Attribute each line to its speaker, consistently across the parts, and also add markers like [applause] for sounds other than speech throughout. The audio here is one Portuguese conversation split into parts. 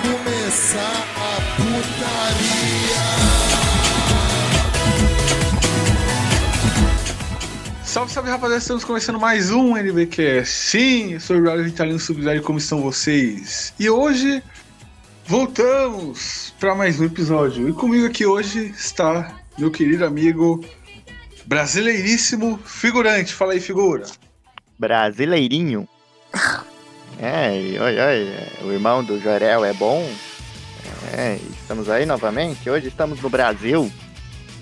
Speaker 1: começar a putaria.
Speaker 2: Salve, salve rapaziada, estamos começando mais um NBQS. Sim, eu sou o Braulio Vitalino Subsidiário, como estão vocês? E hoje voltamos para mais um episódio. E comigo aqui hoje está meu querido amigo brasileiríssimo figurante. Fala aí, figura.
Speaker 3: Brasileirinho. É, oi, oi, o irmão do Jorel é bom. É, estamos aí novamente. Hoje estamos no Brasil.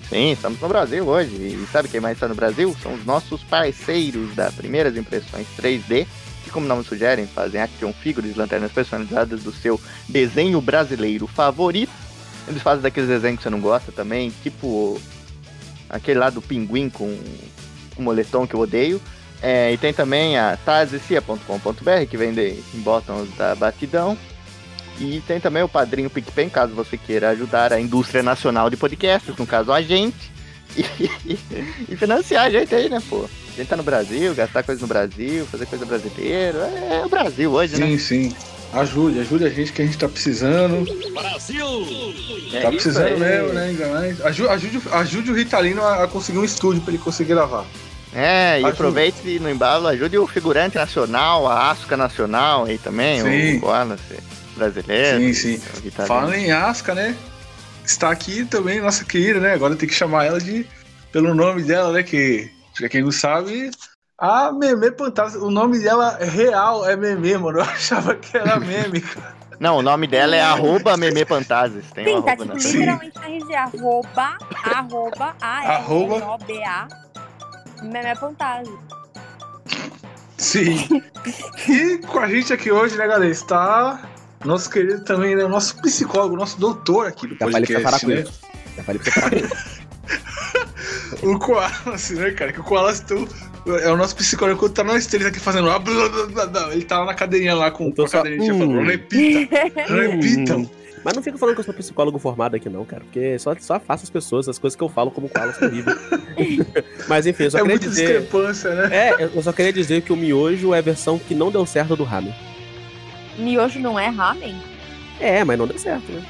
Speaker 3: Sim, estamos no Brasil hoje. E sabe quem mais está no Brasil? São os nossos parceiros da Primeiras Impressões 3D, que, como não sugerem, fazem action figures, lanternas personalizadas do seu desenho brasileiro favorito. Eles fazem daqueles desenhos que você não gosta também, tipo aquele lá do pinguim com o moletom que eu odeio. É, e tem também a tazecia.com.br, que vende em bottoms da Batidão. E tem também o padrinho PicPay, caso você queira ajudar a indústria nacional de podcasts, no caso a gente. [laughs] E, e financiar a gente aí, né, pô? A gente tá no Brasil, gastar coisa no Brasil, fazer coisa brasileira. É, é o Brasil hoje, né?
Speaker 2: Sim, sim. Ajude, ajude a gente que a gente tá precisando.
Speaker 3: É
Speaker 2: tá
Speaker 3: isso aí.
Speaker 2: precisando mesmo, né? Ainda mais. Aju- Ajude, ajude, o Ritalino a, a conseguir um estúdio para ele conseguir gravar.
Speaker 3: É, e
Speaker 2: Ajuda.
Speaker 3: aproveite no embalo, ajude o figurante nacional, a Asca Nacional aí também,
Speaker 2: Sim.
Speaker 3: o Wallace brasileiro.
Speaker 2: Sim, sim.
Speaker 3: o guitarrista.
Speaker 2: Fala em Asca, né? Está aqui também nossa querida, né? Agora tem que chamar ela de pelo nome dela, né? Que pra quem não sabe, a Meme Pantasma. O nome dela real é Meme, mano. Eu achava que era Meme.
Speaker 3: Não, o nome dela é arroba Meme Fantases. Tem um
Speaker 4: Sim, tá
Speaker 3: arroba
Speaker 4: tipo
Speaker 2: Sim.
Speaker 3: na frente.
Speaker 4: literalmente na rede de arroba, arroba, a
Speaker 2: Arroba.
Speaker 4: o b a Meme Fantasma.
Speaker 2: Sim. E com a gente aqui hoje, né, galera? Está nosso querido também, né? Nosso psicólogo, nosso doutor aqui do
Speaker 5: Já falei pra você parar
Speaker 2: podcast,
Speaker 5: com
Speaker 2: né?
Speaker 5: isso. Já falei pra você parar com isso.
Speaker 2: [laughs] O Koalas, né, cara? Que o Koalas tu- é o nosso psicólogo quando tá nós três aqui fazendo. ah, blá, blá, blá, blá. Ele tá lá na cadeirinha lá com,
Speaker 5: Eu tô
Speaker 2: com a
Speaker 5: só,
Speaker 2: cadeirinha já falando.
Speaker 5: hum.
Speaker 2: Repita,
Speaker 5: [laughs]
Speaker 2: repita. É
Speaker 5: Hum. Mas não fica falando que eu sou psicólogo formado aqui, não, cara. Porque só, só afasta as pessoas, as coisas que eu falo como
Speaker 2: [laughs]
Speaker 5: falas comigo. Mas enfim, eu só
Speaker 2: É
Speaker 5: queria
Speaker 2: muita
Speaker 5: dizer.
Speaker 2: discrepância, né?
Speaker 5: É, eu só queria dizer que o miojo é a versão que não deu certo do ramen.
Speaker 4: Miojo não é ramen?
Speaker 5: É, mas não deu certo, né?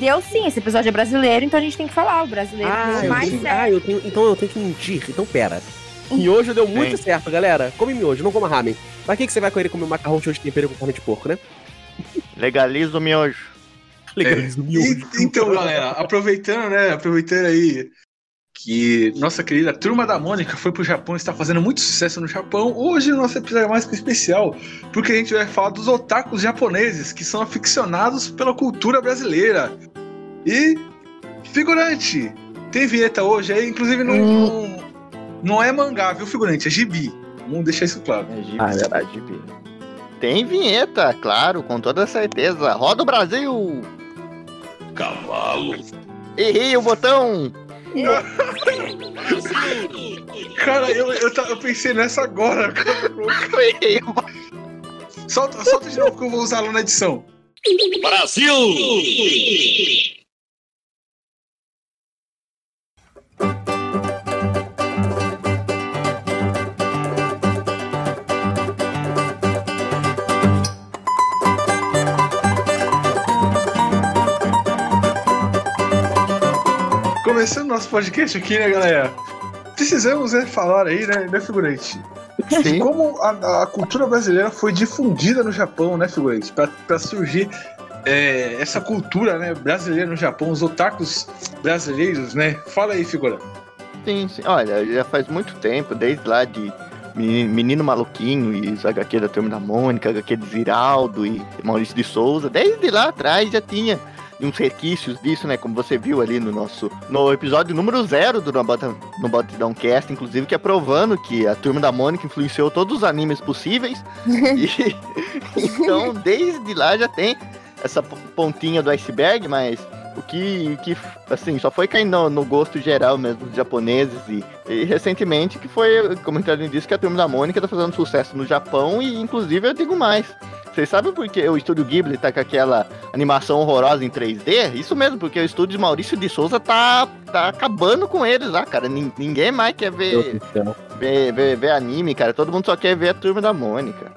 Speaker 4: Deu sim, esse episódio é brasileiro, então a gente tem que falar. O brasileiro
Speaker 5: Ah,
Speaker 4: deu
Speaker 5: eu
Speaker 4: mais
Speaker 5: tenho,
Speaker 4: certo. Um
Speaker 5: ah, eu tenho. Então eu tenho que mentir. Então pera. Miojo deu muito certo, galera. Come miojo, não coma ramen. Pra que, que você vai querer comer um macarrão cheio de tempero com carne de porco,
Speaker 2: É.
Speaker 5: né?
Speaker 3: Legaliza o miojo.
Speaker 5: Legaliza o miojo.
Speaker 2: E- então, galera, aproveitando, né? Aproveitando aí que nossa querida turma da Mônica foi pro Japão e está fazendo muito sucesso no Japão. Hoje o nosso episódio é mais que especial, porque a gente vai falar dos otakus japoneses que são aficionados pela cultura brasileira. E figurante, tem vinheta hoje aí, inclusive não, não, não é mangá, viu, figurante? É gibi. Vamos deixar isso claro.
Speaker 3: É gibi,
Speaker 5: Ah, é verdade.
Speaker 3: gibi. Tem vinheta, claro, com toda certeza. Roda o Brasil!
Speaker 6: Cavalo.
Speaker 3: Errei o botão!
Speaker 2: Cara, eu, eu, ta- eu pensei nessa agora. cara.
Speaker 3: Errei o botão.
Speaker 2: Solta, solta de novo que eu vou usá-lo na edição.
Speaker 6: Brasil!
Speaker 2: Começando nosso podcast aqui, né, galera? Precisamos né, falar aí, né, né figurante? De
Speaker 3: Sim.
Speaker 2: como a, a cultura brasileira foi difundida no Japão, né, figurante? Pra, pra surgir é, essa cultura né, brasileira no Japão, os otakus brasileiros, né? Fala aí, figura.
Speaker 3: Sim, sim. assim, Olha, já faz muito tempo, desde lá de Menino, Menino Maluquinho e os HQ da Turma da Mônica, HQ de Ziraldo e Maurício de Souza, desde lá atrás já tinha uns requisitos disso, né? Como você viu ali no nosso. No episódio número zero do No Bota- No Botão Cast, inclusive, que é provando que a Turma da Mônica influenciou todos os animes possíveis. E- então, desde lá já tem essa p- pontinha do iceberg, mas o que, o que assim, só foi cair no, no gosto geral mesmo dos japoneses e, e recentemente que foi, como o Ricardo disse, que a Turma da Mônica tá fazendo sucesso no Japão e inclusive eu digo mais. Vocês sabem por que o estúdio Ghibli tá com aquela animação horrorosa em 3D? Isso mesmo, porque o estúdio de Maurício de Souza tá, tá acabando com eles lá, cara. Nin- ninguém mais quer
Speaker 5: Meu
Speaker 3: ver,
Speaker 5: Deus do céu.
Speaker 3: ver, ver, ver anime, cara. Todo mundo só quer ver a Turma da Mônica.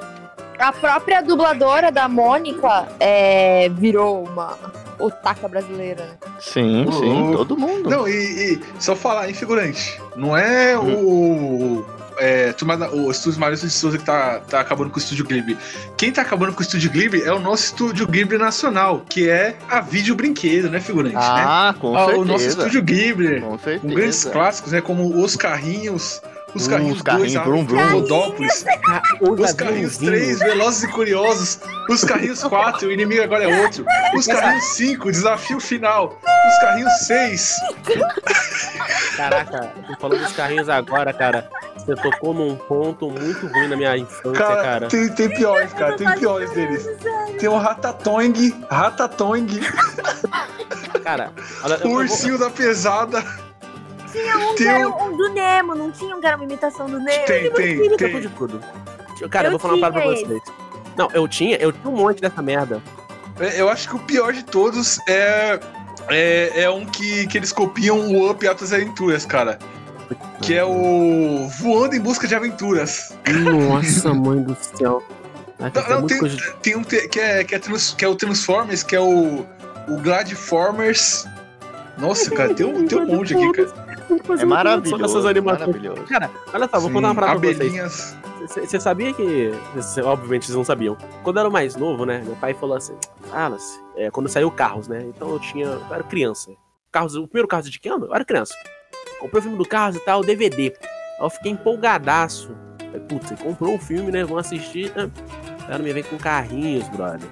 Speaker 4: A própria dubladora da Mônica é, virou uma otaka brasileira. né?
Speaker 3: Sim,
Speaker 2: Ô,
Speaker 3: sim,
Speaker 2: louco.
Speaker 3: todo mundo.
Speaker 2: Não, e, e só falar em figurante. Não é o. É, turma da- o Estúdio Maurício de Souza que tá, tá acabando com o Estúdio Ghibli. Quem tá acabando com o Estúdio Ghibli é o nosso Estúdio Ghibli Nacional, que é a Vídeo Brinquedo, né, figurante? né?
Speaker 3: ah, com
Speaker 2: Ah,
Speaker 3: certeza.
Speaker 2: o nosso Estúdio Ghibli,
Speaker 3: Com
Speaker 2: com
Speaker 3: certeza.
Speaker 2: grandes clássicos, né, como Os Carrinhos, Os
Speaker 3: Hum,
Speaker 2: Carrinhos 2,
Speaker 3: Os Carrinhos,
Speaker 2: a
Speaker 3: Brum, Brum.
Speaker 2: Rodópolis,
Speaker 5: Ca-
Speaker 2: Os Carrinhos
Speaker 5: aviãozinho.
Speaker 2: 3, Velozes e Curiosos, Os Carrinhos 4, O Inimigo Agora é Outro, Os Carrinhos 5, Desafio Final, Os Carrinhos 6,
Speaker 5: Caraca, tu falou dos carrinhos agora, cara. Você tocou num ponto muito ruim na minha infância,
Speaker 2: Cara,
Speaker 5: cara.
Speaker 2: Tem, tem piores, cara. Tem piores
Speaker 1: um
Speaker 2: deles. Tem o Ratatong, Ratatong,
Speaker 5: Cara, olha, eu-
Speaker 2: o
Speaker 5: eu vou-
Speaker 2: Ursinho da Pesada.
Speaker 1: Tinha um que
Speaker 2: Tem
Speaker 1: era um do Nemo, não tinha um que era uma imitação do Nemo.
Speaker 2: Tem, tem,
Speaker 5: Ele tocou
Speaker 2: tem.
Speaker 5: de tudo. Cara,
Speaker 1: Eu
Speaker 5: eu, vou falar uma parada pra
Speaker 1: tinha
Speaker 5: vocês. Não, eu tinha, eu tinha um monte dessa merda.
Speaker 2: É, Eu acho que o pior de todos é. É, é um que, que eles copiam o Up e Altas Aventuras, cara. Que é o Voando em Busca de Aventuras.
Speaker 5: Nossa, mãe do céu.
Speaker 2: Não,
Speaker 5: Cara, tem
Speaker 2: não,
Speaker 5: muita
Speaker 2: tem-
Speaker 5: coisa-
Speaker 2: Tem um te- que é, que é, trans- que é o Transformers, que é o, o Gladformers. Nossa, cara, tem um, tem um monte aqui, cara.
Speaker 3: É maravilhoso.
Speaker 5: Essas animações.
Speaker 3: maravilhoso.
Speaker 5: Cara, olha só, Ah, vou
Speaker 2: Sim,
Speaker 5: contar uma parada pra vocês.
Speaker 2: abelhinhas.
Speaker 5: Você sabia que. cê- obviamente vocês não sabiam. Quando eu era mais novo, né? Meu pai falou assim: Alas, é, quando saiu o Carros, né? Então eu tinha. Eu era criança. Carros, o primeiro Carros de que ano? Eu era criança. Comprei o filme do Carros e tal, DVD. Aí eu fiquei empolgadaço. Falei, Putz, comprou o filme, né? Vamos assistir. Ah, Ela não me vem com carrinhos, brother.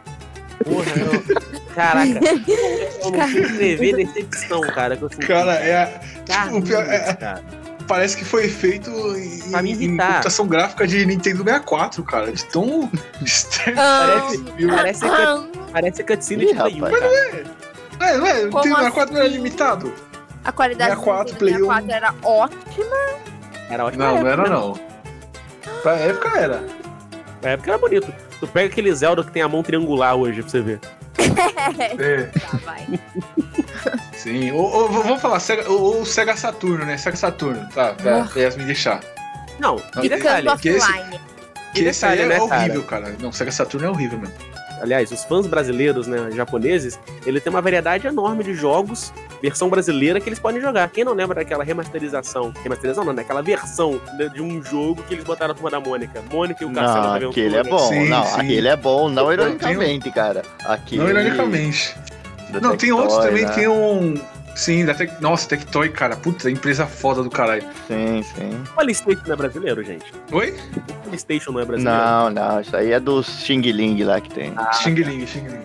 Speaker 5: Porra, eu...
Speaker 1: [laughs]
Speaker 5: Caraca. Eu não tive TV decepção, cara. Que eu senti.
Speaker 2: Cara, é, a- o
Speaker 5: carrinhos,
Speaker 2: pior é-
Speaker 5: cara.
Speaker 2: Parece que foi feito em,
Speaker 5: Pra me
Speaker 2: em
Speaker 5: irritar.
Speaker 2: computação gráfica de Nintendo 64, cara. De tão [laughs] estranho.
Speaker 1: Ah,
Speaker 5: Parece, parece, cut- parece cutscene de
Speaker 3: Ih,
Speaker 5: Play um,
Speaker 3: rapaz.
Speaker 5: cara.
Speaker 2: É, não é? O
Speaker 1: Como
Speaker 2: Nintendo 64 não era
Speaker 1: assim?
Speaker 2: limitado?
Speaker 1: a qualidade
Speaker 2: 64,
Speaker 1: do
Speaker 2: Play
Speaker 1: Nintendo
Speaker 2: um.
Speaker 1: 64 era ótima.
Speaker 5: Era ótimo.
Speaker 2: Não, não era não. Pra época era.
Speaker 5: Na época É, era bonito. Tu pega aquele Zelda que tem a mão triangular hoje pra você ver.
Speaker 2: É.
Speaker 1: tá, vai.
Speaker 2: Sim. Ou, ou- v- vamos falar, Sega, ou, ou Sega Saturno, né? Sega Saturno, tá?
Speaker 5: Ah.
Speaker 2: Pra, pra Yasmin deixar.
Speaker 5: Não,
Speaker 2: Não,
Speaker 5: e detalhe.
Speaker 1: Ficando
Speaker 2: que esse-
Speaker 1: offline.
Speaker 2: Que esse aí
Speaker 5: detalhe,
Speaker 2: é
Speaker 5: né, cara?
Speaker 2: horrível, cara? Não, Sega Saturno é horrível mesmo.
Speaker 5: Aliás, os fãs brasileiros, né, japoneses, ele tem uma variedade enorme de jogos, versão brasileira, que eles podem jogar. Quem não lembra daquela remasterização, remasterização não, daquela versão de, de um jogo que eles botaram a turma da Mônica. Mônica e o Castelo da
Speaker 3: Não,
Speaker 5: Aventura.
Speaker 3: aquele é bom.
Speaker 2: Sim,
Speaker 3: não,
Speaker 2: sim.
Speaker 3: aquele é bom, não
Speaker 2: Eu tenho-
Speaker 3: ironicamente, cara. Aquele
Speaker 2: Não, ironicamente.
Speaker 3: do
Speaker 2: Não, tem
Speaker 3: Tectoy,
Speaker 2: outros também,
Speaker 3: né?
Speaker 2: tem um. Sim, da Tec... Nossa, Tectoy, cara. Puta, empresa foda do caralho. um
Speaker 3: Sim, sim.
Speaker 5: O PlayStation não é brasileiro, gente.
Speaker 2: Oi?
Speaker 5: O PlayStation não é brasileiro.
Speaker 3: Não, não, isso aí é do Xing Ling lá que tem.
Speaker 2: Xing Ling, Xing Ling.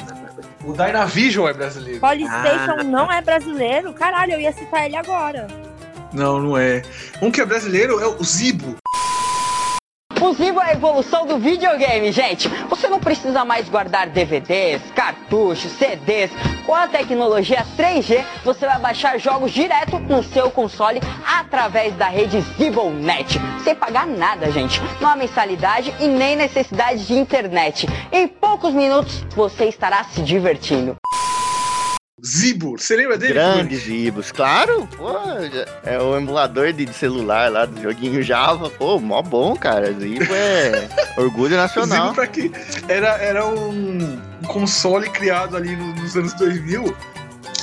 Speaker 2: O Dynavision é brasileiro.
Speaker 4: Polystation
Speaker 5: Ah.
Speaker 4: não é brasileiro? Caralho, eu ia citar ele agora.
Speaker 2: Não, não é. Um que é brasileiro é o Zibo.
Speaker 7: Possível a evolução do videogame, gente. Você não precisa mais guardar DVDs, cartuchos, CDs. Com a tecnologia 3G, você vai baixar jogos direto no seu console através da rede ZibbleNet, sem pagar nada, gente. Não há mensalidade e nem necessidade de internet. Em poucos minutos, você estará se divertindo.
Speaker 2: Zibo, você lembra dele?
Speaker 3: Grandes ibos, claro, pô, já- é o emulador de de celular lá do joguinho Java, pô, mó bom, cara. Zibo
Speaker 2: [laughs]
Speaker 3: é orgulho
Speaker 2: Zibo
Speaker 3: nacional.
Speaker 2: pra que era, era um, um console criado ali no- nos anos 2000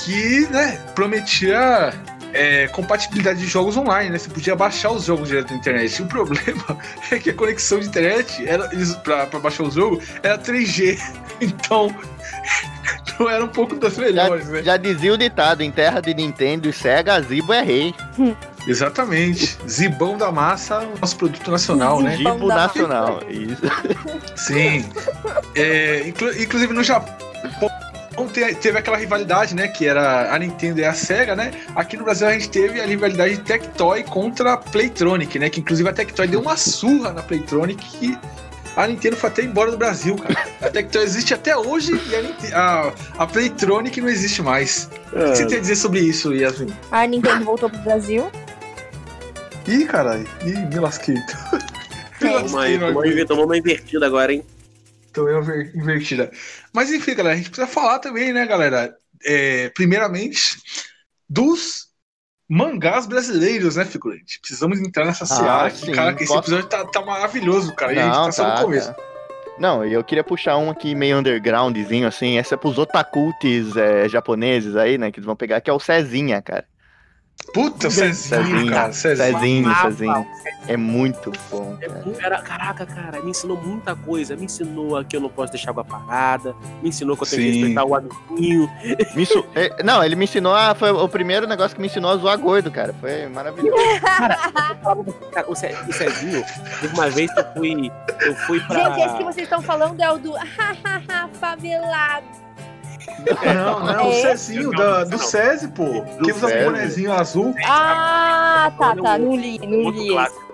Speaker 2: que né, prometia é, compatibilidade de jogos online, né? Você podia baixar os jogos direto da internet. E o problema [laughs] é que a conexão de internet era, eles- pra, pra baixar o jogo era 3G. [laughs] Então, não era um pouco das melhores, né?
Speaker 3: Já dizia o ditado, em terra de Nintendo e Sega, Zibo é rei.
Speaker 2: Exatamente. Zibão da massa, nosso produto nacional, né?
Speaker 1: Zibão
Speaker 3: Zibo
Speaker 1: da
Speaker 3: nacional. Isso.
Speaker 2: Sim. É, inclu- inclusive no Japão te- teve aquela rivalidade, né? Que era a Nintendo e a SEGA, né? Aqui no Brasil a gente teve a rivalidade Tectoy contra a Playtronic, né? Que inclusive a Tectoy deu uma surra na Playtronic que a Nintendo foi até embora do Brasil, cara. A Tectoy existe até hoje e a, Ninte- a, a Playtronic não existe mais. O que você tem a dizer sobre isso, Yasmin?
Speaker 4: A Nintendo voltou pro Brasil.
Speaker 2: Ih, caralho. Ih, me lasquei. [laughs] Me
Speaker 5: Tomou uma,
Speaker 2: lasquei,
Speaker 5: tomou uma- tomou uma invertida agora, hein?
Speaker 2: Então é inver- invertida. Mas enfim, galera, a gente precisa falar também, né, galera? É, primeiramente, dos mangás brasileiros, né, figurante? Precisamos entrar nessa seara aqui,
Speaker 3: Ah, sim,
Speaker 2: cara, que esse
Speaker 3: posso-
Speaker 2: episódio tá, tá maravilhoso, cara. e a gente
Speaker 3: Não,
Speaker 2: tá só no
Speaker 3: tá,
Speaker 2: começo.
Speaker 3: tá. Não, e eu queria puxar um aqui meio undergroundzinho, assim. Essa é pros otakultes é, japoneses aí, né? Que eles vão pegar, que é o Cezinha, cara.
Speaker 2: Puta, Cezinho,
Speaker 3: Cezinho,
Speaker 2: cara. Cezinho.
Speaker 3: Cezinho,
Speaker 1: Amava
Speaker 3: Cezinho.
Speaker 1: o
Speaker 3: É muito bom,
Speaker 5: É,
Speaker 3: cara.
Speaker 5: era- caraca, cara, me ensinou muita coisa. Me ensinou a que eu não posso deixar água parada. Me ensinou que eu tenho que
Speaker 2: Sim.
Speaker 5: respeitar o amiguinho.
Speaker 3: Me ensu- é, não, ele me ensinou. Ah, foi o primeiro negócio que me ensinou a zoar gordo, cara. Foi maravilhoso.
Speaker 5: Cara, o, Ce, o Cezinho, teve uma vez que eu fui, eu fui pra.
Speaker 4: Gente, esse que vocês estão falando é o do [laughs] hahaha favelado.
Speaker 2: [laughs] Não, não, o
Speaker 4: É.
Speaker 2: Cezinho da- do SESI, pô.
Speaker 5: Do
Speaker 2: Que usa
Speaker 3: SESI.
Speaker 2: um bonezinho azul.
Speaker 4: Ah, tá,
Speaker 5: Quando
Speaker 4: tá.
Speaker 5: o-
Speaker 4: Não li, não
Speaker 5: Muito
Speaker 4: li esse.
Speaker 5: clássico.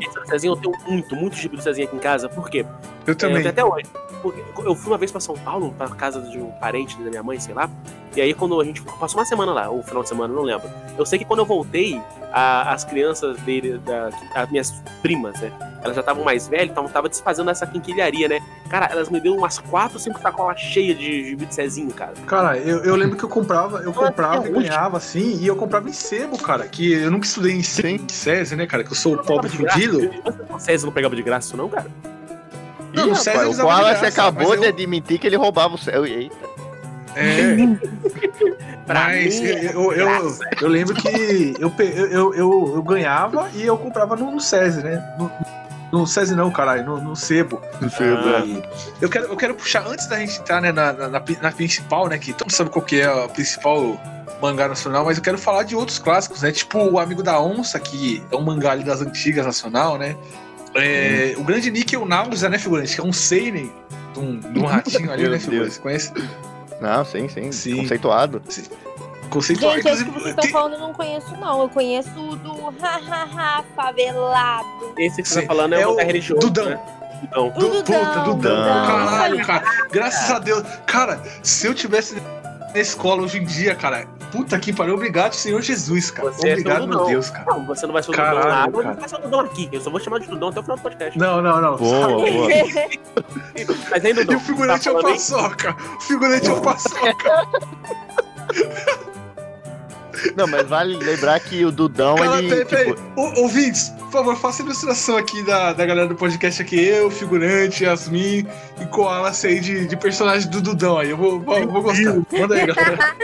Speaker 5: Esse do Cezinho eu tenho muito, muito gibi do Cezinho aqui em casa. Por quê?
Speaker 2: Eu
Speaker 5: É, eu
Speaker 2: também.
Speaker 5: tenho até hoje. Porque eu fui uma vez pra São Paulo, pra casa de um parente da minha mãe, sei lá. E aí quando a gente passou uma semana lá, ou final de semana, não lembro. Eu sei que quando eu voltei, a- as crianças dele, da- as minhas primas, né? Elas já estavam mais velhas, então tava desfazendo essa quinquilharia, né? Cara, elas me deu umas quatro, cinco sacolas cheias de gibi de Cezinho, cara.
Speaker 2: Cara, eu, eu lembro que eu comprava, eu
Speaker 5: Nossa,
Speaker 2: comprava
Speaker 5: é
Speaker 2: e
Speaker 5: útil.
Speaker 2: ganhava, assim, e eu comprava em sebo, cara. Que eu nunca estudei em sebo,
Speaker 3: Sim.
Speaker 2: em SESI, né, cara? Que eu sou o pobre
Speaker 5: de graça.
Speaker 2: fudido.
Speaker 5: Mas O Cezinho não pegava de graça isso não, cara?
Speaker 2: Não,
Speaker 3: Ih,
Speaker 2: o César
Speaker 3: rapaz, o
Speaker 2: usava de
Speaker 3: Wallace
Speaker 2: graça,
Speaker 3: acabou
Speaker 2: mas eu-
Speaker 3: de admitir que ele roubava o céu. Eita.
Speaker 2: É. [laughs]
Speaker 5: Pra
Speaker 2: Mas
Speaker 5: mim,
Speaker 2: eu, eu, eu,
Speaker 5: graça.
Speaker 2: eu lembro que eu, pe- eu, eu, eu, eu ganhava e eu comprava no, no SESI, né? No, no SESI não, caralho, no, no sebo.
Speaker 5: Ah.
Speaker 2: E Eu quero, eu quero puxar, antes da gente entrar né, na, na, na pri- na principal, né? Que todo mundo sabe qual que é a principal mangá nacional, mas eu quero falar de outros clássicos, né? Tipo o Amigo da Onça, que é um mangá ali das antigas nacional, né? É,
Speaker 5: Uhum.
Speaker 2: O grande Níquel Náusea, né, figurante? Que é um seinen de um, de
Speaker 5: [laughs]
Speaker 2: um ratinho ali,
Speaker 3: Meu
Speaker 2: né, figurante?
Speaker 3: Deus.
Speaker 2: Você conhece?
Speaker 3: Não, sim, sim,
Speaker 2: Sim.
Speaker 3: Conceituado.
Speaker 2: Conceitual.
Speaker 5: é
Speaker 4: Gente, esse que vocês
Speaker 2: Inclusive,
Speaker 4: estão
Speaker 2: tem-
Speaker 4: falando eu não conheço, não. Eu conheço o do hahaha favelado.
Speaker 5: Esse que você
Speaker 2: Sim.
Speaker 5: tá falando é,
Speaker 2: É
Speaker 5: o
Speaker 2: o
Speaker 5: da religião.
Speaker 2: Dudão.
Speaker 5: Né? Dudão.
Speaker 2: Do,
Speaker 4: Dudão,
Speaker 2: puta, do
Speaker 3: Dudão.
Speaker 2: Caralho, cara. Graças a Deus. Cara, se eu tivesse na escola hoje em dia, cara, puta que pariu. Obrigado, Senhor Jesus, cara.
Speaker 5: Você é
Speaker 2: obrigado,
Speaker 5: seu
Speaker 2: meu
Speaker 5: Dudão.
Speaker 2: Deus, cara.
Speaker 5: Não, você não vai ser o
Speaker 2: Caralho,
Speaker 5: Dudão lá, não
Speaker 2: cara.
Speaker 5: vai ser o Dudão aqui. Eu só vou chamar de Dudão até o final do podcast.
Speaker 2: Não, não, não.
Speaker 3: Boa, boa.
Speaker 5: Mas ainda
Speaker 2: E
Speaker 5: não.
Speaker 2: o figurante é o
Speaker 5: falando aí?
Speaker 2: paçoca. O figurante é o paçoca.
Speaker 3: Não, mas vale lembrar que o Dudão,
Speaker 2: Cara,
Speaker 3: ele.
Speaker 2: peraí, peraí.
Speaker 3: tipo,
Speaker 2: Ô, Ouvintes, por favor, faça a ilustração aqui da, da galera do podcast aqui. Eu, o figurante, Yasmin e Koala sei de, de personagem do Dudão aí. Eu vou, vou, vou gostar. Manda aí, galera.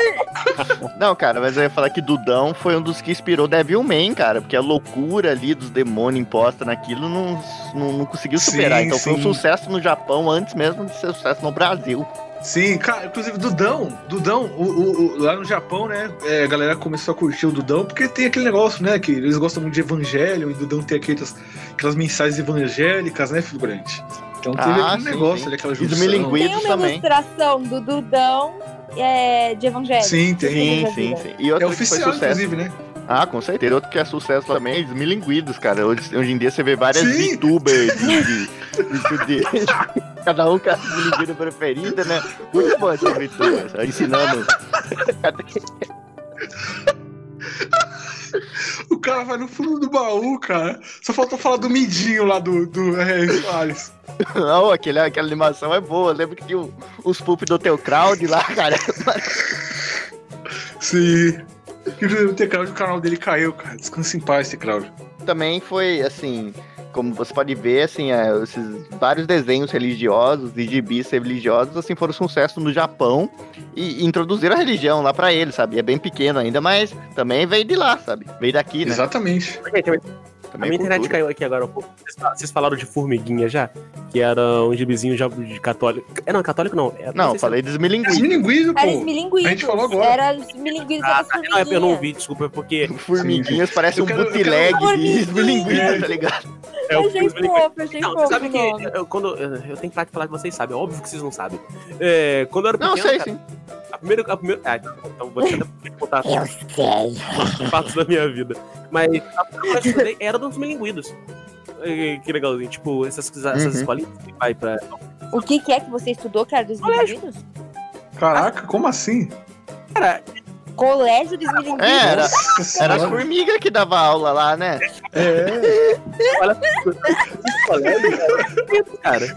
Speaker 3: Não, cara, mas eu ia falar que Dudão foi um dos que inspirou Devilman, cara, porque a loucura ali dos demônios imposta naquilo não, não, não conseguiu
Speaker 2: Sim,
Speaker 3: superar. então foi um
Speaker 2: sim.
Speaker 3: sucesso no Japão antes mesmo de ser sucesso no Brasil.
Speaker 2: Sim, cara, inclusive Dudão, Dudão, o, o- o- lá no Japão, né, é, a galera começou a curtir o Dudão, porque tem aquele negócio, né, que eles gostam muito de evangelho, e Dudão tem aquelas, aquelas mensagens evangélicas, né, figurante? Então teve
Speaker 3: Ah,
Speaker 2: aquele
Speaker 3: sim,
Speaker 2: negócio
Speaker 3: sim.
Speaker 2: ali, aquela
Speaker 3: E do
Speaker 2: junção.
Speaker 3: Milinguim.
Speaker 4: Tem
Speaker 3: Conheço
Speaker 4: uma
Speaker 3: também.
Speaker 4: ilustração do Dudão é, de Evangelho.
Speaker 2: Sim, tem.
Speaker 3: Sim,
Speaker 4: Sim,
Speaker 3: sim,
Speaker 4: sim,
Speaker 3: sim. E
Speaker 2: É
Speaker 3: outro que foi
Speaker 2: oficial,
Speaker 3: sucesso.
Speaker 2: inclusive, né?
Speaker 3: Ah, com certeza. Outro que é sucesso também é Desmilinguidos, cara. Hoje, hoje em dia você vê várias
Speaker 2: Sim.
Speaker 3: VTubers de, de, de- [laughs] de- Cada um com a desmilinguida preferida, né? Muito bom essa VTubers, ó, ensinando.
Speaker 2: O cara vai no fundo do baú, cara. Só falta falar do midinho lá do, do é, Soares.
Speaker 3: Não, aquele, aquela animação é boa. Lembra que tinha o- os pulp do teu crowd lá, cara? [laughs]
Speaker 2: Sim. E o Tecraudio, o canal dele caiu, cara. Descansa em paz, Tecraudio.
Speaker 3: Também foi, assim, como você pode ver, assim, é, esses vários desenhos religiosos e gibis religiosos, assim, foram sucesso no Japão e introduziram a religião lá pra eles, sabe? E é bem pequeno ainda, mas também veio de lá, sabe? Veio daqui, né?
Speaker 2: Exatamente.
Speaker 5: Gente, A
Speaker 3: Também
Speaker 5: minha internet
Speaker 3: cultura.
Speaker 5: caiu aqui agora. um pouco. Vocês fa- Vocês falaram de formiguinha já? Que era um gibizinho já de católico. É, não, católico não. É,
Speaker 3: Não,
Speaker 5: sei se-
Speaker 3: falei
Speaker 2: Esse
Speaker 3: desmilinguido.
Speaker 2: milinguido,
Speaker 4: Era
Speaker 2: pô.
Speaker 4: esmilinguido.
Speaker 2: a gente falou agora.
Speaker 4: Era esmilinguido
Speaker 5: Ah, tá. Não, é porque eu não
Speaker 4: vi.
Speaker 5: ouvi, desculpa, é porque.
Speaker 3: [laughs] Formiguinhas parece
Speaker 2: Eu
Speaker 3: um
Speaker 2: quero- eu
Speaker 3: bootleg
Speaker 4: quero-
Speaker 3: de desmilinguido,
Speaker 2: Formiguinha.
Speaker 3: tá ligado?
Speaker 5: É o
Speaker 4: Achei fofo, achei
Speaker 5: Não,
Speaker 4: fofo
Speaker 5: você
Speaker 4: o
Speaker 5: sabe que
Speaker 4: nome.
Speaker 5: eu, quando, eu tenho que parar de falar que vocês sabem, é óbvio que vocês não sabem. É, quando eu era
Speaker 3: Não,
Speaker 5: pequeno,
Speaker 3: sei
Speaker 5: cara,
Speaker 3: sim.
Speaker 5: a primeira... A primeira ah, então vou deixar de contar [laughs]
Speaker 4: Eu sei.
Speaker 5: fatos da minha vida. Mas a primeira que eu estudei era dos milinguidos. Eh, Que legalzinho, tipo, essas, essas
Speaker 3: Uhum.
Speaker 5: escolinhas que vai pra... [laughs]
Speaker 4: O que, que é que você estudou, cara, dos
Speaker 5: Colégio.
Speaker 4: milinguidos?
Speaker 2: Caraca, como assim?
Speaker 5: Cara,
Speaker 4: Colégio dos milinguidos?
Speaker 3: É, era,
Speaker 2: Nossa
Speaker 3: era as
Speaker 2: senhora.
Speaker 3: formigas que dava aula lá, né?
Speaker 2: É.
Speaker 5: colégio, cara, cara.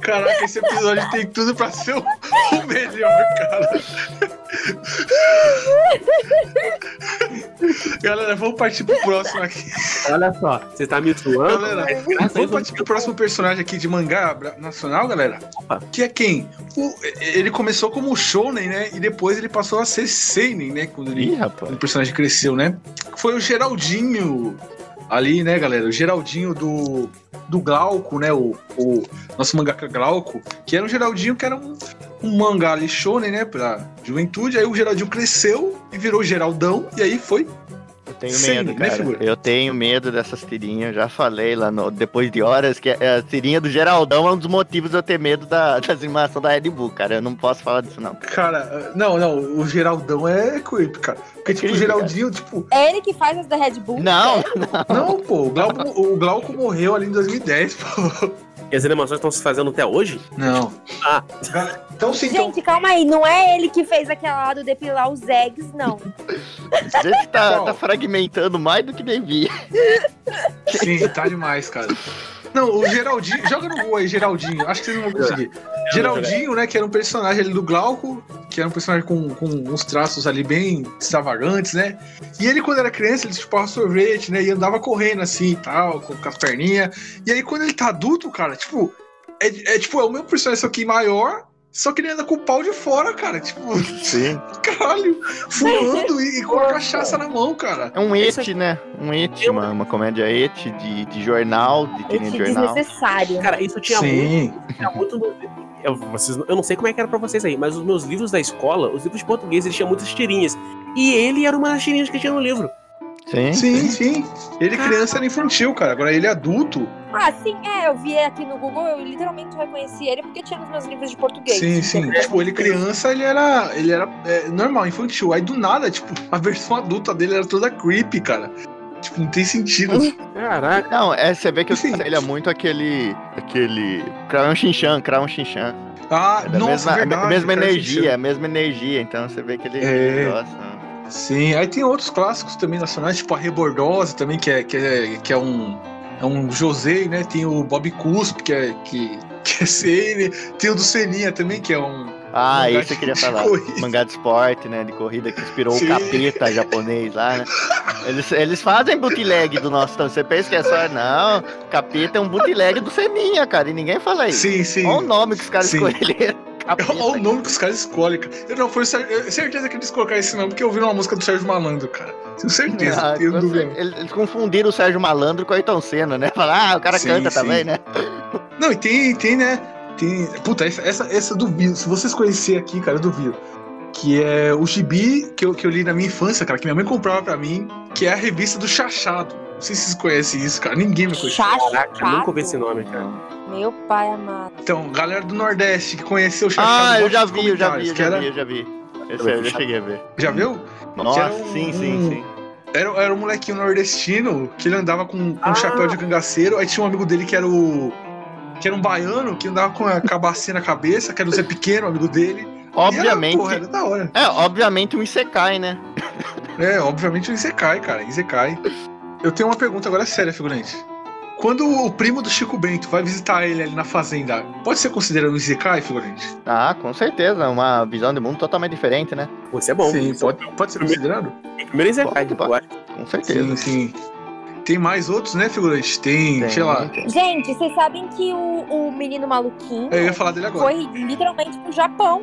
Speaker 2: Caraca, esse episódio tem tudo pra ser o o melhor, cara. [laughs] Galera, vamos partir pro próximo aqui.
Speaker 5: Olha só, você tá me zoando?
Speaker 2: Galera,
Speaker 5: mas graças a
Speaker 2: vamos
Speaker 5: Deus,
Speaker 2: partir pro próximo personagem aqui de mangá bra- nacional, galera.
Speaker 5: Opa.
Speaker 2: Que é quem? O- ele começou como Shonen, né? E depois ele passou a ser Seinen, né? Quando ele
Speaker 3: Ih, rapaz.
Speaker 2: quando o personagem cresceu, né? Foi o Geraldinho ali, né, galera? O Geraldinho do, do Glauco, né? O, o nosso mangaka Glauco, que era um Geraldinho que era um, um mangá ali shonen, né? Pra juventude. Aí o Geraldinho cresceu e virou Geraldão, e aí foi.
Speaker 3: Eu tenho
Speaker 2: Sim,
Speaker 3: medo,
Speaker 2: né,
Speaker 3: cara.
Speaker 2: figura?
Speaker 3: eu tenho medo dessas tirinhas. Eu já falei lá no- depois de horas que é, a, a tirinha do Geraldão é um dos motivos de eu ter medo da, [laughs] das animações da Red Bull, cara. Eu não posso falar disso, não.
Speaker 2: Cara, não, não, o Geraldão é creep, cara. Porque, tipo, o
Speaker 3: Creep,
Speaker 2: Geraldinho, tipo,
Speaker 4: É ele que faz as da Red Bull? É.
Speaker 3: Não,
Speaker 2: não, pô, o Glauco, o Glauco morreu ali em 2010, pô.
Speaker 5: E as animações estão se fazendo até hoje?
Speaker 2: Não.
Speaker 5: Ah.
Speaker 2: Então, sim, então.
Speaker 4: Gente, calma aí, não é ele que fez aquela lá do depilar os eggs, não.
Speaker 3: a gente tá,
Speaker 2: Qual?
Speaker 3: tá fragmentando mais do que devia.
Speaker 2: Sim, tá demais, cara. Não, o Geraldinho. Joga no gol aí, Geraldinho. Acho que vocês não vão conseguir. Geraldinho, né, que era um personagem ali do Glauco, que era um personagem com, com uns traços ali bem extravagantes, né? E ele, quando era criança, ele chupava sorvete, né? E andava correndo assim e tal, com, com as perninhas. E aí, quando ele tá adulto, cara, tipo. É, é tipo, é o meu personagem, só que maior. Só que ele anda com o pau de fora, cara. Tipo, [laughs]
Speaker 3: Sim.
Speaker 2: caralho, fumando e, e com a cachaça na mão, cara.
Speaker 3: É um
Speaker 5: Isso
Speaker 3: et, né? Um et, uma, uma comédia et de, de jornal, de tirinha
Speaker 4: Esse
Speaker 3: de jornal.
Speaker 4: desnecessário.
Speaker 5: Cara, isso tinha muito, tinha muito no- eu, vocês, não- eu não sei como é que era pra vocês aí, mas os meus livros da escola, os livros de português, eles tinham muitas tirinhas. E ele era uma das tirinhas que tinha no livro.
Speaker 3: Sim.
Speaker 2: Sim, sim. Ele criança era infantil, cara. Agora ele é adulto.
Speaker 4: Ah, sim, é, eu vi aqui no Google, eu literalmente reconheci ele porque tinha nos meus livros de português.
Speaker 2: Sim, sim. Tipo, ele criança, ele era, ele era é, normal, infantil. Aí do nada, tipo, [laughs] a versão adulta dele era toda creepy, cara. Tipo, não tem sentido.
Speaker 5: Caraca.
Speaker 3: Não, é, você vê que
Speaker 2: Sim.
Speaker 3: ele é muito aquele. aquele. Crayon Shinchan, Crayon Shinchan.
Speaker 2: Ah,
Speaker 3: É da
Speaker 2: nossa,
Speaker 3: mesma,
Speaker 2: verdade,
Speaker 3: a mesma
Speaker 2: cara,
Speaker 3: energia, é a mesma energia. Então você vê que ele. né?
Speaker 2: É.
Speaker 3: Nossa.
Speaker 2: Sim, aí tem outros clássicos também nacionais, tipo a Rebordosa também, que é, que é, que é um, é um José, né? Tem o Bob Cusp, que é, que, [laughs] que é CN. Tem o do Seninha também, que é um.
Speaker 3: Ah,
Speaker 2: Mangá
Speaker 3: isso eu
Speaker 2: de-
Speaker 3: queria
Speaker 2: de
Speaker 3: falar.
Speaker 2: corrida.
Speaker 3: Mangá de esporte, né? De corrida que inspirou
Speaker 2: Sim.
Speaker 3: o capeta japonês lá, né? Eles, eles fazem bootleg do nosso. Você pensa que é só. Não, capeta é um bootleg do Seninha, cara. E ninguém fala isso.
Speaker 2: Sim, sim.
Speaker 3: Olha o nome que os caras
Speaker 2: Sim.
Speaker 3: escolheram. Capeta.
Speaker 2: Olha o nome que os caras escolhem, cara. Eu não foi certeza que eles colocaram esse nome, porque eu vi uma música do Sérgio Malandro, cara. Tenho certeza,
Speaker 3: Ah,
Speaker 2: não tenho
Speaker 3: com
Speaker 2: dúvida.
Speaker 3: certeza. eles, eles confundiram o Sérgio Malandro com o Ayrton Senna, né? Falar, ah, o cara
Speaker 2: Sim,
Speaker 3: canta
Speaker 2: sim.
Speaker 3: também, né?
Speaker 2: Não, e tem, tem, né? Tem. Puta, essa, essa, essa eu duvido. Se vocês conhecerem aqui, cara, eu duvido. Que é o gibi que eu, que eu li na minha infância, cara, que minha mãe comprava pra mim, que é a revista do Chachado. Não sei se vocês conhecem isso, cara. Ninguém me conhece.
Speaker 4: Chato,
Speaker 5: Caraca, nunca ouvi esse nome, cara.
Speaker 4: Meu pai amado.
Speaker 2: Então, galera do Nordeste que conheceu o Chachado.
Speaker 3: Ah, eu
Speaker 2: bota
Speaker 3: já
Speaker 2: nos
Speaker 3: vi, eu já vi,
Speaker 2: comentários,
Speaker 3: eu
Speaker 2: que
Speaker 3: já
Speaker 2: era-
Speaker 3: vi, eu já vi. Esse aí eu já cheguei a ver.
Speaker 2: Já viu?
Speaker 3: Nossa,
Speaker 2: um-
Speaker 3: sim, sim, sim.
Speaker 2: Era, era um molequinho nordestino que ele andava com, com
Speaker 5: Ah.
Speaker 2: um chapéu de cangaceiro. Aí tinha um amigo dele que era o. que era um baiano, que andava com a cabacinha na cabeça, que era o Zé Pequeno, amigo dele. E
Speaker 3: Obviamente.
Speaker 2: Era, porra, né? era da hora.
Speaker 3: É, obviamente um Isekai, né?
Speaker 2: É, obviamente o Izekai, cara. Izekai. Eu tenho uma pergunta agora séria, figurante. Quando o primo do Chico Bento vai visitar ele ali na fazenda, pode ser considerado um Izekai, figurante?
Speaker 3: Ah, com certeza. Uma visão de mundo totalmente diferente, né?
Speaker 5: Pô, isso é bom.
Speaker 2: Sim,
Speaker 5: Isso é
Speaker 2: pode, pode ser considerado?
Speaker 5: o Primeiro Isekai,
Speaker 3: Pode,
Speaker 5: eu
Speaker 3: pode.
Speaker 5: acho.
Speaker 3: Com certeza.
Speaker 2: Sim, sim. Tem mais outros, né, figurante? Tem, sei lá.
Speaker 3: Tem.
Speaker 4: Gente, vocês sabem que o, o menino maluquinho
Speaker 2: É, Eu ia falar dele agora.
Speaker 4: foi literalmente pro Japão.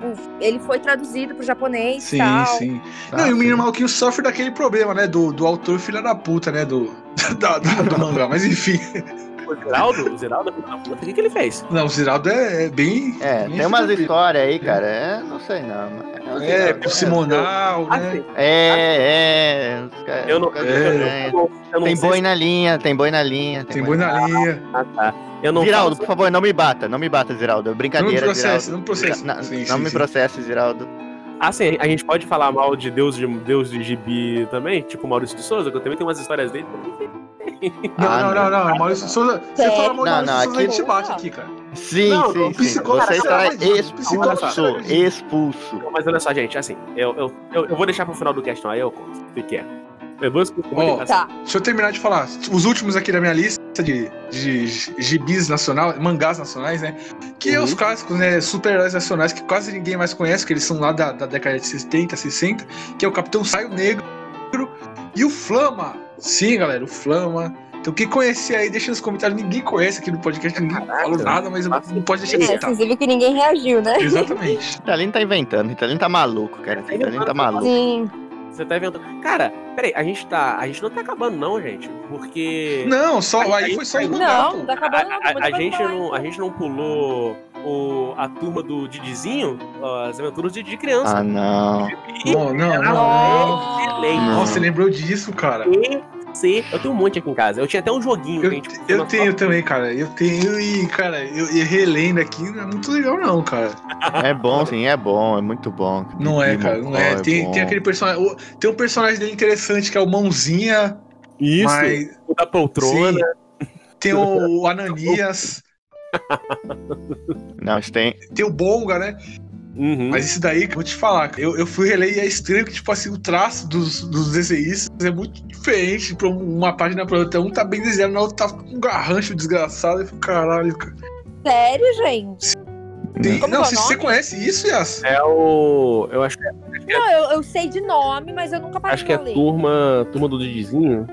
Speaker 4: O- ele foi traduzido pro japonês e
Speaker 2: Sim,
Speaker 4: tal.
Speaker 2: sim.
Speaker 3: Ah,
Speaker 2: Não, e o menino
Speaker 3: sim.
Speaker 2: maluquinho sofre daquele problema, né? Do, do autor filha da puta, né? Do, [laughs] da- da- do mangá. Mas enfim.
Speaker 5: O Zeraldo, o Zeraldo, filho da puta, o que, que ele fez?
Speaker 2: Não, o Ziraldo é, é bem.
Speaker 3: É,
Speaker 2: bem
Speaker 3: tem umas assim,
Speaker 2: filha da
Speaker 3: histórias aí, cara. É, não sei não. mas
Speaker 2: puta.
Speaker 3: sei
Speaker 2: É,
Speaker 3: não.
Speaker 2: com o Simonal, né?
Speaker 5: Assim,
Speaker 3: É, é. os caras-
Speaker 5: eu não.
Speaker 3: os caras
Speaker 2: é.
Speaker 5: eu não-
Speaker 3: estranhos.
Speaker 5: eu não
Speaker 3: Tem
Speaker 5: sei
Speaker 3: boi na linha, tem boi na linha.
Speaker 2: Tem boi na linha.
Speaker 5: se- Ah, tá. Eu não
Speaker 3: Ziraldo, por
Speaker 5: falo-
Speaker 3: favor, não me bata, não me bata, Ziraldo. é
Speaker 2: Não me
Speaker 3: Brincadeira,
Speaker 2: processa,
Speaker 3: Ziraldo.
Speaker 2: não me processa.
Speaker 3: Na-
Speaker 2: Sim,
Speaker 3: não
Speaker 2: sim,
Speaker 3: me
Speaker 2: sim.
Speaker 3: processe, Ziraldo.
Speaker 5: Ah, sim, a gente pode falar mal de Deus de, Deus de Gibi também, tipo Maurício de Souza, que eu também tenho umas histórias dele.
Speaker 2: Não,
Speaker 3: Ah,
Speaker 2: não, não, não, Maurício Souza. Você
Speaker 4: Sério?
Speaker 2: fala mal de
Speaker 3: Não, não,
Speaker 2: Maurício Souza, a
Speaker 3: aqui-
Speaker 2: gente bate aqui, cara.
Speaker 3: Sim,
Speaker 5: Não,
Speaker 3: sim,
Speaker 5: não,
Speaker 3: sim.
Speaker 2: psicólogo
Speaker 3: Você
Speaker 2: tá
Speaker 3: está
Speaker 2: travadinho, psicólogo tá
Speaker 3: expulso,
Speaker 2: travadinho.
Speaker 3: expulso.
Speaker 5: Não, mas olha só, gente, assim, eu, eu, eu, eu vou deixar pro final do cast, não, aí eu conto o que que é. Eu vou escutar
Speaker 2: Ó,
Speaker 5: comunicação.
Speaker 4: Tá.
Speaker 2: Deixa eu terminar de falar. Os últimos aqui da minha lista de, de gibis nacional, mangás nacionais, né? Que é os clássicos, né? Super-heróis nacionais que quase ninguém mais conhece, que eles são lá da, da década de 70, 60, que é o Capitão Saio Negro e o Flama. Sim, galera, o Flama. Então, quem conhecer aí, deixa nos comentários. Ninguém conhece aqui no podcast, ninguém falou nada, mas não pode deixar de
Speaker 5: tá.
Speaker 4: É,
Speaker 2: citar.
Speaker 4: vocês viram que ninguém reagiu, né?
Speaker 2: Exatamente.
Speaker 3: Italino tá inventando, Italino tá maluco, cara.
Speaker 5: Tá
Speaker 3: Italino tá
Speaker 5: inventando,
Speaker 3: maluco.
Speaker 4: Sim.
Speaker 5: Você tá inventando. Cara, peraí, a gente tá. A gente não tá acabando, não, gente. Porque.
Speaker 2: Não, só aí,
Speaker 5: Aí-
Speaker 2: foi só
Speaker 5: aí-
Speaker 2: mudar, pô.
Speaker 4: Não, tá
Speaker 5: A,
Speaker 4: acabando não.
Speaker 5: a-
Speaker 4: acabou de
Speaker 5: a gente
Speaker 4: falar.
Speaker 2: então.
Speaker 5: não, a gente não pulou o, a turma do Didizinho, as aventuras de, de criança.
Speaker 3: Ah, não.
Speaker 2: Não, Ah, não, não.
Speaker 5: Excelente.
Speaker 3: Não.
Speaker 2: Nossa, você lembrou disso, cara?
Speaker 5: Sim, eu tenho um monte aqui em casa. Eu tinha até um joguinho
Speaker 2: Eu,
Speaker 5: que a gente
Speaker 2: eu tenho também, cara. Eu tenho e, cara, eu, e relendo aqui não é muito legal, não, cara.
Speaker 3: É bom, sim, é bom, é muito bom.
Speaker 2: Não é, cara. Não é. Tem,
Speaker 3: bom.
Speaker 2: tem aquele personagem. o- Tem um personagem dele interessante que é o Mãozinha,
Speaker 5: Isso,
Speaker 2: mas
Speaker 5: o da poltrona.
Speaker 2: tem o Ananias,
Speaker 3: Não, isso tem.
Speaker 2: tem o Bonga, né?
Speaker 5: Uhum.
Speaker 2: Mas isso daí, que eu vou te falar, cara, eu, eu fui reler e é estranho que, tipo assim, o traço dos, dos desenhistas é muito diferente pra um- uma página pra outra. Um tá bem desenhado, na outra tá com um garrancho desgraçado. Eu fico, caralho, cara.
Speaker 4: Sério, gente?
Speaker 2: Tem-
Speaker 4: Como
Speaker 2: não,
Speaker 4: que é o
Speaker 2: se você
Speaker 4: nome?
Speaker 2: conhece isso, Yas,
Speaker 5: É o. Eu acho, que-
Speaker 4: Não, eu, eu sei de nome, mas eu nunca parei
Speaker 5: acho que é
Speaker 4: pra ler.
Speaker 5: turma, turma do Didizinho.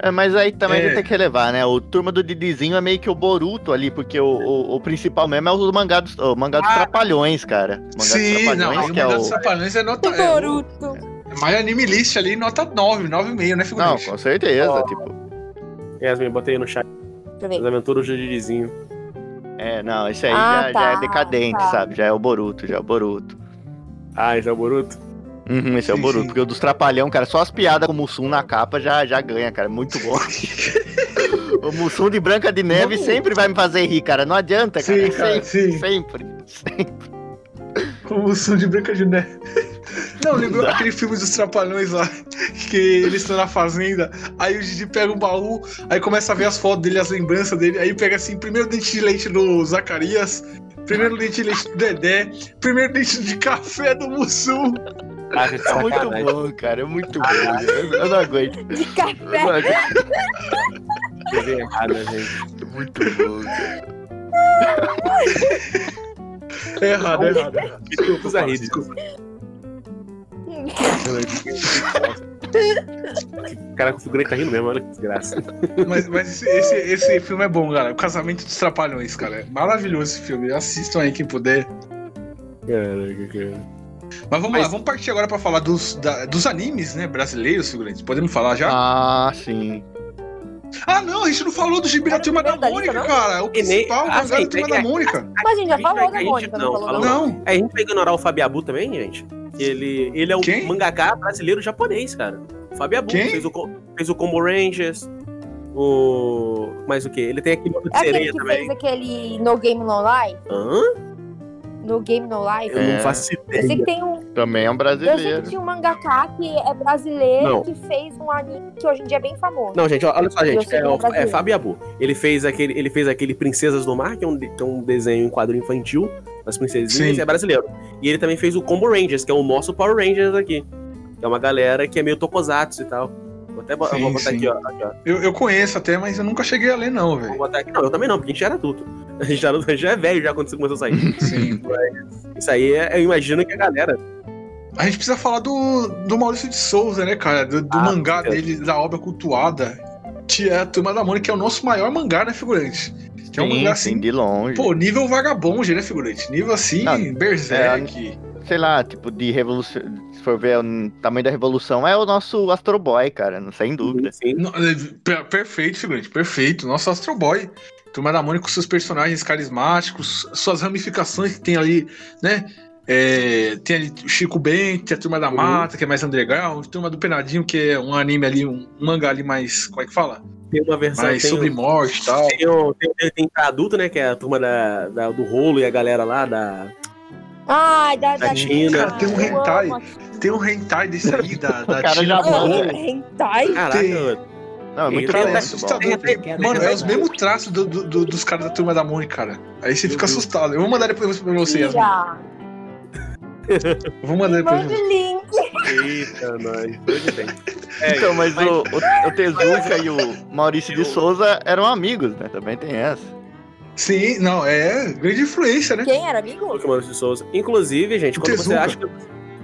Speaker 3: É, mas aí também
Speaker 2: É.
Speaker 3: a gente tem que levar, né? O turma do Didizinho é meio que o Boruto ali, porque o, o, o principal mesmo é o mangá dos, o mangá dos Trapalhões, cara. O mangá
Speaker 2: Ah. Sim, não,
Speaker 3: dos Trapalhões,
Speaker 2: o
Speaker 3: que é
Speaker 2: Mangá dos
Speaker 3: o.
Speaker 2: Trapalhões é nota.
Speaker 4: Do
Speaker 2: É, o-
Speaker 4: Boruto.
Speaker 2: mas é anime list ali, nota 9, 9,5, né,
Speaker 3: Não,
Speaker 2: figurante?
Speaker 3: com certeza.
Speaker 5: Ó.
Speaker 3: Tipo,
Speaker 5: Yasmin, botei aí no chat.
Speaker 4: Deixa eu
Speaker 5: As
Speaker 4: ver.
Speaker 5: aventuras do Didizinho.
Speaker 3: é, não, esse aí já,
Speaker 4: Ah,
Speaker 3: já é
Speaker 4: tá,
Speaker 3: decadente,
Speaker 4: tá.
Speaker 3: sabe? Já é o Boruto, já é o Boruto.
Speaker 5: Ah, esse é o Boruto?
Speaker 3: Uhum, esse é o
Speaker 2: Sim,
Speaker 3: Boruto,
Speaker 2: sim.
Speaker 3: porque o dos Trapalhão, cara, só as piadas com o Mussum na capa já, já ganha, cara. Muito
Speaker 2: [laughs]
Speaker 3: bom. o Mussum de Branca de Neve
Speaker 2: Vamos-
Speaker 3: sempre vai me fazer rir, cara. Não adianta, cara. é
Speaker 2: Sim, né, cara,
Speaker 3: sempre,
Speaker 2: sim.
Speaker 3: sempre. sempre.
Speaker 2: Como o som de Branca de Neve. Não, lembrou aquele filme dos Trapalhões lá, que eles estão na fazenda, aí o Didi pega um baú, aí começa a ver as fotos dele, as lembranças dele, aí pega assim, primeiro dente de leite do Zacarias, primeiro dente de leite do Dedé, primeiro dente de café do Mussum.
Speaker 5: Ah, gente,
Speaker 3: É muito
Speaker 5: sacanagem.
Speaker 3: bom, cara. É muito bom. Eu, eu não
Speaker 2: [laughs]
Speaker 3: aguento.
Speaker 4: De
Speaker 3: Eu
Speaker 4: café.
Speaker 3: não aguento.
Speaker 5: Escrevi errado, né, gente.
Speaker 3: Muito bom, cara.
Speaker 2: É
Speaker 5: Tá
Speaker 2: errado, é errado. é errado.
Speaker 5: né?
Speaker 2: Fala,
Speaker 5: Desculpa, Zahid.
Speaker 2: desculpa.
Speaker 5: Caraca, o figurante tá rindo mesmo, olha que desgraça.
Speaker 2: Mas, mas esse, esse, esse filme é bom, galera. O Casamento dos Trapalhões, cara. É maravilhoso esse filme. Assistam aí quem puder.
Speaker 5: Caraca, cara.
Speaker 2: Mas vamos
Speaker 5: Mas-
Speaker 2: lá, vamos partir agora pra falar dos, da- dos animes, né, brasileiros, figurantes. Podemos falar já?
Speaker 3: Ah, sim.
Speaker 2: Ah, não, a gente não falou do gibi da
Speaker 4: Era o
Speaker 2: turma da
Speaker 4: primeiro da
Speaker 2: Mônica,
Speaker 4: lista, não?
Speaker 2: cara. O
Speaker 5: E nem-
Speaker 2: principal
Speaker 5: Ah,
Speaker 2: mangá
Speaker 5: sim,
Speaker 2: da turma
Speaker 5: tem- Ah,
Speaker 2: da Mônica.
Speaker 4: Mas a gente já
Speaker 5: A gente vai-
Speaker 4: falou da
Speaker 5: a gente
Speaker 4: Mônica,
Speaker 5: não,
Speaker 4: não falou
Speaker 5: falou
Speaker 4: não.
Speaker 2: Não,
Speaker 5: Aí É, a gente vai ignorar o Fabiabu também, gente. Ele, ele é um
Speaker 2: Quem?
Speaker 5: mangaká brasileiro japonês, cara. O Fabiabu
Speaker 2: Quem?
Speaker 5: fez o, co- fez o Combo Rangers, o. Mais o quê? Ele tem aquele outro de
Speaker 4: É aquele
Speaker 5: sereia
Speaker 4: que
Speaker 5: também.
Speaker 4: fez aquele No Game No Life?
Speaker 5: Hã?
Speaker 4: No Game No Life?
Speaker 5: Eu
Speaker 3: É.
Speaker 5: não faço
Speaker 4: Eu sei
Speaker 5: ideia.
Speaker 4: que tem um.
Speaker 3: Também é um
Speaker 4: Eu sei
Speaker 3: brasileiro.
Speaker 4: que tinha um mangaká que é brasileiro
Speaker 5: Não.
Speaker 4: que fez um anime que hoje em dia é bem famoso.
Speaker 5: Não, gente, ó, olha só,
Speaker 4: Eu
Speaker 5: gente.
Speaker 4: sei
Speaker 5: É,
Speaker 4: que é
Speaker 5: o- é
Speaker 4: brasileiro.
Speaker 5: Fabiabu. Ele fez aquele, ele fez aquele Princesas do Mar, que é um, de- que é um desenho em quadro infantil das princesinhas,
Speaker 2: Sim.
Speaker 5: é brasileiro. E ele também fez o Combo Rangers, que é o nosso Power Rangers aqui. Que é uma galera que é meio tokusatsu e tal. Vou até bo-
Speaker 2: Sim,
Speaker 5: vou botar
Speaker 2: sim.
Speaker 5: aqui, ó. Aqui, ó.
Speaker 2: eu, eu conheço até, mas eu nunca cheguei a ler, não,
Speaker 5: Vou
Speaker 2: velho.
Speaker 5: botar aqui. Não, eu também não, porque a gente já era adulto. [laughs] A gente já, era- a gente já é velho já quando isso começou a sair.
Speaker 2: Sim.
Speaker 5: Isso aí é, eu imagino que a galera.
Speaker 2: A gente precisa falar do, do Maurício de Souza, né, cara? Do, do
Speaker 5: Ah,
Speaker 2: mangá
Speaker 5: meu Deus.
Speaker 2: dele, da obra cultuada. Que é a turma da Mônica, que é o nosso maior mangá, né, figurante? Que é um
Speaker 3: Sim,
Speaker 2: mangá
Speaker 3: sim,
Speaker 2: assim.
Speaker 3: de longe.
Speaker 2: Pô, nível vagabonde, né, figurante? Nível assim,
Speaker 3: Não,
Speaker 5: é,
Speaker 2: berserk.
Speaker 3: Sei lá, tipo, de revolução. Se for ver o tamanho da revolução, é o nosso Astro Boy, cara, não- sem dúvida.
Speaker 5: Sim.
Speaker 2: No- é, per- Perfeito, figurante, perfeito. Nosso Astro Boy. Turma da Mônica com seus personagens carismáticos, suas ramificações que tem ali, né? É, tem ali o Chico Bento, tem a Turma da
Speaker 5: Uhum.
Speaker 2: Mata, que é mais underground, Turma do Penadinho, que é um anime ali, um mangá ali mais. Como é que fala?
Speaker 5: Tem uma versão.
Speaker 2: Mais
Speaker 5: tem-
Speaker 2: sobre morte e tal.
Speaker 5: Tem, o- tem, tem, tem pra adulto, né? Que é a turma da, da- do rolo e a galera lá da.
Speaker 4: Ai, da, da,
Speaker 5: China.
Speaker 2: Cara, tem um
Speaker 4: Eu amo
Speaker 2: hentai. Tá
Speaker 4: aquilo.
Speaker 2: Tem um hentai desse aí,
Speaker 5: [laughs]
Speaker 2: da, da
Speaker 3: cara
Speaker 2: Tina
Speaker 3: já
Speaker 2: do
Speaker 3: manda.
Speaker 2: Rolo.
Speaker 4: Ah, Hentai?
Speaker 5: Caraca,
Speaker 2: Tem.
Speaker 5: eu-
Speaker 3: Não, é
Speaker 5: Sim,
Speaker 2: Cara, é
Speaker 3: muito bom,
Speaker 5: tem até- né?
Speaker 3: muito bom.
Speaker 2: assustador. Mano, é os mesmos traços do, do- do- dos caras da Turma da Mônica, cara. Aí você fica
Speaker 5: Deus.
Speaker 2: assustado. Eu vou mandar depois pra você, Yasmin.
Speaker 4: Mentira.
Speaker 2: Eu Vou mandar depois pra você.
Speaker 4: Manda o link.
Speaker 2: [laughs]
Speaker 5: Eita, nós. Hoje tem.
Speaker 3: [laughs] Então, mas o, o, o Tezuka e o Maurício de
Speaker 5: Eu-
Speaker 3: Souza eram amigos, né? Também tem essa.
Speaker 2: Sim, não, é grande influência, né?
Speaker 4: Quem era amigo?
Speaker 5: Porque o Maurício de Souza. Inclusive, gente, quando você,
Speaker 2: Tezuka.
Speaker 5: acha que,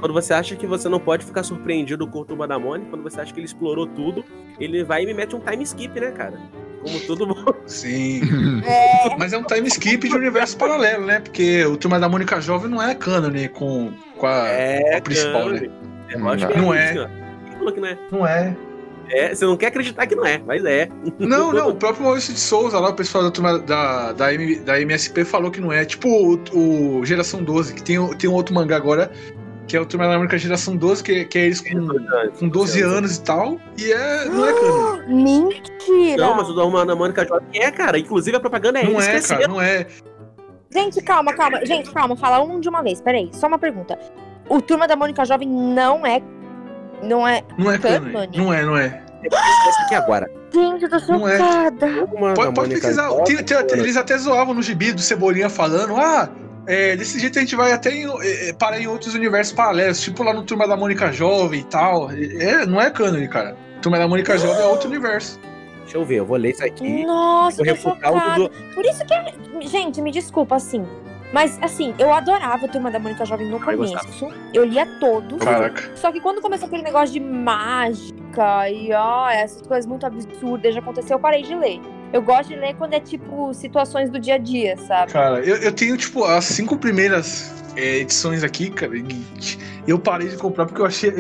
Speaker 5: quando você acha que você não pode ficar surpreendido com o Turma da Mônica, quando você acha que ele explorou tudo, ele vai e me mete um time skip, né, cara? Como
Speaker 2: [laughs]
Speaker 5: todo mundo.
Speaker 2: Sim.
Speaker 4: É,
Speaker 2: Mas é um time skip de universo paralelo, né? Porque o Turma da Mônica Jovem não é cânone com, com a.
Speaker 5: É,
Speaker 2: o principal, né?
Speaker 5: cara. É, eu acho que
Speaker 2: Não é.
Speaker 5: isso, ó. Quem falou que não é?
Speaker 2: Não é.
Speaker 5: É, você não quer acreditar que não é, mas é.
Speaker 2: Não, não,
Speaker 5: [laughs]
Speaker 2: o próprio Maurício de Souza lá, o pessoal da, turma, da, da, M- da MSP falou que não é. Tipo o, o Geração 12, que tem, o- tem um outro mangá agora, que é o Turma da Mônica Geração 12, que, que é eles com, com 12 anos e tal, e é, não é cânone.
Speaker 4: mentira.
Speaker 5: Não, mas o da Turma da Mônica Jovem é, cara. Inclusive a propaganda é
Speaker 2: Não
Speaker 5: eles
Speaker 2: é,
Speaker 5: cresceram.
Speaker 2: cara, não é.
Speaker 4: Gente, calma, calma. Gente, calma. Falar um de uma vez. Peraí, só uma pergunta. O Turma da Mônica Jovem não é... Não é...
Speaker 2: Não é
Speaker 4: Cânone.
Speaker 2: cânone. Não é, não é.
Speaker 5: Esse aqui agora.
Speaker 4: Gente, eu tô
Speaker 2: Não é.
Speaker 4: chocada.
Speaker 2: Pode, pode pesquisar. Tem- tem- tem- eles até zoavam no gibi do Cebolinha falando, ah, é, desse jeito a gente vai até em, é, é, parar em outros universos paralelos, tipo lá no Turma da Mônica Jovem e tal. É, não é cânone, cara. Turma da Mônica Jovem é outro universo.
Speaker 5: Deixa eu ver, eu vou ler isso aqui.
Speaker 4: Nossa, tá
Speaker 5: Vou
Speaker 4: eu tô
Speaker 5: refutar o
Speaker 4: chocada.
Speaker 5: do.
Speaker 4: Por isso que. é, Gente, me desculpa, assim. Mas, assim, eu adorava a Turma da Mônica Jovem no
Speaker 5: Vai
Speaker 4: começo.
Speaker 5: gostar.
Speaker 4: Eu lia todos.
Speaker 2: Caraca.
Speaker 4: Só que quando começou aquele negócio de mágica e ó, essas coisas muito absurdas de acontecer, eu parei de ler. Eu gosto de ler quando é tipo situações do dia a dia, sabe?
Speaker 2: Cara, eu, eu tenho, tipo, as cinco primeiras é, edições aqui, cara, e eu parei de comprar porque eu achei.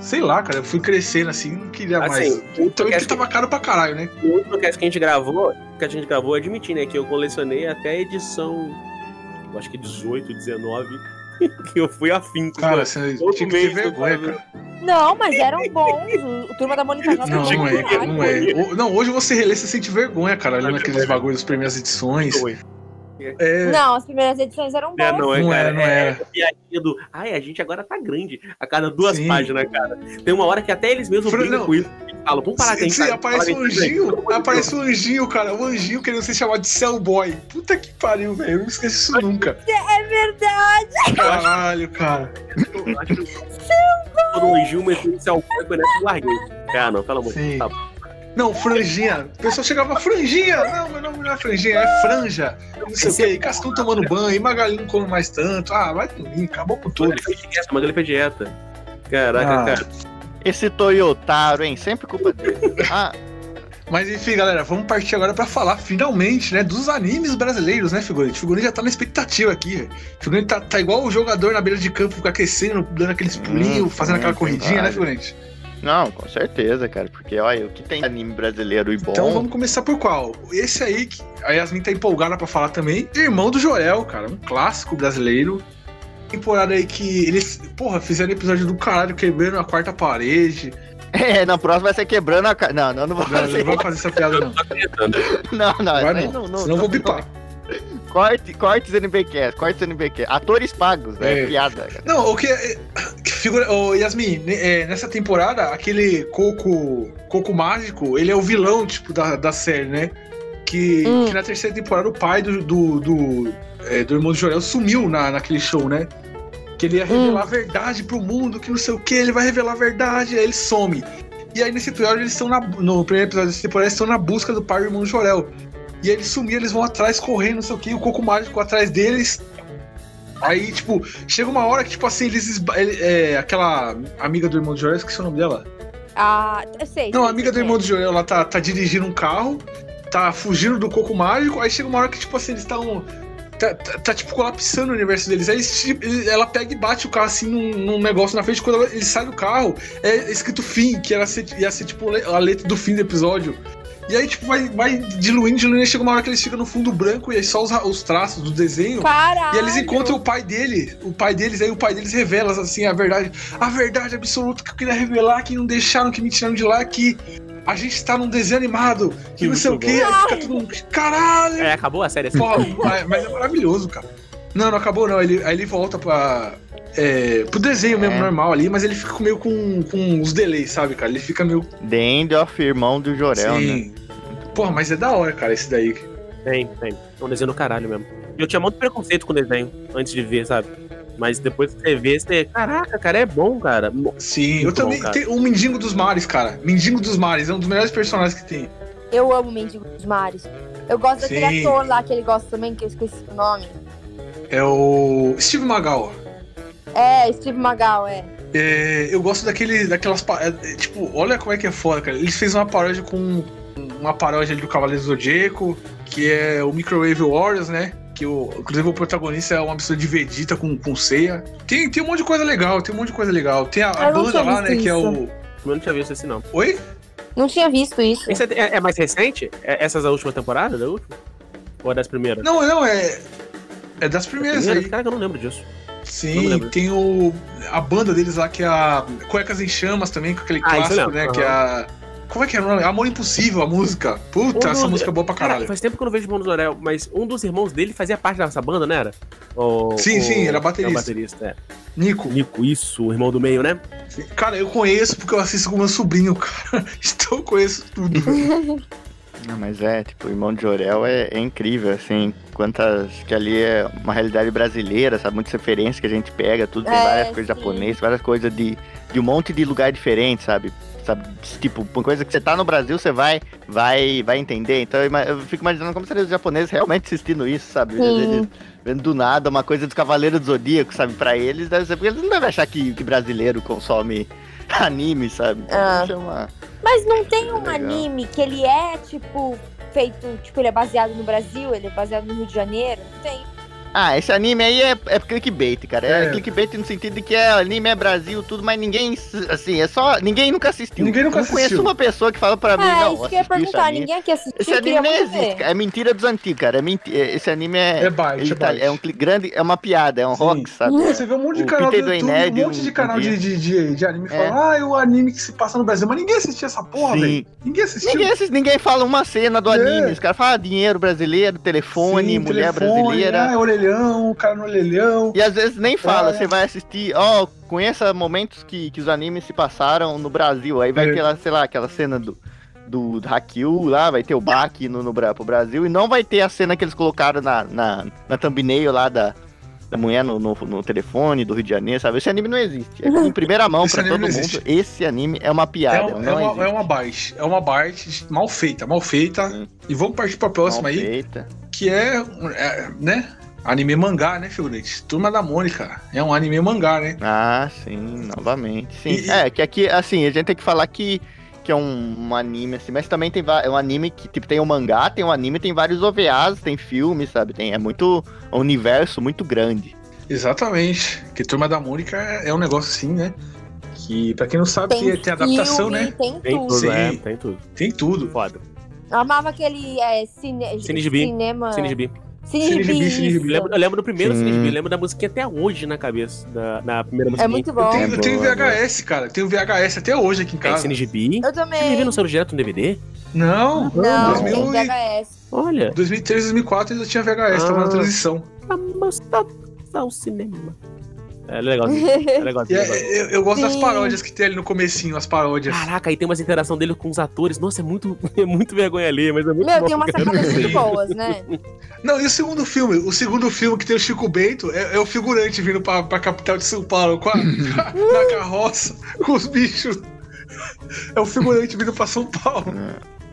Speaker 2: Sei lá, cara, eu fui crescendo assim, não queria mais.
Speaker 5: Assim, o
Speaker 2: Então que
Speaker 5: podcast,
Speaker 2: tava caro pra caralho, né?
Speaker 5: o último podcast que a gente gravou, que a gente gravou, eu admiti, né? Que eu colecionei até a edição. Eu acho que 18, 19. [laughs] Que eu fui afim com
Speaker 2: Cara, você
Speaker 5: Todo
Speaker 2: tinha que ter
Speaker 5: mês eu
Speaker 2: vergonha,
Speaker 5: tava-
Speaker 2: cara.
Speaker 4: Não, mas eram bons. O- O Turma da Mônica Jovem
Speaker 2: Não,
Speaker 4: era
Speaker 2: não é,
Speaker 4: bom
Speaker 2: cara,
Speaker 4: caralho.
Speaker 2: não é. O- Não, hoje você relê, você sente vergonha, cara, ali
Speaker 5: Ah,
Speaker 2: naqueles
Speaker 5: vergonha.
Speaker 2: bagulhos das primeiras edições.
Speaker 5: Oi.
Speaker 2: É,
Speaker 4: Não, as primeiras edições eram
Speaker 5: É,
Speaker 4: boas.
Speaker 5: não é,
Speaker 2: Não
Speaker 5: cara.
Speaker 2: era, não
Speaker 5: é,
Speaker 2: era.
Speaker 5: é piadinha do. Ai, a gente agora tá grande. A cada duas
Speaker 2: Sim.
Speaker 5: páginas, cara. Tem uma hora que até eles mesmos
Speaker 2: Fran,
Speaker 5: brigam
Speaker 2: não.
Speaker 5: com isso. E falam, vamos parar que a
Speaker 2: sim,
Speaker 5: gente
Speaker 2: sim,
Speaker 5: tá-
Speaker 2: aparece
Speaker 5: parar
Speaker 2: um
Speaker 5: que a gente tá-
Speaker 2: anjinho, aparece um anjinho, cara, um anjinho querendo ser chamado de Cellboy. Puta que pariu, velho, eu não esqueço isso nunca.
Speaker 4: É verdade.
Speaker 2: Caralho, cara.
Speaker 5: Eu um acho que Quando o anjinho meteu esse alcoólico, né? Eu larguei. Ah, não, pelo amor de
Speaker 2: Sim.
Speaker 5: Deus. Tá bom.
Speaker 2: Não, franjinha. O pessoal chegava, franjinha! Não, meu nome não é franjinha, é franja. Eu Não sei o quê, e Cascão tomando banho, e Magali não come mais tanto. Ah, vai dormir, acabou com tudo.
Speaker 5: Ele fez dieta, mas ele fez dieta. Caraca,
Speaker 2: Ah.
Speaker 5: cara.
Speaker 3: Esse Toyotaro, hein? Sempre culpa dele. Ah,
Speaker 2: Mas enfim, galera, vamos partir agora pra falar finalmente, né, dos animes brasileiros, né, Figurante? Figurante já tá na expectativa aqui, velho. Figurante tá, tá igual o jogador na beira de campo, fica aquecendo, dando aqueles pulinhos,
Speaker 3: Hum,
Speaker 2: fazendo aquela
Speaker 3: sim,
Speaker 2: corridinha, né,
Speaker 3: verdade.
Speaker 2: Figurante?
Speaker 3: não, com certeza, cara. Porque, olha, o que tem anime brasileiro e bom.
Speaker 2: Então vamos começar por qual? Esse aí, que a Yasmin tá empolgada pra falar também, Irmão do Jorel, cara, um clássico brasileiro. Temporada aí que eles, porra, fizeram episódio do caralho, quebrando a quarta [laughs] parede.
Speaker 3: É, na próxima vai ser quebrando a cara. Não, não, não vou
Speaker 2: Não, não
Speaker 3: fazer.
Speaker 2: vou fazer essa piada, não.
Speaker 3: [laughs]
Speaker 5: tá
Speaker 3: Não, não,
Speaker 2: Vai
Speaker 3: isso aí
Speaker 2: não, senão eu vou bipar.
Speaker 3: Corte, cortes NBQs, cortes NBQs. Atores pagos, né?
Speaker 2: É.
Speaker 3: Piada, cara.
Speaker 2: Não, o que, é- que figura. ô, Yasmin, ne- é, nessa temporada, aquele coco. Coco mágico, ele é o vilão, tipo, da, da série, né? Que,
Speaker 4: Hum.
Speaker 2: que na terceira temporada o pai do. do, do, é, do irmão do Jorel sumiu na, naquele show, né? Que ele ia revelar a verdade pro mundo, que não sei o que, ele vai revelar a verdade, aí ele some. E aí nesse episódio eles estão na. No primeiro episódio dessa temporada, eles estão na busca do pai do irmão do Jorel. E aí ele sumiu, eles vão atrás correndo, não sei o que, o coco mágico atrás deles. Aí, tipo, chega uma hora que, tipo assim, eles. esba- ele- é, aquela amiga do irmão do Jorel, esqueci o nome dela.
Speaker 4: Ah, eu sei.
Speaker 2: Não,
Speaker 4: sei,
Speaker 2: a amiga do
Speaker 4: sei,
Speaker 2: irmão
Speaker 4: sei.
Speaker 2: do Jorel, ela tá, tá dirigindo um carro, tá fugindo do coco mágico, aí chega uma hora que, tipo assim, eles estão. Tá, tá, tá, tipo, colapsando o universo deles. Aí eles, tipo, ele- ela pega e bate o carro assim num, num negócio na frente. Quando ela- ele sai do carro, é escrito fim, que era ser- ia ser tipo le- a letra do fim do episódio. E aí, tipo, vai, vai diluindo, diluindo, e chega uma hora que eles ficam no fundo branco e aí só os, ra- os traços do desenho.
Speaker 4: Caralho.
Speaker 2: E eles encontram o pai dele, o pai deles, aí o pai deles revela assim a verdade, a verdade absoluta que eu queria revelar, que não deixaram, que me tiraram de lá, que a gente tá num desenho animado, que não
Speaker 5: Muito
Speaker 2: sei o quê, aí fica todo mundo, caralho,
Speaker 5: É, acabou a série assim.
Speaker 2: porra, mas, mas é maravilhoso, cara. Não, não acabou não, ele, aí ele volta pra, é, pro desenho mesmo,
Speaker 3: É.
Speaker 2: normal ali, mas ele fica meio com, com os delays, sabe, cara, ele fica meio,
Speaker 3: The End of Irmão do Jorel, né?
Speaker 2: assim, porra, mas é da hora, cara, esse daí.
Speaker 5: Tem, tem. É um desenho do caralho mesmo. E Eu tinha muito preconceito com o desenho antes de ver, sabe? Mas depois que você vê, você. Caraca, cara, é bom, cara. Mo-
Speaker 2: Sim, eu
Speaker 5: Muito
Speaker 2: também.
Speaker 5: bom, cara.
Speaker 2: Tem o Mendigo dos Mares, cara. Mendigo dos Mares é um dos melhores personagens que tem.
Speaker 4: Eu amo o Mendigo dos Mares. Eu gosto daquele
Speaker 2: Sim.
Speaker 4: ator lá que ele gosta também, que eu esqueci o nome.
Speaker 2: É o Steve Magal.
Speaker 4: É, Steve Magal, é.
Speaker 2: É, eu gosto daquele, daquelas. pa- é, é, Tipo, olha como é que é foda, cara. Ele fez uma paródia com. um, Uma paródia ali do Cavaleiro Zodíaco, que é o Microwave Warriors, né? Que o, inclusive o protagonista é uma mistura de Vegeta com, com Seiya. Tem, tem um monte de coisa legal, tem um monte de coisa legal. Tem a, a
Speaker 4: Eu não
Speaker 2: banda
Speaker 4: tinha
Speaker 2: lá, né?
Speaker 4: visto
Speaker 2: Que é
Speaker 4: isso.
Speaker 2: o.
Speaker 5: Eu não tinha visto esse, não.
Speaker 2: Oi?
Speaker 4: Não tinha visto isso.
Speaker 5: Esse é, é- é mais recente? É, essas é a última temporada? Da última? Ou é das primeiras?
Speaker 2: Não, não, é. É das primeiras
Speaker 5: Primeira?
Speaker 2: aí.
Speaker 5: Caraca, eu não lembro disso. não
Speaker 2: Sim,
Speaker 5: lembro.
Speaker 2: tem o. A banda deles lá, que é a. Cuecas em Chamas também, com aquele
Speaker 5: Ah, isso eu
Speaker 2: clássico,
Speaker 5: lembro,
Speaker 2: né?
Speaker 5: aham.
Speaker 2: Que é a. Como é que é o nome? Amor Impossível, a música. Puta,
Speaker 5: Ô,
Speaker 2: essa
Speaker 5: Dudu,
Speaker 2: música é boa pra
Speaker 5: Cara,
Speaker 2: caralho.
Speaker 5: faz tempo que eu não vejo o Mano Zorel, mas um dos irmãos dele fazia parte dessa banda, não era? O-
Speaker 2: Sim,
Speaker 5: o-
Speaker 2: sim, era baterista.
Speaker 5: Era baterista, é.
Speaker 2: Nico,
Speaker 5: Nico, isso, o irmão do meio, né?
Speaker 2: cara, eu conheço porque eu assisto com meu sobrinho, [laughs] cara. Então eu conheço tudo.
Speaker 3: Não, mas é, tipo, o Irmão de Jorel é, é incrível, assim, quantas que ali é uma realidade brasileira, sabe? Muitas referências que a gente pega, tudo, tem
Speaker 4: É,
Speaker 3: várias coisas
Speaker 4: sim.
Speaker 3: japonesas, várias coisas de, de um monte de lugar diferente, sabe? Sabe, tipo, uma coisa que você tá no Brasil, você vai, vai, vai entender. Então eu, ima- eu fico imaginando como seria os japoneses realmente assistindo isso, sabe?
Speaker 4: Sim.
Speaker 3: Eles vendo do nada uma coisa dos Cavaleiros do Zodíaco, sabe? Pra eles deve ser, porque eles não devem achar que, que brasileiro consome [laughs] anime, sabe? Então,
Speaker 4: Ah.
Speaker 3: isso é uma-
Speaker 4: Mas não tem um
Speaker 3: Legal.
Speaker 4: anime que ele é, tipo, feito, tipo, ele é baseado no Brasil, ele é baseado no Rio de Janeiro? Não tem.
Speaker 3: Ah, esse anime aí é, é clickbait, cara. É,
Speaker 2: É.
Speaker 3: clickbait no sentido de que é anime é Brasil, tudo, mas ninguém, assim, é só. Ninguém nunca assistiu.
Speaker 2: Ninguém nunca
Speaker 3: Eu não conheço
Speaker 2: assistiu.
Speaker 3: uma pessoa que fala pra mim,
Speaker 4: Ah,
Speaker 3: não,
Speaker 4: isso que eu
Speaker 3: assisti
Speaker 4: ia
Speaker 3: esse
Speaker 4: perguntar.
Speaker 3: anime.
Speaker 4: Ninguém aqui assistiu,
Speaker 3: Esse
Speaker 4: eu queria
Speaker 3: anime não
Speaker 4: muito
Speaker 3: existe,
Speaker 4: ver.
Speaker 3: cara. É mentira dos antigos, cara. É menti... Esse anime é.
Speaker 2: É
Speaker 3: ele tá- É,
Speaker 2: baita, é baita.
Speaker 3: um clique grande, é uma piada, é um
Speaker 2: Sim.
Speaker 3: rock, sabe?
Speaker 2: Você vê um monte de
Speaker 3: O
Speaker 2: canal do
Speaker 3: Peter do
Speaker 2: YouTube, um
Speaker 3: Ined,
Speaker 2: monte de
Speaker 3: um
Speaker 2: canal de, de, de, de anime
Speaker 3: É.
Speaker 2: fala, ah, é o anime que se passa no Brasil. Mas ninguém assistia essa porra,
Speaker 3: Sim.
Speaker 2: velho. Ninguém assistiu.
Speaker 3: Ninguém, assiste- ninguém fala uma cena do
Speaker 2: É.
Speaker 3: anime. Os caras falam ah, dinheiro brasileiro, telefone,
Speaker 2: Sim,
Speaker 3: mulher
Speaker 2: telefone,
Speaker 3: brasileira.
Speaker 2: Ah, é orelhão, o cara no orelhão.
Speaker 3: E às vezes nem fala,
Speaker 2: É.
Speaker 3: você vai assistir, ó, conheça momentos que, que os animes se passaram no Brasil. Aí vai
Speaker 2: É.
Speaker 3: ter lá, sei lá, aquela cena do, do Hakyu lá, vai ter o Baki no, no, Bra- pro Brasil, e não vai ter a cena que eles colocaram na, na, na thumbnail lá da, da mulher no, no, no telefone do Rio de Janeiro, sabe? Esse anime não existe. É em primeira mão
Speaker 2: [laughs] Esse
Speaker 3: pra
Speaker 2: anime
Speaker 3: todo
Speaker 2: não
Speaker 3: mundo.
Speaker 2: existe.
Speaker 3: Esse anime é uma
Speaker 2: É,
Speaker 3: piada.
Speaker 2: um- é
Speaker 3: não
Speaker 2: uma, é
Speaker 3: existe.
Speaker 2: uma bite, é uma bite mal feita, mal feita.
Speaker 3: Sim.
Speaker 2: E vamos partir pra próxima
Speaker 3: Mal
Speaker 2: aí,
Speaker 3: feita.
Speaker 2: que é, um- é, né? Anime mangá, né, figurante? Turma da Mônica. É um anime mangá, né?
Speaker 3: Ah, sim, novamente. Sim.
Speaker 2: E- e-
Speaker 3: É, que aqui, assim, a gente tem que falar que, que é um, um anime, assim, mas também tem va- é um anime que, tipo, tem um mangá, tem um anime, tem vários OVAs, tem filme, sabe? Tem, é muito. É um universo muito grande.
Speaker 2: Exatamente. Que Turma da Mônica é é um negócio assim, né? Que, pra quem não sabe,
Speaker 4: Tem,
Speaker 2: tem, tem adaptação,
Speaker 4: filme,
Speaker 2: né?
Speaker 4: Tem
Speaker 5: Tem
Speaker 4: tudo.
Speaker 5: tudo,
Speaker 2: Sim.
Speaker 5: é, tem tudo.
Speaker 2: Tem tudo.
Speaker 5: Foda.
Speaker 4: Eu amava aquele é, cine...
Speaker 5: Cinegibi.
Speaker 4: cinema.
Speaker 5: Cinegibi.
Speaker 4: Cinegibi,
Speaker 2: Cinegibi,
Speaker 4: isso.
Speaker 5: Eu
Speaker 2: cinegibi.
Speaker 5: lembro, eu lembro do primeiro
Speaker 3: Sim.
Speaker 5: Cinegibi, lembro da musiquinha até hoje na cabeça, da, na primeira
Speaker 4: É
Speaker 5: musiquinha.
Speaker 4: muito
Speaker 2: Eu
Speaker 4: bom.
Speaker 2: tenho,
Speaker 3: É
Speaker 2: eu tenho
Speaker 3: boa,
Speaker 2: VHS, cara. Eu tenho VHS até hoje aqui em
Speaker 5: Tem
Speaker 2: casa.
Speaker 5: Cinegibi.
Speaker 4: Eu
Speaker 5: Cinegibi
Speaker 4: também.
Speaker 5: não saiu direto no DVD?
Speaker 2: Não,
Speaker 4: Não,
Speaker 2: 2000
Speaker 4: tem
Speaker 2: e-
Speaker 4: VHS.
Speaker 5: Olha,
Speaker 2: 2003, 2004 ainda tinha VHS, tava tá na
Speaker 5: Ah.
Speaker 2: transição.
Speaker 5: a moça tá ao cinema. É legalzinho,
Speaker 2: [laughs]
Speaker 5: é
Speaker 2: E
Speaker 5: legalzinho.
Speaker 2: é-
Speaker 5: legalzinho.
Speaker 2: eu, eu gosto das
Speaker 4: Sim.
Speaker 2: paródias que tem ali no comecinho, as paródias.
Speaker 5: Caraca, aí tem umas interação dele com os atores. Nossa, é muito, [laughs] é muito vergonha ali, mas é muito
Speaker 4: Meu,
Speaker 5: bom.
Speaker 4: tem umas sacadas muito
Speaker 2: Sim.
Speaker 4: boas, né?
Speaker 2: Não, e o segundo filme? O segundo filme que tem o Chico Bento é, é o figurante vindo pra, pra capital de São Paulo com a, na carroça, com os bichos. É o figurante vindo pra São Paulo.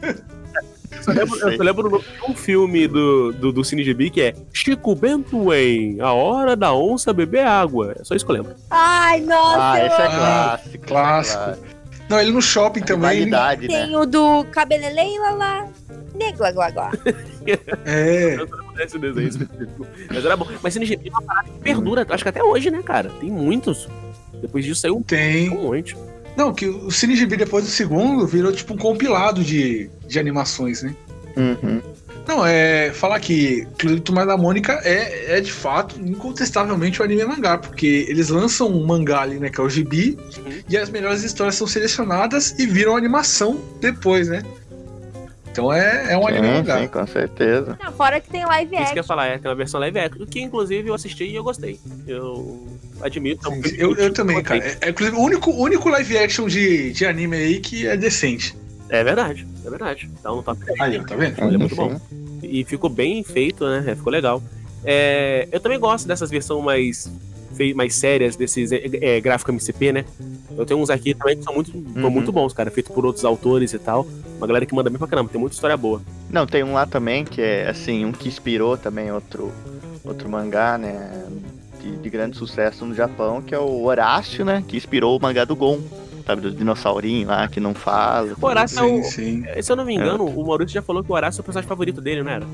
Speaker 5: Eu só lembro, eu só lembro do- de um filme do, do, do CineGB que é Chico Bento em A Hora da Onça Beber Água. É só isso que eu lembro.
Speaker 4: Ai, nossa,
Speaker 3: Ah,
Speaker 4: eu
Speaker 3: esse é
Speaker 4: amo.
Speaker 3: clássico. esse é
Speaker 2: clássico. Não, ele no shopping também. ele-
Speaker 3: Rivalidade, né?
Speaker 4: Tem o do Cabeleleila lá. Negla, Né, glá, glá.
Speaker 2: É.
Speaker 5: Esse desenho específico. [laughs] Mas era bom. Mas CineGB é uma parada que perdura, acho que até hoje, né, cara? Tem muitos. Depois disso saiu um
Speaker 2: Tem.
Speaker 5: monte.
Speaker 2: Não, que o Cine Gibi depois do segundo virou tipo um compilado de, de animações, né?
Speaker 3: Uhum.
Speaker 2: Não, é. Falar que Clube Turma da Mônica é, é de fato, incontestavelmente, o anime mangá, porque eles lançam um mangá ali, né? Que é o gibi,
Speaker 5: Uhum.
Speaker 2: e as melhores histórias são selecionadas e viram animação depois, né? Então é, é um anime
Speaker 3: Sim,
Speaker 2: mangá.
Speaker 3: sim, com certeza.
Speaker 4: Não, fora que tem live
Speaker 5: Isso que eu
Speaker 4: action.
Speaker 5: ia falar, é, tem uma versão live action, que inclusive eu assisti e eu gostei. Eu admiro. é um filme
Speaker 2: Eu,
Speaker 5: que
Speaker 2: eu também,
Speaker 5: gostei.
Speaker 2: cara. É, é, inclusive, o único, o único live action de, de anime aí que é decente.
Speaker 5: É verdade, é verdade. Tá um top 10.
Speaker 2: Aí, ó, tá vendo?
Speaker 5: Olha, muito
Speaker 3: Sim.
Speaker 5: bom. É, E ficou bem feito, né? Ficou legal. É, eu também gosto dessas versões mais fei- mais sérias desses é, é, gráfico MCP, né? Eu tenho uns aqui também que são muito, são
Speaker 3: Uhum.
Speaker 5: muito bons, cara, feito por outros autores e tal. Uma galera que manda bem pra caramba, tem muita história boa.
Speaker 3: Não, tem um lá também que é assim, um que inspirou também outro, outro mangá, né? De, de grande sucesso no Japão, que é o Horácio, né? Que inspirou o mangá do Gon. Sabe, do dinossaurinho lá que não fala.
Speaker 5: O Horácio é o.
Speaker 2: Sim, sim.
Speaker 5: Se eu não me engano, o Maurício já falou que o Horácio é o personagem favorito dele, não era?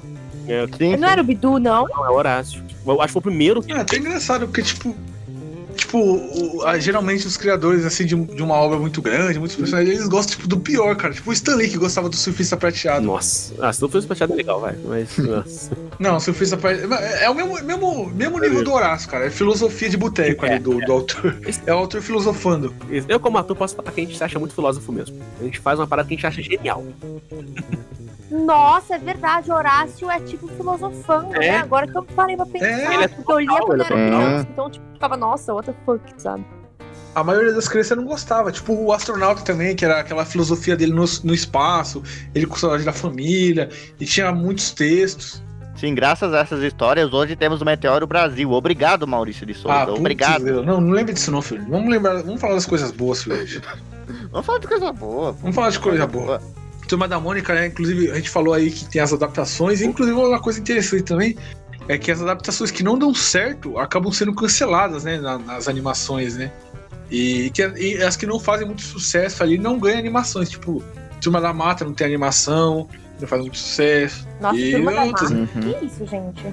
Speaker 5: É,
Speaker 3: Sim,
Speaker 4: Não era o Bidu, não?
Speaker 5: não, é o Horácio. Eu acho que foi o primeiro que
Speaker 2: É até engraçado, porque, tipo. Tipo, o- a- geralmente os criadores, assim, de, um- de uma obra muito grande, muitos personagens, eles gostam, tipo, do pior, cara. Tipo o Stanley que gostava do surfista prateado.
Speaker 5: Nossa, ah, se não fosse prateado é legal, vai. Mas, [laughs] nossa.
Speaker 2: Não, surfista prateado. É o mesmo, mesmo, mesmo nível do Horácio, cara. É filosofia de boteco ali do, do autor. É o autor filosofando.
Speaker 5: Eu, como ator, posso falar que a gente se acha muito filósofo mesmo. A gente faz uma parada que a gente acha genial.
Speaker 4: Nossa, é verdade. Horácio é tipo filosofando,
Speaker 5: É.
Speaker 4: né? Agora que eu parei pra pensar.
Speaker 2: É.
Speaker 5: Ele é
Speaker 4: porque eu lia
Speaker 5: total,
Speaker 4: quando
Speaker 5: ele é
Speaker 4: era criança,
Speaker 3: total.
Speaker 4: então tipo, ficava, nossa, what the fuck, sabe?
Speaker 2: A maioria das crianças não gostava. Tipo, o astronauta também, que era aquela filosofia dele no, no espaço, ele com saudade da família, e tinha muitos textos.
Speaker 3: sim, graças a essas histórias, hoje temos o Meteoro Brasil. Obrigado, Maurício de Souza.
Speaker 2: Ah, putz,
Speaker 3: Obrigado.
Speaker 2: grilo. não, não lembra disso não, filho. Vamos lembrar, vamos falar das coisas boas, filho.
Speaker 3: Vamos falar de coisa boa.
Speaker 2: Vamos falar de né? coisa boa. Turma da Mônica, né? Inclusive, a gente falou aí que tem as adaptações. e, Inclusive, uma coisa interessante também é que as adaptações que não dão certo acabam sendo canceladas, né? na- nas animações, né? E, que, e as que não fazem muito sucesso ali não ganham animações. Tipo, Turma da Mata não tem animação, não faz muito sucesso.
Speaker 4: Nossa,
Speaker 2: E né?
Speaker 4: turma da
Speaker 2: outras-
Speaker 4: Mata.
Speaker 3: Uhum.
Speaker 4: Que isso, gente?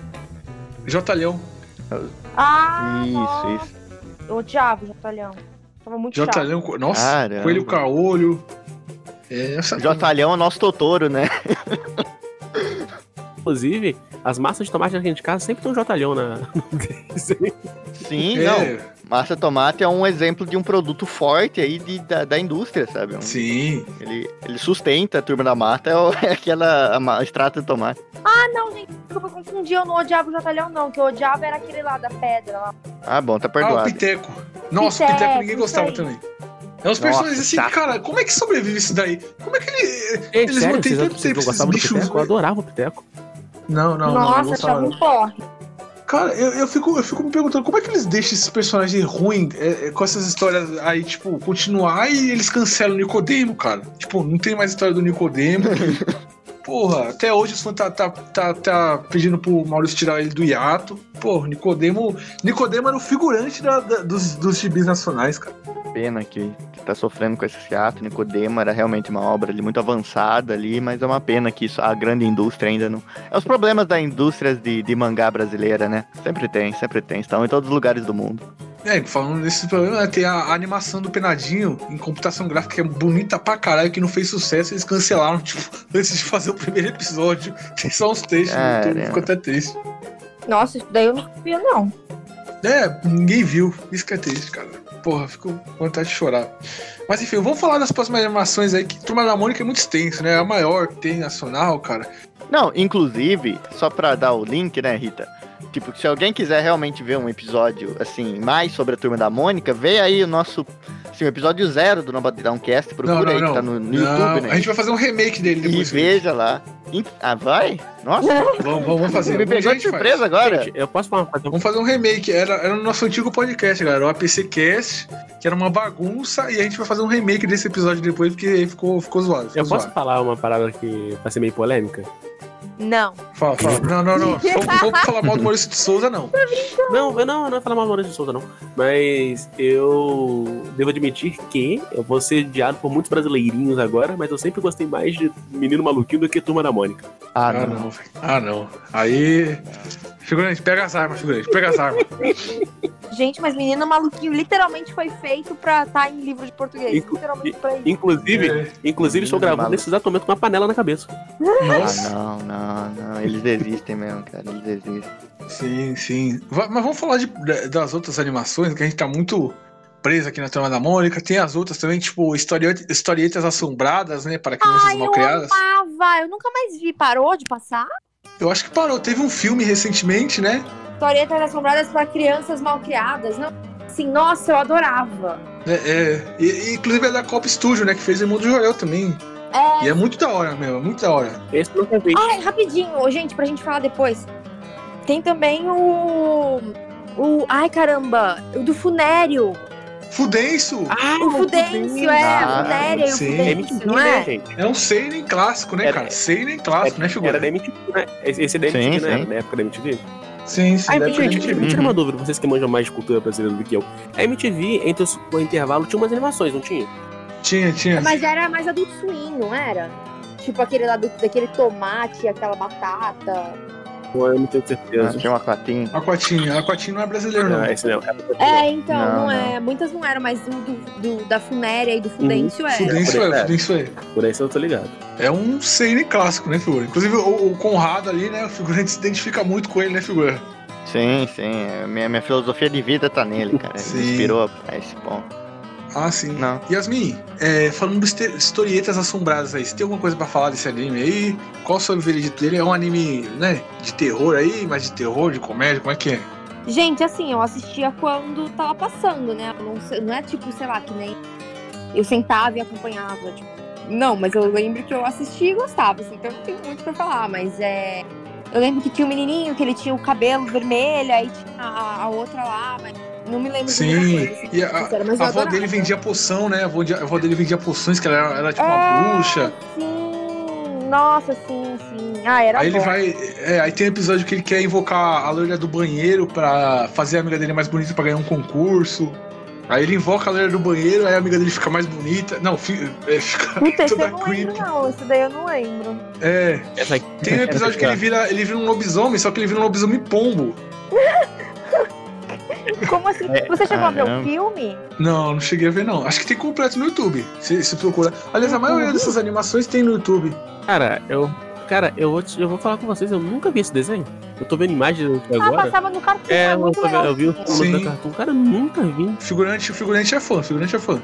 Speaker 2: Jotalhão.
Speaker 4: Ah,
Speaker 3: Isso,
Speaker 4: nossa.
Speaker 3: isso.
Speaker 4: Eu odiava o Jotalhão. Tava muito chato.
Speaker 2: Jotalhão. co- Nossa,
Speaker 3: Caramba.
Speaker 2: Coelho Caolho. É, essa-
Speaker 3: Jotalhão é o nosso
Speaker 2: [laughs]
Speaker 3: Totoro, né?
Speaker 5: Inclusive, as massas de tomate aqui de casa sempre tem um jotalhão na. [laughs] no desenho.
Speaker 3: Sim,
Speaker 2: é,
Speaker 3: não. Massa Tomate é um exemplo de um produto forte aí de- da, da indústria, sabe? Um-
Speaker 2: Sim.
Speaker 3: Ele, ele sustenta a turma da mata, é, o- [laughs] é aquela a ma- extrato de tomate.
Speaker 4: Ah, Não, gente, desculpa, eu confundi. Eu não odiava o Jotalhão, não. O que eu odiava era aquele lá da pedra. Lá.
Speaker 3: Ah, bom, tá
Speaker 2: Ah, o
Speaker 3: perdoado.
Speaker 2: Piteco. Nossa, o
Speaker 4: Piteco,
Speaker 2: Piteco ninguém
Speaker 4: isso
Speaker 2: gostava
Speaker 4: aí.
Speaker 2: também. É uns
Speaker 3: Nossa, tá.
Speaker 2: personagens assim,
Speaker 5: chato.
Speaker 2: cara, como é que sobrevive isso daí? Como é que ele.
Speaker 5: Gente,
Speaker 2: Eles
Speaker 5: sério,
Speaker 2: mantêm
Speaker 5: vocês,
Speaker 2: tanto
Speaker 5: vocês
Speaker 2: tempo
Speaker 5: não
Speaker 2: esses
Speaker 5: gostavam do
Speaker 2: bichos,
Speaker 5: Piteco? Eu
Speaker 2: né?
Speaker 5: adorava o Piteco.
Speaker 2: Não, não, não, não.
Speaker 4: Nossa,
Speaker 2: gostava,
Speaker 4: achava
Speaker 2: não.
Speaker 4: um porre.
Speaker 2: Cara, eu, eu, fico, eu fico me perguntando como é que eles deixam esses personagens ruins é, é, com essas histórias aí, tipo, continuar e eles cancelam o Nicodemo, cara. Tipo, não tem mais história do
Speaker 3: [laughs]
Speaker 2: Nicodemo. Porra, até hoje os fãs tá, tá, tá, tá pedindo pro Maurício tirar ele do hiato. Porra, Nicodemo. Nicodemo era o figurante da- da- dos, dos gibis nacionais, cara.
Speaker 3: Ah, Pena que, que tá sofrendo com esse fiato. Nicodemo era realmente uma obra ali, muito avançada ali, mas é uma pena que isso, a grande indústria ainda não. É os problemas da indústria de, de mangá brasileira, né? Sempre tem, sempre tem. Estão em todos os lugares do mundo.
Speaker 2: É, falando desses problemas, né, tem a, a animação do Penadinho em computação gráfica que é bonita pra caralho, que não fez sucesso, eles cancelaram, tipo, [laughs] antes de fazer o primeiro episódio. [laughs] Tem só uns textos no YouTube,
Speaker 3: Caramba.
Speaker 2: ficou até triste.
Speaker 4: Nossa, isso daí eu não via, não.
Speaker 2: É, ninguém viu. Isso que é triste, cara. Porra, fico com vontade de chorar. Mas enfim, vamos falar das próximas animações aí, que Turma da Mônica é muito extenso, né? É a maior que tem nacional, cara.
Speaker 3: Não, inclusive, só pra dar o link, né, Rita? Tipo, se alguém quiser realmente ver um episódio, assim, mais sobre a turma da Mônica, vê aí o nosso. Assim, o episódio zero do Nobadowncast, procura aí que tá no, no YouTube, né?
Speaker 2: A gente vai fazer um remake dele
Speaker 3: E
Speaker 2: depois.
Speaker 3: veja lá. In- Ah, vai? Nossa,
Speaker 2: Vamos, vamos, vamos fazer.
Speaker 3: me
Speaker 2: Um dia
Speaker 3: pegou
Speaker 2: a
Speaker 3: de
Speaker 2: gente faz.
Speaker 3: surpresa agora.
Speaker 5: Gente, eu posso falar uma coisa?
Speaker 2: Vamos fazer um remake. Era, era no nosso antigo podcast, galera. O APCcast, que era uma bagunça, e a gente vai fazer um remake desse episódio depois, porque ficou, ficou zoado. Ficou
Speaker 5: Eu posso
Speaker 2: zoado.
Speaker 5: falar uma parada que vai ser meio polêmica?
Speaker 4: Não.
Speaker 2: Fala, fala. Não, não,
Speaker 4: [laughs]
Speaker 2: não. Vamos vamos falar mal do Maurício de Souza, não.
Speaker 5: Não, eu não, eu não ia falar mal do Maurício de Souza, não. Mas eu devo admitir que eu vou ser odiado por muitos brasileirinhos agora, mas eu sempre gostei mais de Menino Maluquinho do que Turma da Mônica.
Speaker 3: Ah,
Speaker 2: Ah, não, velho. Ah, não. Aí. Figurante, pega as armas, figurante, pega as armas.
Speaker 4: Gente, mas Menino Maluquinho literalmente foi feito pra estar em livro de português.
Speaker 5: Inclu-
Speaker 4: literalmente pra isso.
Speaker 5: Inclusive,
Speaker 2: É.
Speaker 5: inclusive estou gravando
Speaker 3: Maluco.
Speaker 5: nesse exato momento com uma panela na cabeça.
Speaker 2: Nossa.
Speaker 3: Ah, não, não, não. Eles desistem mesmo, cara. Eles desistem.
Speaker 2: Sim, sim. Va- mas vamos falar de- da- das outras animações, que a gente tá muito preso aqui na Turma da Mônica. Tem as outras também, tipo, historietas, historietas assombradas, né? Para crianças
Speaker 4: Ai,
Speaker 2: mal
Speaker 4: eu
Speaker 2: criadas.
Speaker 4: amava. Eu nunca mais vi. Parou de passar?
Speaker 2: Eu acho que parou. Teve um filme recentemente, né?
Speaker 4: Historietas assombradas pra crianças mal criadas. Não. Assim, nossa, eu adorava.
Speaker 2: É, é. E, e, inclusive é da Copa Studio, né? Que fez o Irmão do Jorel também.
Speaker 4: É.
Speaker 2: E é muito da hora, meu. É muito da hora.
Speaker 5: Esse eu nunca vi.
Speaker 4: Ai, rapidinho, ô, gente, pra gente falar depois. Tem também o O. Ai, caramba! O do Funério!
Speaker 2: Fudenso!
Speaker 5: Ah,
Speaker 4: O Fudêncio, é,
Speaker 3: Ah,
Speaker 4: o Funério e o
Speaker 2: sim.
Speaker 4: Fudêncio, não é?
Speaker 5: gente?
Speaker 2: É um seinen clássico, né,
Speaker 5: Era-
Speaker 2: cara? Seinen clássico, né, figura?
Speaker 5: É, Era da MTV, né? Esse esse é da
Speaker 3: Sim,
Speaker 5: MTV, né?
Speaker 3: sim.
Speaker 5: Na época da MTV.
Speaker 2: Sim, sim.
Speaker 5: A
Speaker 2: deve
Speaker 5: MTV,
Speaker 2: ter
Speaker 5: gente,
Speaker 2: MTV.
Speaker 5: me tira né? uma
Speaker 3: Uhum.
Speaker 5: dúvida, vocês que manjam mais de cultura brasileira do que eu. A MTV, entre os- o intervalo, tinha umas animações, não tinha?
Speaker 2: Tinha, tinha.
Speaker 4: Mas era mais adulto swing, não era? Tipo aquele lá do, daquele tomate, aquela batata.
Speaker 5: Pô, eu não tenho
Speaker 3: Ah,
Speaker 5: certeza.
Speaker 3: tinha uma cotinha.
Speaker 2: Aquatinho. Aquatinho não é brasileiro, não.
Speaker 5: Não, Ah, esse não. cara.
Speaker 4: É, então,
Speaker 3: Não,
Speaker 4: não, é. Muitas não eram, mas o do, do- da Funéria e do Fudêncio era.
Speaker 2: Fudenso
Speaker 5: É.
Speaker 2: é, Fudenso é.
Speaker 5: Por aí eu tô ligado.
Speaker 2: É um seinen clássico, né, figura? Inclusive, o, o Conrado ali, né, o figurante se identifica muito com ele, né, figura?
Speaker 3: Sim, sim. é, Minha, minha filosofia de vida tá nele, cara. Ele
Speaker 2: Sim.
Speaker 3: me inspirou a esse ponto.
Speaker 2: Ah, sim.
Speaker 3: Não.
Speaker 2: Yasmin, é, falando dos te- historietas assombradas aí, você tem alguma coisa pra falar desse anime aí? Qual o seu veredito dele? É um anime, né, de terror aí, mas de terror, de comédia, como é que é?
Speaker 4: Gente, assim, eu assistia quando tava passando, né? Eu Não, sei- não é tipo, sei lá, que nem eu sentava e acompanhava, tipo. Não, mas eu lembro que eu assistia e gostava, assim, então não tenho muito pra falar, mas é. Eu lembro que tinha um menininho que ele tinha o cabelo vermelho, aí tinha a, a outra lá, mas não me lembro de muita
Speaker 2: Sim,
Speaker 4: coisa, assim,
Speaker 2: e
Speaker 4: pra ser
Speaker 2: a-
Speaker 4: sincera, mas
Speaker 2: A
Speaker 4: eu
Speaker 2: avó
Speaker 4: adorava.
Speaker 2: dele vendia poção, né? A avó, de- a avó dele vendia poções, que ela era, era tipo uma
Speaker 4: É,
Speaker 2: bruxa.
Speaker 4: Sim, nossa, sim, sim. Ah, era
Speaker 2: Aí ele
Speaker 4: bom.
Speaker 2: vai. é, aí tem um episódio que ele quer invocar a loira do banheiro pra fazer a amiga dele mais bonita pra ganhar um concurso. Aí ele invoca a loira do banheiro, aí a amiga dele fica mais bonita. Não, fi- é, fica. [laughs]
Speaker 4: Puta, esse
Speaker 2: toda
Speaker 4: eu não lembro,
Speaker 2: creepy.
Speaker 4: não. Esse daí eu não lembro.
Speaker 2: É.
Speaker 5: Essa aqui-
Speaker 2: Tem um episódio que ele vira, ele vira um lobisomem, só que ele vira um lobisomem pombo.
Speaker 4: Como assim?
Speaker 5: É,
Speaker 4: Você chegou a ver o
Speaker 3: caramba.
Speaker 4: filme?
Speaker 2: Não, não cheguei a ver, não. Acho que tem completo no YouTube. Se, se procurar. Aliás, a
Speaker 3: Uhum.
Speaker 2: maioria dessas animações tem no YouTube.
Speaker 5: [laughs] Cara, eu. Cara, eu vou, te- eu vou falar com vocês, eu nunca vi esse desenho. Eu tô vendo imagens aqui
Speaker 4: Ah,
Speaker 5: agora.
Speaker 4: passava no cartão.
Speaker 5: é,
Speaker 4: era
Speaker 5: eu,
Speaker 4: muito
Speaker 5: tô vendo- eu vi o
Speaker 4: legalzinho.
Speaker 5: filme da
Speaker 2: Sim.
Speaker 5: Cartoon. Cara, eu nunca vi.
Speaker 2: Figurante, figurante é fã, figurante é fã.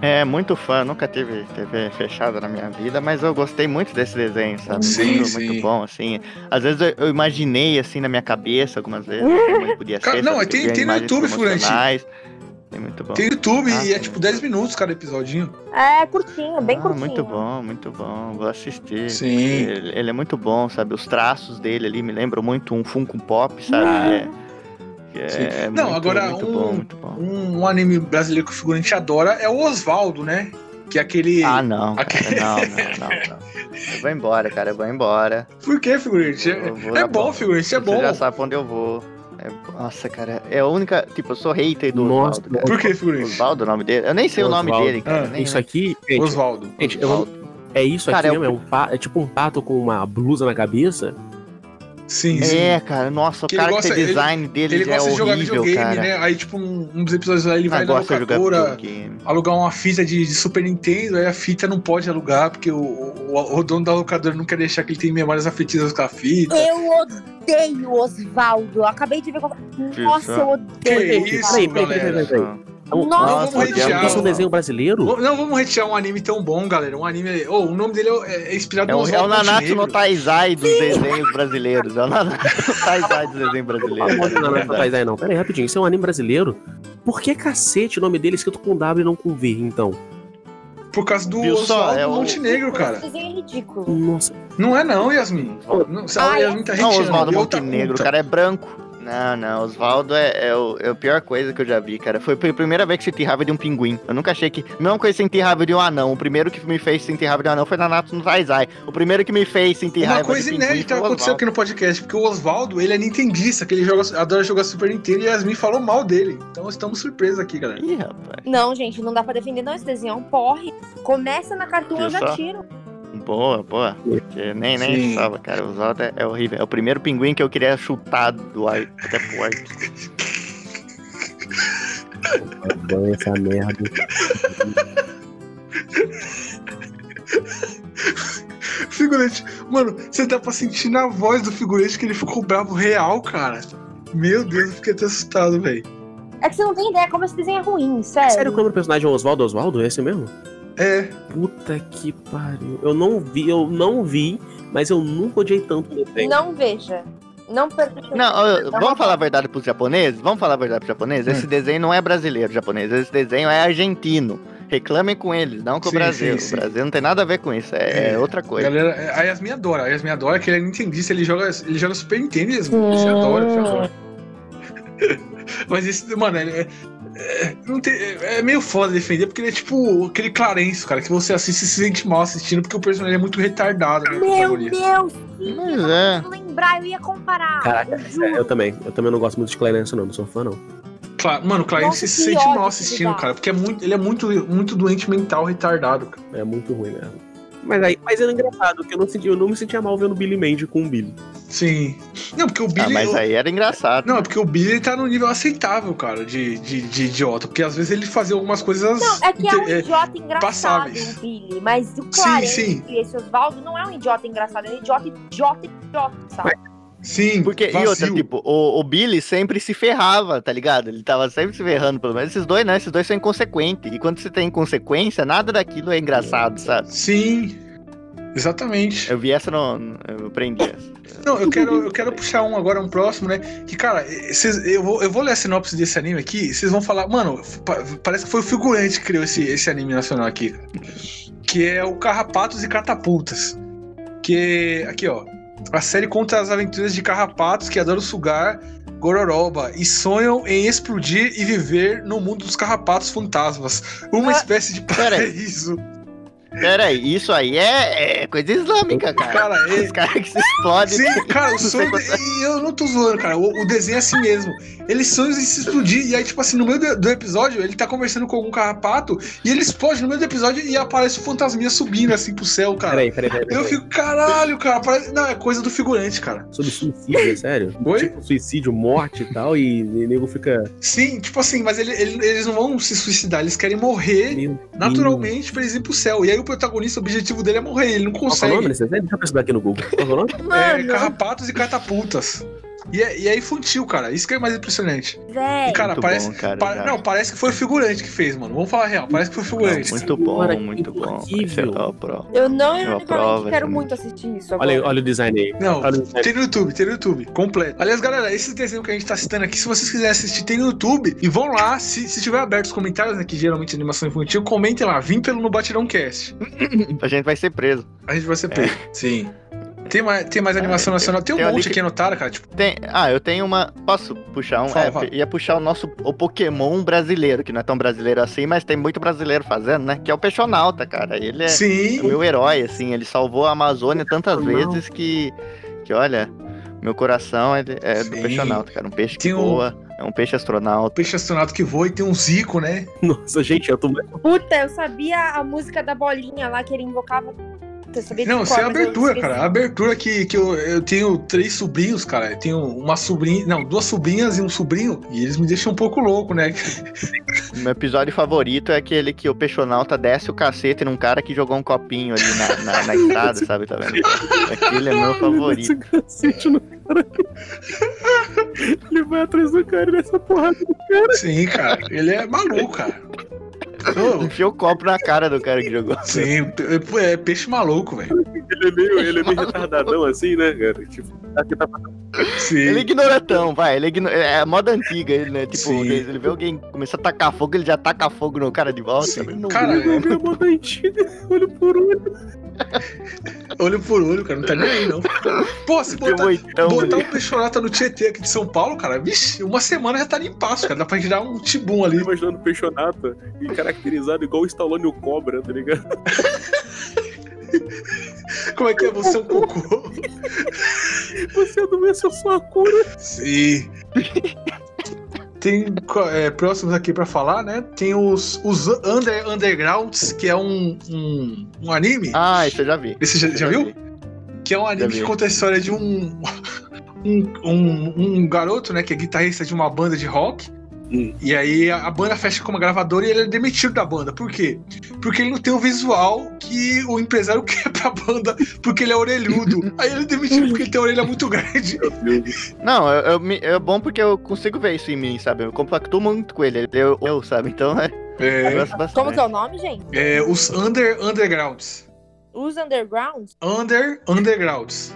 Speaker 3: É, muito fã, nunca tive TV fechada na minha vida, mas eu gostei muito desse desenho, sabe?
Speaker 2: Sim,
Speaker 3: muito,
Speaker 2: sim.
Speaker 3: muito bom, assim. Às vezes eu, eu imaginei, assim, na minha cabeça, algumas vezes, assim, como ele
Speaker 2: [laughs]
Speaker 3: podia
Speaker 2: Cara,
Speaker 3: ser.
Speaker 2: não,
Speaker 3: sabe?
Speaker 2: mas tem-
Speaker 3: Peguei
Speaker 2: tem no
Speaker 3: imagens
Speaker 2: YouTube, Furante.
Speaker 3: promocionais. É muito bom.
Speaker 2: Tem no YouTube
Speaker 3: Ah,
Speaker 2: e é
Speaker 3: sim.
Speaker 2: tipo 10 minutos cada episodinho.
Speaker 4: É, curtinho, bem
Speaker 3: Ah,
Speaker 4: curtinho.
Speaker 3: muito bom, muito bom. Vou assistir.
Speaker 2: Sim.
Speaker 3: Ele, ele é muito bom, sabe? Os traços dele ali me lembram muito um Funko Pop, sabe?
Speaker 4: Uhum.
Speaker 3: Que é, que é
Speaker 2: Sim. Não,
Speaker 3: muito,
Speaker 2: agora
Speaker 3: muito
Speaker 2: um-
Speaker 3: bom, muito bom.
Speaker 2: Um, um anime brasileiro que o figurante adora é o Oswaldo, né? Que é aquele.
Speaker 3: Ah, não, cara,
Speaker 2: Aquele-
Speaker 3: não, não, não, não. Eu vou embora, cara, eu vou embora.
Speaker 2: Por que, figurante? É,
Speaker 3: Eu vou
Speaker 2: é
Speaker 3: dar
Speaker 2: bom,
Speaker 3: bola.
Speaker 2: figurante, é bom.
Speaker 3: Você já sabe pra onde eu vou. É- nossa, cara, é a única. Tipo, eu sou hater do
Speaker 5: Nossa,
Speaker 3: Osvaldo, cara.
Speaker 2: Por que, figurante?
Speaker 3: Osvaldo, o nome dele? Eu nem sei o nome
Speaker 5: Osvaldo.
Speaker 3: dele, cara.
Speaker 2: Ah,
Speaker 3: nem,
Speaker 5: Isso aqui, gente,
Speaker 2: Oswaldo.
Speaker 5: gente, eu vou- é isso
Speaker 3: Cara,
Speaker 5: aqui
Speaker 3: é o-
Speaker 5: mesmo. É, um pa- é tipo um pato com uma blusa na cabeça.
Speaker 2: Sim, sim.
Speaker 3: É, cara, nossa, o
Speaker 2: Que ele
Speaker 3: cara
Speaker 2: gosta-
Speaker 3: que tem
Speaker 2: ele-
Speaker 3: design dele
Speaker 2: ele
Speaker 3: já é
Speaker 2: gosta de jogar
Speaker 3: horrível,
Speaker 2: videogame,
Speaker 3: cara.
Speaker 2: né? Aí, tipo, um, um dos episódios lá, ele vai
Speaker 3: Não
Speaker 2: na
Speaker 3: gosta de jogar
Speaker 2: locadora.
Speaker 3: videogame.
Speaker 2: alugar uma fita de, de Super Nintendo, aí a fita não pode alugar, porque o, o, o dono da locadora não quer deixar que ele tenha memórias afetivas com a fita.
Speaker 4: Eu odeio o Osvaldo. Eu Acabei de ver qual. Nossa, eu odeio.
Speaker 2: Que
Speaker 4: o
Speaker 2: isso,
Speaker 4: Osvaldo.
Speaker 2: galera.
Speaker 5: Vamos-
Speaker 4: Nossa,
Speaker 2: É, vamos
Speaker 5: vamos
Speaker 2: retear.
Speaker 5: fazer um desenho brasileiro?
Speaker 2: Não, não, vamos retirar um anime tão bom, galera. Um anime. Oh, o nome dele é, é inspirado
Speaker 3: É o, é o
Speaker 2: Oswaldo
Speaker 3: Nanatsu no
Speaker 2: Montenegro.
Speaker 3: Taizai dos desenhos brasileiros. É o Nanatsu no Taizai dos desenhos brasileiros.
Speaker 5: Não, não, não,
Speaker 3: É
Speaker 5: não,
Speaker 3: verdade.
Speaker 5: faz aí não. Pera aí, rapidinho. Isso é um anime brasileiro? Por que cacete o nome dele é escrito com W e não com V, então?
Speaker 2: Por causa do
Speaker 3: Viu só?
Speaker 2: Oswaldo
Speaker 3: É o-
Speaker 2: ah, Montenegro, cara.
Speaker 4: Esse desenho é ridículo.
Speaker 5: Nossa.
Speaker 2: Não é, não, Yasmin. Não, se- a
Speaker 4: Ah,
Speaker 2: Yasmin tá
Speaker 3: Não,
Speaker 2: retirando.
Speaker 3: é Oswaldo Montenegro, o cara é branco. Não, não, Oswaldo é, é o- é a pior coisa que eu já vi, cara. Foi a primeira vez que senti raiva de um pinguim. Eu nunca achei que. Mesma coisa que senti raiva de um anão. O primeiro que me fez sentir raiva de um anão foi Nanatsu no Taizai. O primeiro que me fez sentir raiva
Speaker 2: Uma
Speaker 3: de
Speaker 2: coisa
Speaker 3: pinguim foi
Speaker 2: inédita
Speaker 3: o Oswaldo.
Speaker 2: aconteceu aqui no podcast, porque o Oswaldo, ele é nintendista, que ele joga, adora jogar Super Nintendo, e a Yasmin falou mal dele. Então estamos surpresos aqui, galera.
Speaker 3: Ih, rapaz.
Speaker 4: Não, gente, não dá pra defender, não. Esse desenho é um porre. Começa na cartoon, eu já
Speaker 3: Isso.
Speaker 4: tiro.
Speaker 3: Boa, boa. Porque nem, nem
Speaker 2: Sim.
Speaker 3: salva, cara. O Oswaldo é, é horrível. É o primeiro pinguim que eu queria chutar do ar até pro ar.
Speaker 5: Essa merda.
Speaker 2: Figurante. Mano, você dá pra sentir na voz do figurante que ele ficou bravo real, cara. Meu Deus, eu fiquei até assustado, velho.
Speaker 4: É que você não tem ideia como esse desenho é ruim, sério.
Speaker 5: Sério que o nome do personagem é Oswaldo Oswaldo? É esse mesmo?
Speaker 2: É,
Speaker 5: Puta que pariu. Eu não vi, eu não vi, mas eu nunca odiei tanto o desenho.
Speaker 4: Não veja. Não perca tempo.
Speaker 3: Não, ó,
Speaker 4: Dá uma-
Speaker 3: vamos falar a verdade pros japoneses? Vamos falar a verdade pros japoneses?
Speaker 2: Hum.
Speaker 3: Esse desenho não é brasileiro, japonês. Esse desenho é argentino. Reclamem com eles, não com
Speaker 2: Sim,
Speaker 3: o Brasil.
Speaker 2: sim, sim.
Speaker 3: O Brasil não tem nada a ver com isso, é,
Speaker 2: É.
Speaker 3: é outra coisa.
Speaker 2: galera, a Yasmin adora. A Yasmin adora que ele é nintendista, ele joga, ele joga Super Nintendo, Yasmin. Ele adora, ele adora. [laughs] Mas esse, mano, ele é, é, não tem- é- é meio foda defender, porque ele é tipo aquele Clarence, cara, que você assiste e se sente mal assistindo, porque o personagem é muito retardado, né?
Speaker 1: Meu
Speaker 2: protagonista.
Speaker 1: Deus, sim,
Speaker 3: Mas
Speaker 1: eu não
Speaker 3: é.
Speaker 1: consigo lembrar, eu ia comparar.
Speaker 5: Caraca,
Speaker 1: eu juro.
Speaker 5: É, eu também. Eu também não gosto muito de Clarence, não. Não sou fã, não.
Speaker 2: Cla- mano, o Clarence se
Speaker 4: Nossa, que
Speaker 2: sente
Speaker 4: ódio
Speaker 2: mal
Speaker 4: que
Speaker 2: assistindo,
Speaker 4: dá.
Speaker 2: cara, porque é muito, ele é muito, muito doente mental, retardado, cara.
Speaker 5: É muito ruim mesmo. Mas, aí, mas era engraçado, porque eu não, senti- eu não me sentia mal vendo Billy Mandy com o Billy.
Speaker 2: Sim. Não, porque o Billy.
Speaker 3: Ah, mas aí era engraçado.
Speaker 2: Não, é porque o Billy ele tá num nível aceitável, cara, de, de, de idiota. Porque às vezes ele fazia algumas coisas.
Speaker 1: Não, é que é um
Speaker 2: inte- é,
Speaker 1: idiota engraçado,
Speaker 4: um
Speaker 2: passáveis.
Speaker 1: o Billy, mas o Clarence
Speaker 2: sim.
Speaker 1: e esse Oswaldo não é um idiota engraçado, é um idiota, idiota, idiota, sabe?
Speaker 2: Sim,
Speaker 3: Porque, e outra,
Speaker 2: vazio.
Speaker 3: tipo, o, o Billy sempre se ferrava, tá ligado? Ele tava sempre se ferrando, pelo menos. Esses dois, né? Esses dois são inconsequentes. E quando você tem inconsequência, nada daquilo é engraçado, sabe?
Speaker 2: Sim. Exatamente.
Speaker 3: Eu vi essa, não, eu aprendi essa.
Speaker 2: Não, eu quero, eu quero puxar um agora, um próximo, né? Que, cara, eh, cês- eu, vou, eu vou ler a sinopse desse anime aqui, vocês vão falar, mano, pa- parece que foi o figurante que criou esse, esse anime nacional aqui, cara. Que é o Carrapatos e Catapultas. Que é, aqui, ó. A série conta as aventuras de carrapatos que adoram sugar gororoba e sonham em explodir e viver no mundo dos carrapatos fantasmas. Uma
Speaker 3: Ah,
Speaker 2: espécie de
Speaker 3: peraí.
Speaker 2: paraíso.
Speaker 3: Pera aí, isso aí é, é coisa islâmica, cara.
Speaker 2: Cara, é,
Speaker 3: Os caras que se explodem.
Speaker 5: [laughs]
Speaker 2: Sim, cara, o
Speaker 3: Não
Speaker 2: sonho.
Speaker 3: sei
Speaker 5: é.
Speaker 2: e Eu não tô zoando, cara. O, o desenho é assim mesmo. Eles sonham em se explodir. E aí, tipo assim, no meio do, do episódio, ele tá conversando com algum carrapato e ele explode no meio do episódio e aparece o fantasminha subindo assim pro céu, cara.
Speaker 5: Peraí, peraí, peraí.
Speaker 2: Eu
Speaker 5: peraí.
Speaker 2: fico, caralho, cara. Parece... Não, é coisa do figurante, cara.
Speaker 5: Sobre suicídio, é sério? [laughs]
Speaker 2: Oi?
Speaker 5: Tipo, suicídio, morte e tal, e o nego fica.
Speaker 2: Sim, tipo assim, mas ele- ele- eles não vão se suicidar, eles querem morrer
Speaker 5: Meu
Speaker 2: naturalmente pra eles ir pro céu. E aí o protagonista, o objetivo dele é morrer, ele não
Speaker 5: Deus. Qual que é o
Speaker 2: consegue.
Speaker 5: nome dessa série? Deixa eu pesquisar aqui no Google. Qual que é o nome?
Speaker 2: É,
Speaker 1: Mano,
Speaker 2: carrapatos e catapultas. E é, e é infantil, cara. Isso que é mais impressionante. E,
Speaker 1: velho.
Speaker 2: cara,
Speaker 3: muito
Speaker 2: parece,
Speaker 3: bom, cara.
Speaker 2: Pa-
Speaker 3: já.
Speaker 2: Não, parece que foi o figurante que fez, mano. Vamos falar a real, parece que foi o
Speaker 3: Não,
Speaker 2: figurante.
Speaker 3: muito bom,
Speaker 2: é
Speaker 5: Cara,
Speaker 3: muito
Speaker 5: que
Speaker 3: bom.
Speaker 5: horrível.
Speaker 3: Você tá pro.
Speaker 4: Eu não,
Speaker 3: Eu
Speaker 4: ironicamente,
Speaker 3: aprovo,
Speaker 4: quero
Speaker 3: Jimmy.
Speaker 4: muito assistir isso agora.
Speaker 5: Olha, aí- olha o design aí.
Speaker 2: Não,
Speaker 5: Olha o design.
Speaker 2: tem no YouTube, tem no YouTube, completo. Aliás, galera, esse desenho que a gente tá citando aqui, se vocês quiserem assistir, tem no YouTube. E vão lá, se, se tiver aberto os comentários, né, que geralmente é animação infantil, comentem lá, vim pelo No Batidão Cast.
Speaker 3: A gente vai ser preso.
Speaker 2: A gente vai ser pego. Sim. Tem mais, tem mais animação
Speaker 3: É. Ah, tem-
Speaker 2: nacional, tem um
Speaker 3: tem ali
Speaker 2: monte
Speaker 3: que-
Speaker 2: aqui anotado, cara, tipo,
Speaker 3: Tem- Ah, eu tenho uma. Posso puxar um?
Speaker 2: Fala,
Speaker 3: É,
Speaker 2: fala.
Speaker 3: ia puxar o nosso o Pokémon brasileiro, que não é tão brasileiro assim, mas tem muito brasileiro fazendo, né? Que é o Peixonauta, cara. Ele é, é
Speaker 2: sim,
Speaker 3: meu herói, assim. Ele salvou a Amazônia tantas
Speaker 5: Peixonauta.
Speaker 3: vezes que. Que olha, meu coração é, de- é do
Speaker 2: Sim.
Speaker 3: Peixonauta, cara. Um peixe que
Speaker 2: Tem um-
Speaker 3: voa, é um peixe astronauta.
Speaker 2: peixe astronauta que voa e tem um Zico, né?
Speaker 5: Nossa, gente, eu tô.
Speaker 4: Puta, eu sabia a música da bolinha lá que ele invocava. Eu sabia de
Speaker 2: Não,
Speaker 4: cor,
Speaker 2: isso é a
Speaker 4: mas eu
Speaker 2: abertura,
Speaker 4: esqueci.
Speaker 2: cara. A abertura que, que eu, eu tenho três sobrinhos, cara. Eu tenho uma sobrinha. Não, duas sobrinhas e um sobrinho. E eles me deixam um pouco louco, né? [laughs]
Speaker 3: Meu episódio favorito é aquele que o Peixonauta desce o cacete num cara que jogou um copinho ali na, na, na estrada, sabe? Tá vendo? Aquele é meu favorito.
Speaker 5: Esse cacete no cara. [laughs] Ele vai atrás do cara nessa porrada.
Speaker 2: Sim, cara. Ele é maluco, cara. Ô,
Speaker 3: Enfiou o copo na cara do cara que jogou.
Speaker 2: sim, pe- é peixe maluco, velho.
Speaker 5: Ele é meio, ele é meio retardadão assim, né, cara? Tipo, tá que tá
Speaker 2: Sim.
Speaker 3: Ele é ignorantão, vai. Ele é, igno- é a moda antiga, ele, né? Tipo,
Speaker 2: Sim.
Speaker 3: ele vê alguém começar a tacar fogo, ele já taca fogo no cara de volta.
Speaker 2: Sim.
Speaker 3: ele não-
Speaker 2: Cara,
Speaker 5: Ele é uma antiga, olho por olho.
Speaker 2: olho por olho, cara. Não tá nem aí, não. Pô, se
Speaker 3: Deu
Speaker 2: botar,
Speaker 3: oitão,
Speaker 2: botar
Speaker 3: né?
Speaker 2: um peixorata no Tietê aqui de São Paulo, cara, vixe, uma semana já tá limpaço, cara. Dá pra gente dar um tibum ali.
Speaker 5: Tô imaginando o Peixonata e caracterizado igual o Stallone e o Cobra, tá ligado?
Speaker 2: Como é que é? Você é um cocô?
Speaker 5: Você é doença, eu sou a cura.
Speaker 2: Sim. Tem co- é, próximos aqui pra falar, né? Tem os, os under, Undergrounds, que é um, um, um anime.
Speaker 3: Ah, isso eu já vi.
Speaker 2: Esse já, já viu? Que é um anime
Speaker 3: vi.
Speaker 2: que conta a história de um, um, um, um garoto, né? Que é guitarrista de uma banda de rock.
Speaker 5: Hum.
Speaker 2: E aí a a banda fecha como gravadora e ele é demitido da banda. Por quê? Porque ele não tem o visual que o empresário [laughs] quer pra banda, porque ele é orelhudo. aí ele é demitido porque ele tem a orelha muito grande.
Speaker 3: Não, eu, eu me- é bom porque eu consigo ver isso em mim, sabe? Eu compacto muito com ele. ele- Eu, eu, sabe? Então, é, eu
Speaker 2: É,
Speaker 3: gosto bastante.
Speaker 4: Como que é o nome, gente?
Speaker 2: é, os under, Undergrounds.
Speaker 4: Os Undergrounds?
Speaker 2: Under, Undergrounds.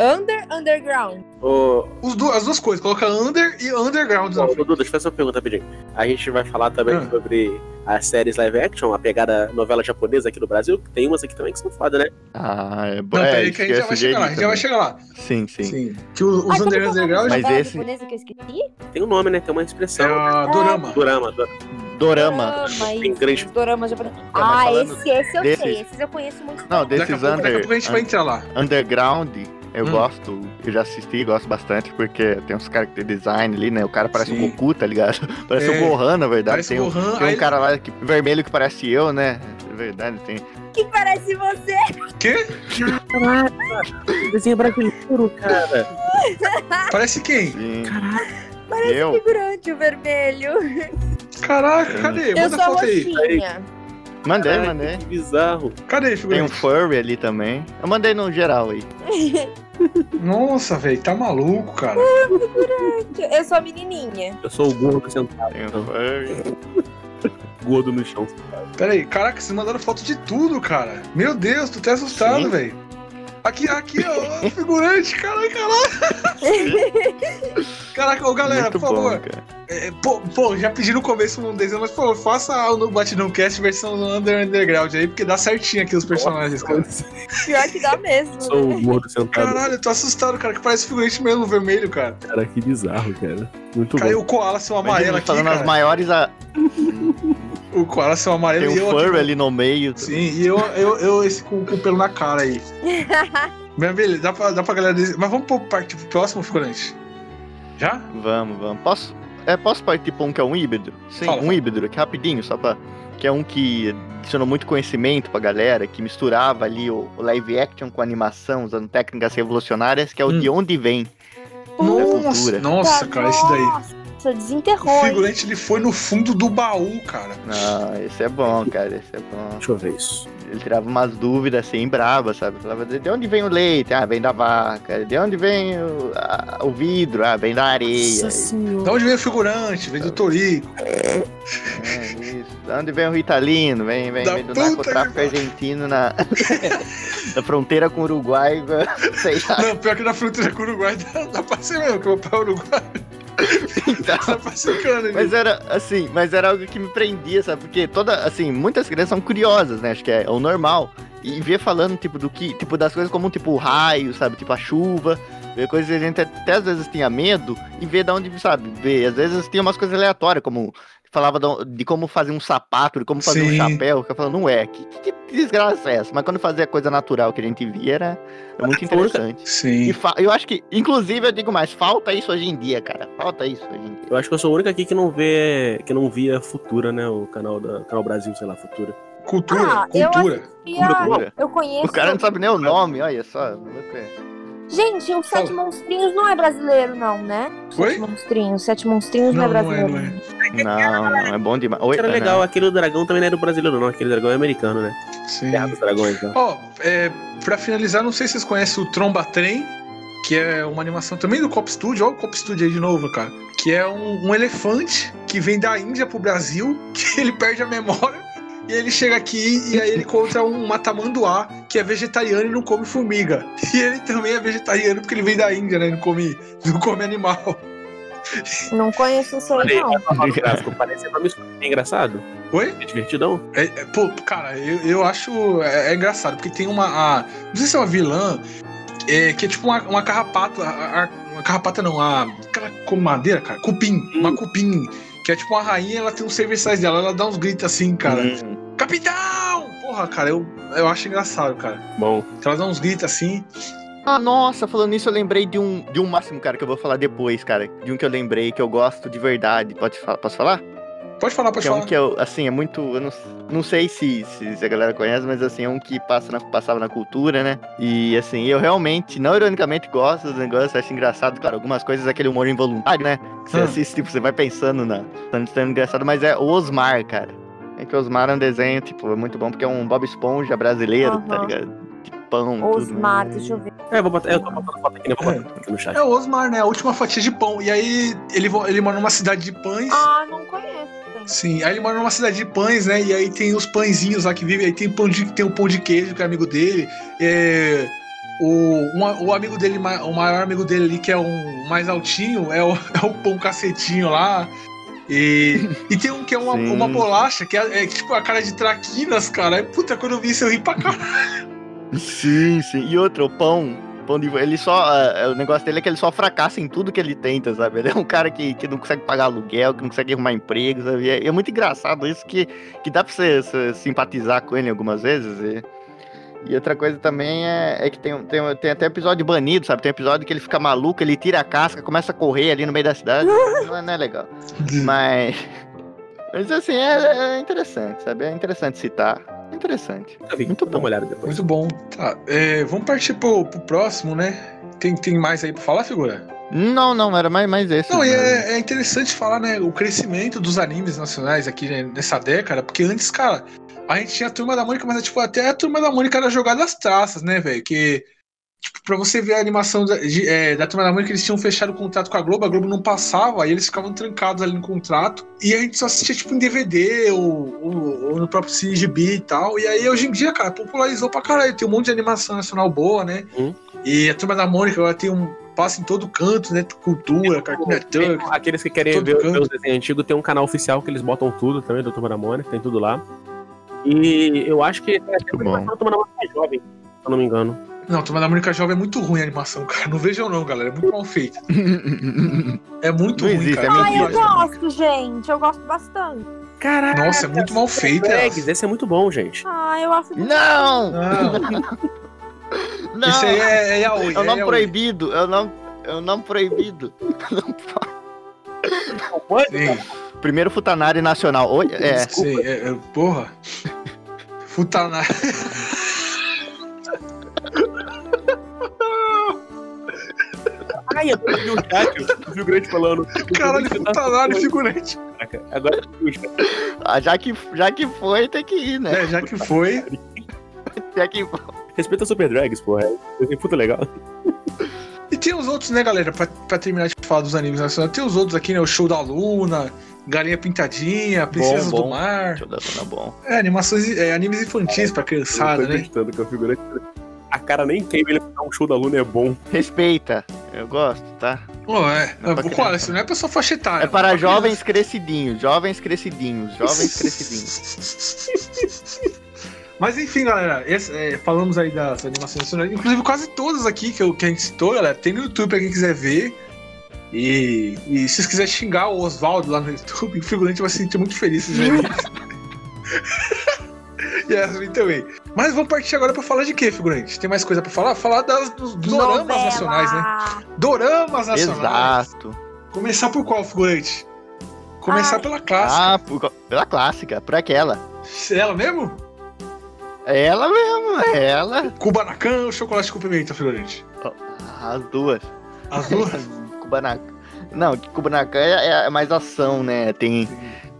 Speaker 4: Under Underground.
Speaker 5: Ô,
Speaker 2: Os du- as duas coisas, coloca under e underground. na
Speaker 5: ô, Dudu, deixa eu fazer uma pergunta rapidinho. A gente vai falar também
Speaker 2: Ah.
Speaker 5: sobre as séries live action, a pegada novela japonesa aqui do Brasil, tem umas aqui também que são foda, né?
Speaker 3: Ah, é bom.
Speaker 2: Não,
Speaker 3: é,
Speaker 2: Então, peraí que a gente já vai
Speaker 3: esquece
Speaker 2: chegar lá, a
Speaker 3: dele
Speaker 2: gente já vai
Speaker 3: também.
Speaker 2: chegar lá.
Speaker 3: Sim, sim.
Speaker 2: Sim. Que o- os
Speaker 4: Ai, como que
Speaker 2: Underground
Speaker 4: é o nome
Speaker 2: Underground
Speaker 4: da
Speaker 3: Mas
Speaker 4: novela
Speaker 3: esse-
Speaker 4: japonesa que eu esqueci?
Speaker 5: Tem um nome, né? Tem uma expressão.
Speaker 2: é a Dorama.
Speaker 5: Dorama, dorama.
Speaker 3: Dorama.
Speaker 5: Tem
Speaker 4: Dorama,
Speaker 5: grande-
Speaker 4: isso, Dorama japonesa.
Speaker 3: mas
Speaker 4: Ah,
Speaker 3: falando
Speaker 4: esse, esse eu
Speaker 3: desses-
Speaker 4: sei. Esses eu conheço muito.
Speaker 3: Não,
Speaker 4: também.
Speaker 2: Daqui a,
Speaker 3: desses
Speaker 2: pouco, daqui a
Speaker 3: under,
Speaker 2: pouco a gente vai entrar lá.
Speaker 3: underground, eu
Speaker 2: Hum.
Speaker 3: gosto, eu já assisti, gosto bastante, porque tem uns caras que tem design ali, né? O cara parece
Speaker 2: Sim.
Speaker 3: um Goku, tá ligado? [laughs] Parece
Speaker 2: É.
Speaker 3: um Gohan, na verdade.
Speaker 2: Parece
Speaker 3: Tem um,
Speaker 2: Gohan,
Speaker 3: tem um
Speaker 2: aí-
Speaker 3: cara lá que, vermelho que parece eu, né? É verdade, tem.
Speaker 4: Que parece você.
Speaker 2: Quê?
Speaker 5: um Desenho brasileiro, cara.
Speaker 2: Parece quem?
Speaker 3: Sim.
Speaker 4: Parece
Speaker 3: Eu?
Speaker 4: figurante o vermelho.
Speaker 3: um
Speaker 2: Caraca, cadê?
Speaker 4: Eu
Speaker 2: Manda
Speaker 4: sou a
Speaker 2: foto aí.
Speaker 4: roxinha.
Speaker 3: Mandei,
Speaker 5: Ai,
Speaker 3: mandei.
Speaker 5: Que bizarro.
Speaker 2: Cadê,
Speaker 3: Tem um
Speaker 2: figurante?
Speaker 3: furry ali também. Eu mandei no geral aí.
Speaker 2: Nossa, velho, tá maluco, cara.
Speaker 4: [laughs] Eu sou a menininha.
Speaker 5: Eu sou o gordo sentado.
Speaker 3: Tem um furry.
Speaker 5: Gordo no chão.
Speaker 2: Pera aí, caraca, vocês mandaram foto de tudo, cara. Meu Deus, tô até assustado,
Speaker 3: Sim.
Speaker 2: velho. Aqui, aqui, ó,
Speaker 3: [laughs]
Speaker 2: o figurante, caraca, lá. Caraca, ô galera,
Speaker 3: Muito
Speaker 2: por
Speaker 3: bom,
Speaker 2: favor.
Speaker 3: cara.
Speaker 2: É, pô, pô, já pedi no começo um desenho, mas, pô, faça o Batidãocast versão Under Underground aí, porque dá certinho aqui os personagens, cara.
Speaker 4: Pior que dá mesmo.
Speaker 5: Sou
Speaker 4: né?
Speaker 5: o gordo sentado.
Speaker 2: Caralho, eu tô assustado, cara, que parece figurante mesmo vermelho, cara.
Speaker 5: Cara, que bizarro, cara. Muito
Speaker 2: Caiu
Speaker 5: bom.
Speaker 2: o Koala seu amarelo
Speaker 3: Imagina,
Speaker 2: aqui,
Speaker 3: falando as
Speaker 2: cara.
Speaker 3: maiores. A...
Speaker 2: O Koala seu amarelo
Speaker 3: Tem um
Speaker 2: e eu
Speaker 3: furry
Speaker 2: aqui.
Speaker 3: ali no meio.
Speaker 2: Sim, e eu, eu, eu esse com, com o pelo na cara
Speaker 4: [laughs]
Speaker 2: aí. Mas beleza, dá pra, dá pra galera... dizer- Mas vamos pro, parte, pro próximo figurante? Já?
Speaker 3: Vamos, vamos. Posso, é, posso partir pra um que é um híbrido? Sim,
Speaker 2: Fala,
Speaker 3: um
Speaker 2: fala.
Speaker 3: híbrido, que rapidinho, só pra. Que é um que adicionou muito conhecimento pra galera, que misturava ali o, o live action com animação, usando técnicas revolucionárias, que é o
Speaker 2: Hum.
Speaker 3: De Onde Vem.
Speaker 2: Nossa,
Speaker 3: cultura.
Speaker 2: é nossa, cara, esse daí.
Speaker 4: Nossa,
Speaker 2: O
Speaker 4: desenterrou. hein?
Speaker 2: figurante, ele foi no fundo do baú, cara.
Speaker 3: Ah, esse é bom, cara, esse é bom.
Speaker 5: Deixa eu ver isso.
Speaker 3: Ele tirava umas dúvidas assim, braba, sabe? Falava, de onde vem o leite? Ah, vem da vaca. De onde vem o, a- o vidro? Ah, vem da areia.
Speaker 5: Assim.
Speaker 2: Da onde vem o figurante? Vem do Torico.
Speaker 3: [laughs] É, isso. Da onde vem o Ritalino? Vem, vem,
Speaker 2: Da
Speaker 3: vem do
Speaker 2: puta que
Speaker 3: narcotráfico
Speaker 2: pariu.
Speaker 3: argentino na... [laughs] na fronteira com o Uruguai. [laughs] Sei lá.
Speaker 2: Não, pior que na fronteira com o Uruguai [laughs] dá, dá pra ser mesmo, que meu pai é Uruguai. Dá pra ser cana,
Speaker 3: Então. Mas era assim, mas era algo que me prendia, sabe? Porque toda, assim, muitas crianças são curiosas, né? Acho que é, o normal. E ver falando, tipo, do que, tipo, das coisas como, tipo, o raio, sabe? Tipo, a chuva, ver coisas que a gente até às vezes tinha medo e ver da onde, sabe? Ver, às vezes tinha umas coisas aleatórias, como falava da- de como fazer um sapato, de como fazer
Speaker 2: Sim.
Speaker 3: um chapéu. Que eu falava, não é, que, que desgraça é essa? Mas quando fazia coisa natural que a gente via, era, era muito
Speaker 5: Força.
Speaker 3: interessante. E
Speaker 2: Sim.
Speaker 3: fa- eu acho que, inclusive, eu digo mais, falta isso hoje em dia, cara. Falta isso hoje em dia.
Speaker 5: Eu acho que eu sou o único aqui que não vê. que não via Futura, né? O canal da canal Brasil, sei lá, Futura.
Speaker 2: Cultura,
Speaker 4: Ah, eu
Speaker 2: cultura.
Speaker 4: E a-
Speaker 3: Cultura.
Speaker 4: Eu conheço.
Speaker 3: O cara não sabe nem o nome, olha só. maluco é.
Speaker 4: Gente, o Sete Monstrinhos não é brasileiro, não, né? Sete
Speaker 2: Oi?
Speaker 4: Monstrinhos. Sete Monstrinhos não,
Speaker 2: Não,
Speaker 4: é
Speaker 2: não é,
Speaker 4: brasileiro.
Speaker 2: não é.
Speaker 3: Não, não, é bom demais. Oi,
Speaker 5: Era
Speaker 3: Ana.
Speaker 5: legal, aquele dragão também não era brasileiro, não. Aquele dragão é americano, né?
Speaker 2: Sim.
Speaker 3: Tá,
Speaker 5: Terra dos dragões, né?
Speaker 2: Ó, é, pra finalizar, não sei se vocês conhecem o Tromba Trem, que é uma animação também do Cop Studio. Olha o Cop Studio aí de novo, cara. Que é um, um elefante que vem da Índia pro Brasil, [laughs] que ele perde a memória. E ele chega aqui e aí ele encontra um matamanduá que é vegetariano e não come formiga. [laughs] E ele também é vegetariano porque ele vem da Índia, né? Ele Não come, [laughs] não come animal.
Speaker 4: Não conheço isso aí, não.
Speaker 5: O gráfico parece uma mistura. É engraçado?
Speaker 2: Oi?
Speaker 5: É divertidão?
Speaker 2: É, é, pô, cara, eu, eu acho é, é engraçado, porque tem uma. a- não sei se é uma vilã, é, que é tipo uma, uma carrapata. a- a- uma carrapata não, a. Cara, como madeira, cara? Cupim.
Speaker 3: Hum.
Speaker 2: Uma cupim. Que é tipo uma rainha, ela tem uns serviçais dela, ela dá uns gritos assim, cara.
Speaker 3: Hum,
Speaker 2: Capitão! Porra, cara, eu, eu acho engraçado, cara.
Speaker 5: Bom.
Speaker 2: Que Ela dá uns gritos assim.
Speaker 3: Ah, nossa, falando nisso, eu lembrei de um, de um máximo, cara, que eu vou falar depois, cara. De um que eu lembrei, que eu gosto de verdade. Pode falar? Posso falar?
Speaker 2: Pode falar, pode
Speaker 3: que é
Speaker 2: falar.
Speaker 3: um que eu, assim, é muito. Eu não, não sei se, se, se a galera conhece, mas assim, é um que passa na- passava na cultura, né? E assim, eu realmente, não ironicamente, gosto do negócio, acho engraçado, claro, algumas coisas, aquele humor involuntário, né? Que
Speaker 4: Hum.
Speaker 3: você
Speaker 2: Ah.
Speaker 3: assiste, tipo, você vai pensando na. Tanto sendo engraçado, mas é o Osmar, cara. É que o Osmar é um desenho, tipo, é muito bom, porque é um Bob Esponja brasileiro, tá
Speaker 4: Aham.
Speaker 3: ligado? Tipão, tudo.
Speaker 4: Osmar, deixa eu ver.
Speaker 5: É, eu vou botar. Eu tô botando foto aqui, né? Vou botar aqui no chat.
Speaker 2: É o Osmar, né? A última fatia de pão. E aí ele, vo- ele mora numa cidade de pães.
Speaker 4: Ah, não conheço.
Speaker 2: Sim, aí ele mora numa cidade de pães, né? E aí tem os pãezinhos lá que vivem. Aí tem, pão de, tem o pão de queijo, que é amigo dele. É, o, uma- o amigo dele, [laughs] ma- o maior amigo dele ali, que é um mais altinho, é o, é o pão cacetinho lá. E, e tem um que é uma,
Speaker 3: Sim.
Speaker 2: uma bolacha, que é, é tipo a cara de traquinas, cara. Aí, puta, quando eu vi isso, eu ri pra caralho.
Speaker 3: Sim, sim. E outro, o pão. pão de... Ele só. é, O negócio dele é que ele só fracassa em tudo que ele tenta, sabe? Ele é um cara que, que não consegue pagar aluguel, que não consegue arrumar emprego, sabe? E é, é muito engraçado isso que, que dá pra você, você simpatizar com ele algumas vezes. E, e outra coisa também é, é que tem, um- tem, um- tem até episódio banido, sabe? Tem um episódio que ele fica maluco, ele tira a casca, começa a correr ali no meio da cidade. não, é, não é legal. Mas. Mas assim, é, é interessante, sabe? É interessante citar. É interessante. Muito
Speaker 5: Dá
Speaker 3: bom.
Speaker 5: uma olhada depois.
Speaker 2: Muito bom. Tá, é, vamos partir pro, pro próximo, né? Tem, tem mais aí pra falar, figura?
Speaker 3: Não, não, era mais, mais esse.
Speaker 2: Não, e
Speaker 3: mesmo.
Speaker 2: é, é interessante falar, né, o crescimento dos animes nacionais aqui né, nessa década, porque antes, cara, a gente tinha a Turma da Mônica, mas tipo, até a Turma da Mônica era jogada às traças, né, velho? Que, tipo, pra você ver a animação da, de- é, da Turma da Mônica, eles tinham fechado o contrato com a Globo, a Globo não passava, aí eles ficavam trancados ali no contrato, e a gente só assistia, tipo, em DVD ou, ou- ou no próprio CGB e tal, e aí hoje em dia, cara, popularizou pra caralho, tem um monte de animação nacional boa, né?
Speaker 3: Hum.
Speaker 5: Uhum.
Speaker 2: E a Turma da Mônica, ela tem um passa em todo canto, né? Cultura, Cartoon
Speaker 5: Tem-
Speaker 2: Network,
Speaker 5: Aqueles que querem
Speaker 2: Todo
Speaker 5: ver,
Speaker 2: canto.
Speaker 5: ver os desenhos antigos, tem um canal oficial que eles botam tudo também, do Turma da Mônica, tem tudo lá. E eu acho que é até
Speaker 3: bom.
Speaker 5: uma Turma da Mônica mais jovem, se eu não me engano.
Speaker 2: Não, Turma da Mônica Jovem é muito ruim a animação, cara. Não vejam não, galera. É muito mal feita. É muito
Speaker 3: Não
Speaker 2: ruim,
Speaker 3: existe,
Speaker 2: cara.
Speaker 3: é
Speaker 2: Não
Speaker 1: Ai, eu
Speaker 2: existe.
Speaker 1: gosto, gente. Eu gosto bastante.
Speaker 5: Caraca!
Speaker 2: Nossa, é muito mal feita.
Speaker 5: Flags, esse é muito bom, gente.
Speaker 1: Ai, Ah, eu acho
Speaker 3: Não!
Speaker 2: Não,
Speaker 3: [laughs] Não!
Speaker 2: isso aí é, é yaoi.
Speaker 3: é o
Speaker 2: é
Speaker 3: nome
Speaker 2: yaoi.
Speaker 3: proibido. É o nome, é o nome proibido.
Speaker 2: Sim,
Speaker 3: Primeiro Futanari Nacional. Oi? É.
Speaker 2: sim, é, é, porra. Futana.
Speaker 5: Ai, eu vi o chat, eu vi o grande falando.
Speaker 2: Caralho, Futanari figurante.
Speaker 5: Caraca, Agora eu vi o chat.
Speaker 3: Ah, já, que, já que foi, tem que ir, né?
Speaker 2: É, já que foi.
Speaker 3: Já que foi.
Speaker 5: Respeita os Super Drags, porra. É puta legal.
Speaker 2: E tem os outros, né, galera? Pra, pra terminar de falar dos animes nacionais, tem os outros aqui, né? O Show da Luna, Galinha Pintadinha, Princesas
Speaker 3: bom.
Speaker 2: do Mar.
Speaker 3: Deixa eu dar tá bom.
Speaker 2: É, animações, é, animes infantis pra criançada,
Speaker 5: eu tô
Speaker 2: né?
Speaker 5: acreditando que o figurante. A cara nem queima, ele dá um show da Luna é bom.
Speaker 3: Respeita. Eu gosto, tá?
Speaker 2: Pô, é.
Speaker 3: Não é pra
Speaker 2: Pô,
Speaker 3: criança.
Speaker 2: cara, isso não é pra só faixa etária.
Speaker 3: É para
Speaker 2: pra criança.
Speaker 3: jovens crescidinhos. Jovens crescidinhos. Jovens crescidinhos.
Speaker 2: [laughs] Mas enfim, galera, esse- é, falamos aí das animações nacionais. Inclusive, quase todas aqui que, eu- que a gente citou, galera, tem no YouTube pra quem quiser ver. E, e se vocês quiserem xingar o Oswaldo lá no YouTube, o figurante vai se sentir muito feliz se verem [laughs] isso. E a Yasmin também. Mas vamos partir agora pra falar de quê, figurante? Tem mais coisa pra falar? Falar das, dos doramas
Speaker 1: novela.
Speaker 2: é nacionais, né? Doramas nacionais.
Speaker 3: Exato.
Speaker 2: Começar por qual, figurante? Começar
Speaker 1: Ai.
Speaker 2: pela clássica.
Speaker 3: Ah, por co- pela clássica. Por aquela.
Speaker 2: Ela mesmo?
Speaker 3: É Ela mesmo. é Ela.
Speaker 2: Kubanacan ou chocolate com pimenta, figurante?
Speaker 3: As duas.
Speaker 2: As
Speaker 3: [laughs]
Speaker 2: duas? É,
Speaker 3: Kubanacan. Não, que Kubanacan é, é mais ação, né? Tem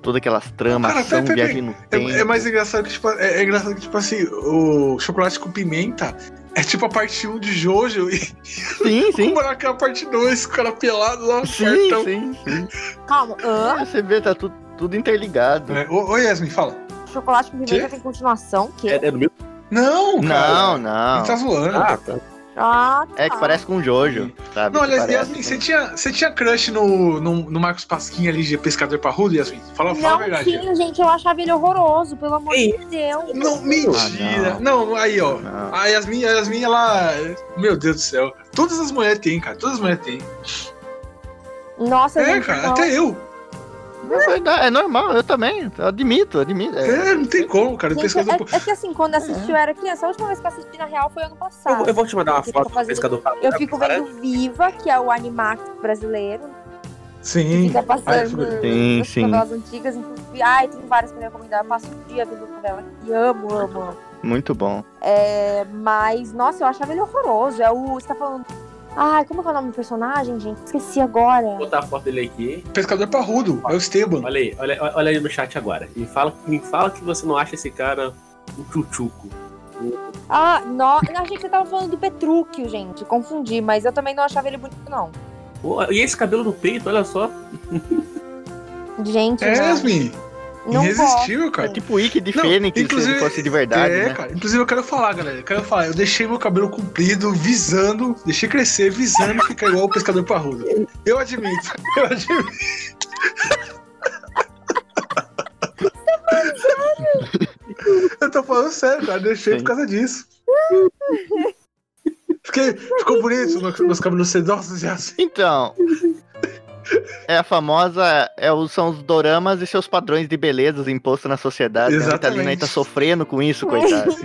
Speaker 3: todas aquelas tramas,
Speaker 2: Cara,
Speaker 3: ação,
Speaker 2: peraí, peraí,
Speaker 3: viagem no
Speaker 2: é,
Speaker 3: tempo.
Speaker 2: é mais engraçado que, tipo, é, é engraçado que, tipo assim, o chocolate com pimenta é tipo a parte 1 de Jojo e
Speaker 3: Sim,
Speaker 2: o
Speaker 3: sim.
Speaker 2: Kubanacan é um a parte 2, o cara pelado lá no
Speaker 3: Sim,
Speaker 2: quartão.
Speaker 3: sim, sim.
Speaker 1: Calma. Hã?
Speaker 3: Você vê, tá tudo, tudo interligado.
Speaker 2: É, ô, ô, Yasmin, fala.
Speaker 1: Chocolate com pimenta
Speaker 2: Quê?
Speaker 1: tem continuação? Que?
Speaker 5: É, é do mesmo.
Speaker 2: Não, cara.
Speaker 3: Não, não.
Speaker 2: Ele tá zoando.
Speaker 5: Ah, tá.
Speaker 1: Ah, tá.
Speaker 3: É que parece com o Jojo, sabe?
Speaker 2: não, aliás,
Speaker 3: Parece,
Speaker 2: Yasmin, você
Speaker 3: né?
Speaker 2: tinha, você tinha crush no, no, no Marcos Pasquim ali de pescador parrudo, Yasmin? Fala, fala a
Speaker 1: Não
Speaker 2: verdade.
Speaker 1: tinha, gente. Eu achava ele horroroso, pelo amor
Speaker 5: Ei.
Speaker 1: de Deus.
Speaker 2: Não, mentira.
Speaker 3: Ah,
Speaker 2: não. aí, ó.
Speaker 3: Não.
Speaker 2: A Yasmin, a Yasmin, ela. Meu Deus do céu. Todas as mulheres têm, cara. Todas as mulheres têm.
Speaker 1: Nossa,
Speaker 2: É,
Speaker 1: gente.
Speaker 2: cara,
Speaker 1: não.
Speaker 2: até eu.
Speaker 3: É verdade, é normal, eu também. eu admito, admito. É.
Speaker 2: É, não tem como, cara. O
Speaker 1: Gente,
Speaker 2: pescador.
Speaker 1: é, é que assim, quando assisti eu era criança, a última vez que eu assisti na real foi ano
Speaker 5: Ah. Eu, vou-
Speaker 1: passado.
Speaker 5: eu vou te mandar uma
Speaker 1: Eu
Speaker 5: foto
Speaker 1: tô
Speaker 5: do
Speaker 1: fazendo-
Speaker 5: pescador falando.
Speaker 1: Eu fico vendo Viva, que é o Animax brasileiro, que
Speaker 2: Sim.
Speaker 1: fica
Speaker 2: Ai,
Speaker 1: passando
Speaker 2: figura-
Speaker 3: Sim,
Speaker 1: as
Speaker 3: sim.
Speaker 1: novelas antigas. Inclusive, ai, tem várias pra me recomendar. Eu passo o dia vendo novela e amo, amo, amo.
Speaker 3: Muito bom.
Speaker 1: É, mas, nossa, eu achava ele horroroso. É o. Você tá falando. Ai, como é que é o nome do personagem, gente? Esqueci agora.
Speaker 5: Vou botar a foto dele aqui.
Speaker 2: Pescador parrudo. É o Esteban.
Speaker 5: Olha aí, olha, olha aí no chat agora. Me fala, me fala que você não acha esse cara um tchutchuco.
Speaker 1: Ah, no... eu achei que você tava falando do Petrúquio, gente. Confundi, mas eu também não achava ele bonito, não.
Speaker 5: Pô, E esse cabelo no peito, olha só.
Speaker 1: Gente,
Speaker 2: É,
Speaker 1: não,
Speaker 2: Yasmin.
Speaker 1: não gosto.
Speaker 2: Irresistível,
Speaker 3: É
Speaker 2: cara.
Speaker 3: tipo o Ike de
Speaker 2: Não,
Speaker 3: Fênix, se
Speaker 2: inclusive-
Speaker 3: ele fosse de verdade,
Speaker 2: é,
Speaker 3: né?
Speaker 2: cara. Inclusive, eu quero falar, galera. Eu quero falar. Eu deixei meu cabelo comprido, visando. Deixei crescer, [laughs] visando ficar igual o pescador parrudo. Eu admito. Eu admito. falando sério, cara. Deixei
Speaker 3: Sim.
Speaker 2: por causa disso. Fiquei, ficou bonito meus, meus cabelos sedosos e assim. [laughs]
Speaker 3: Então. É a famosa. É, os- são os doramas e seus padrões de beleza impostos na sociedade. né? A Ritalina aí
Speaker 2: Exatamente.
Speaker 3: tá sofrendo com isso,
Speaker 2: [laughs]
Speaker 3: coitado.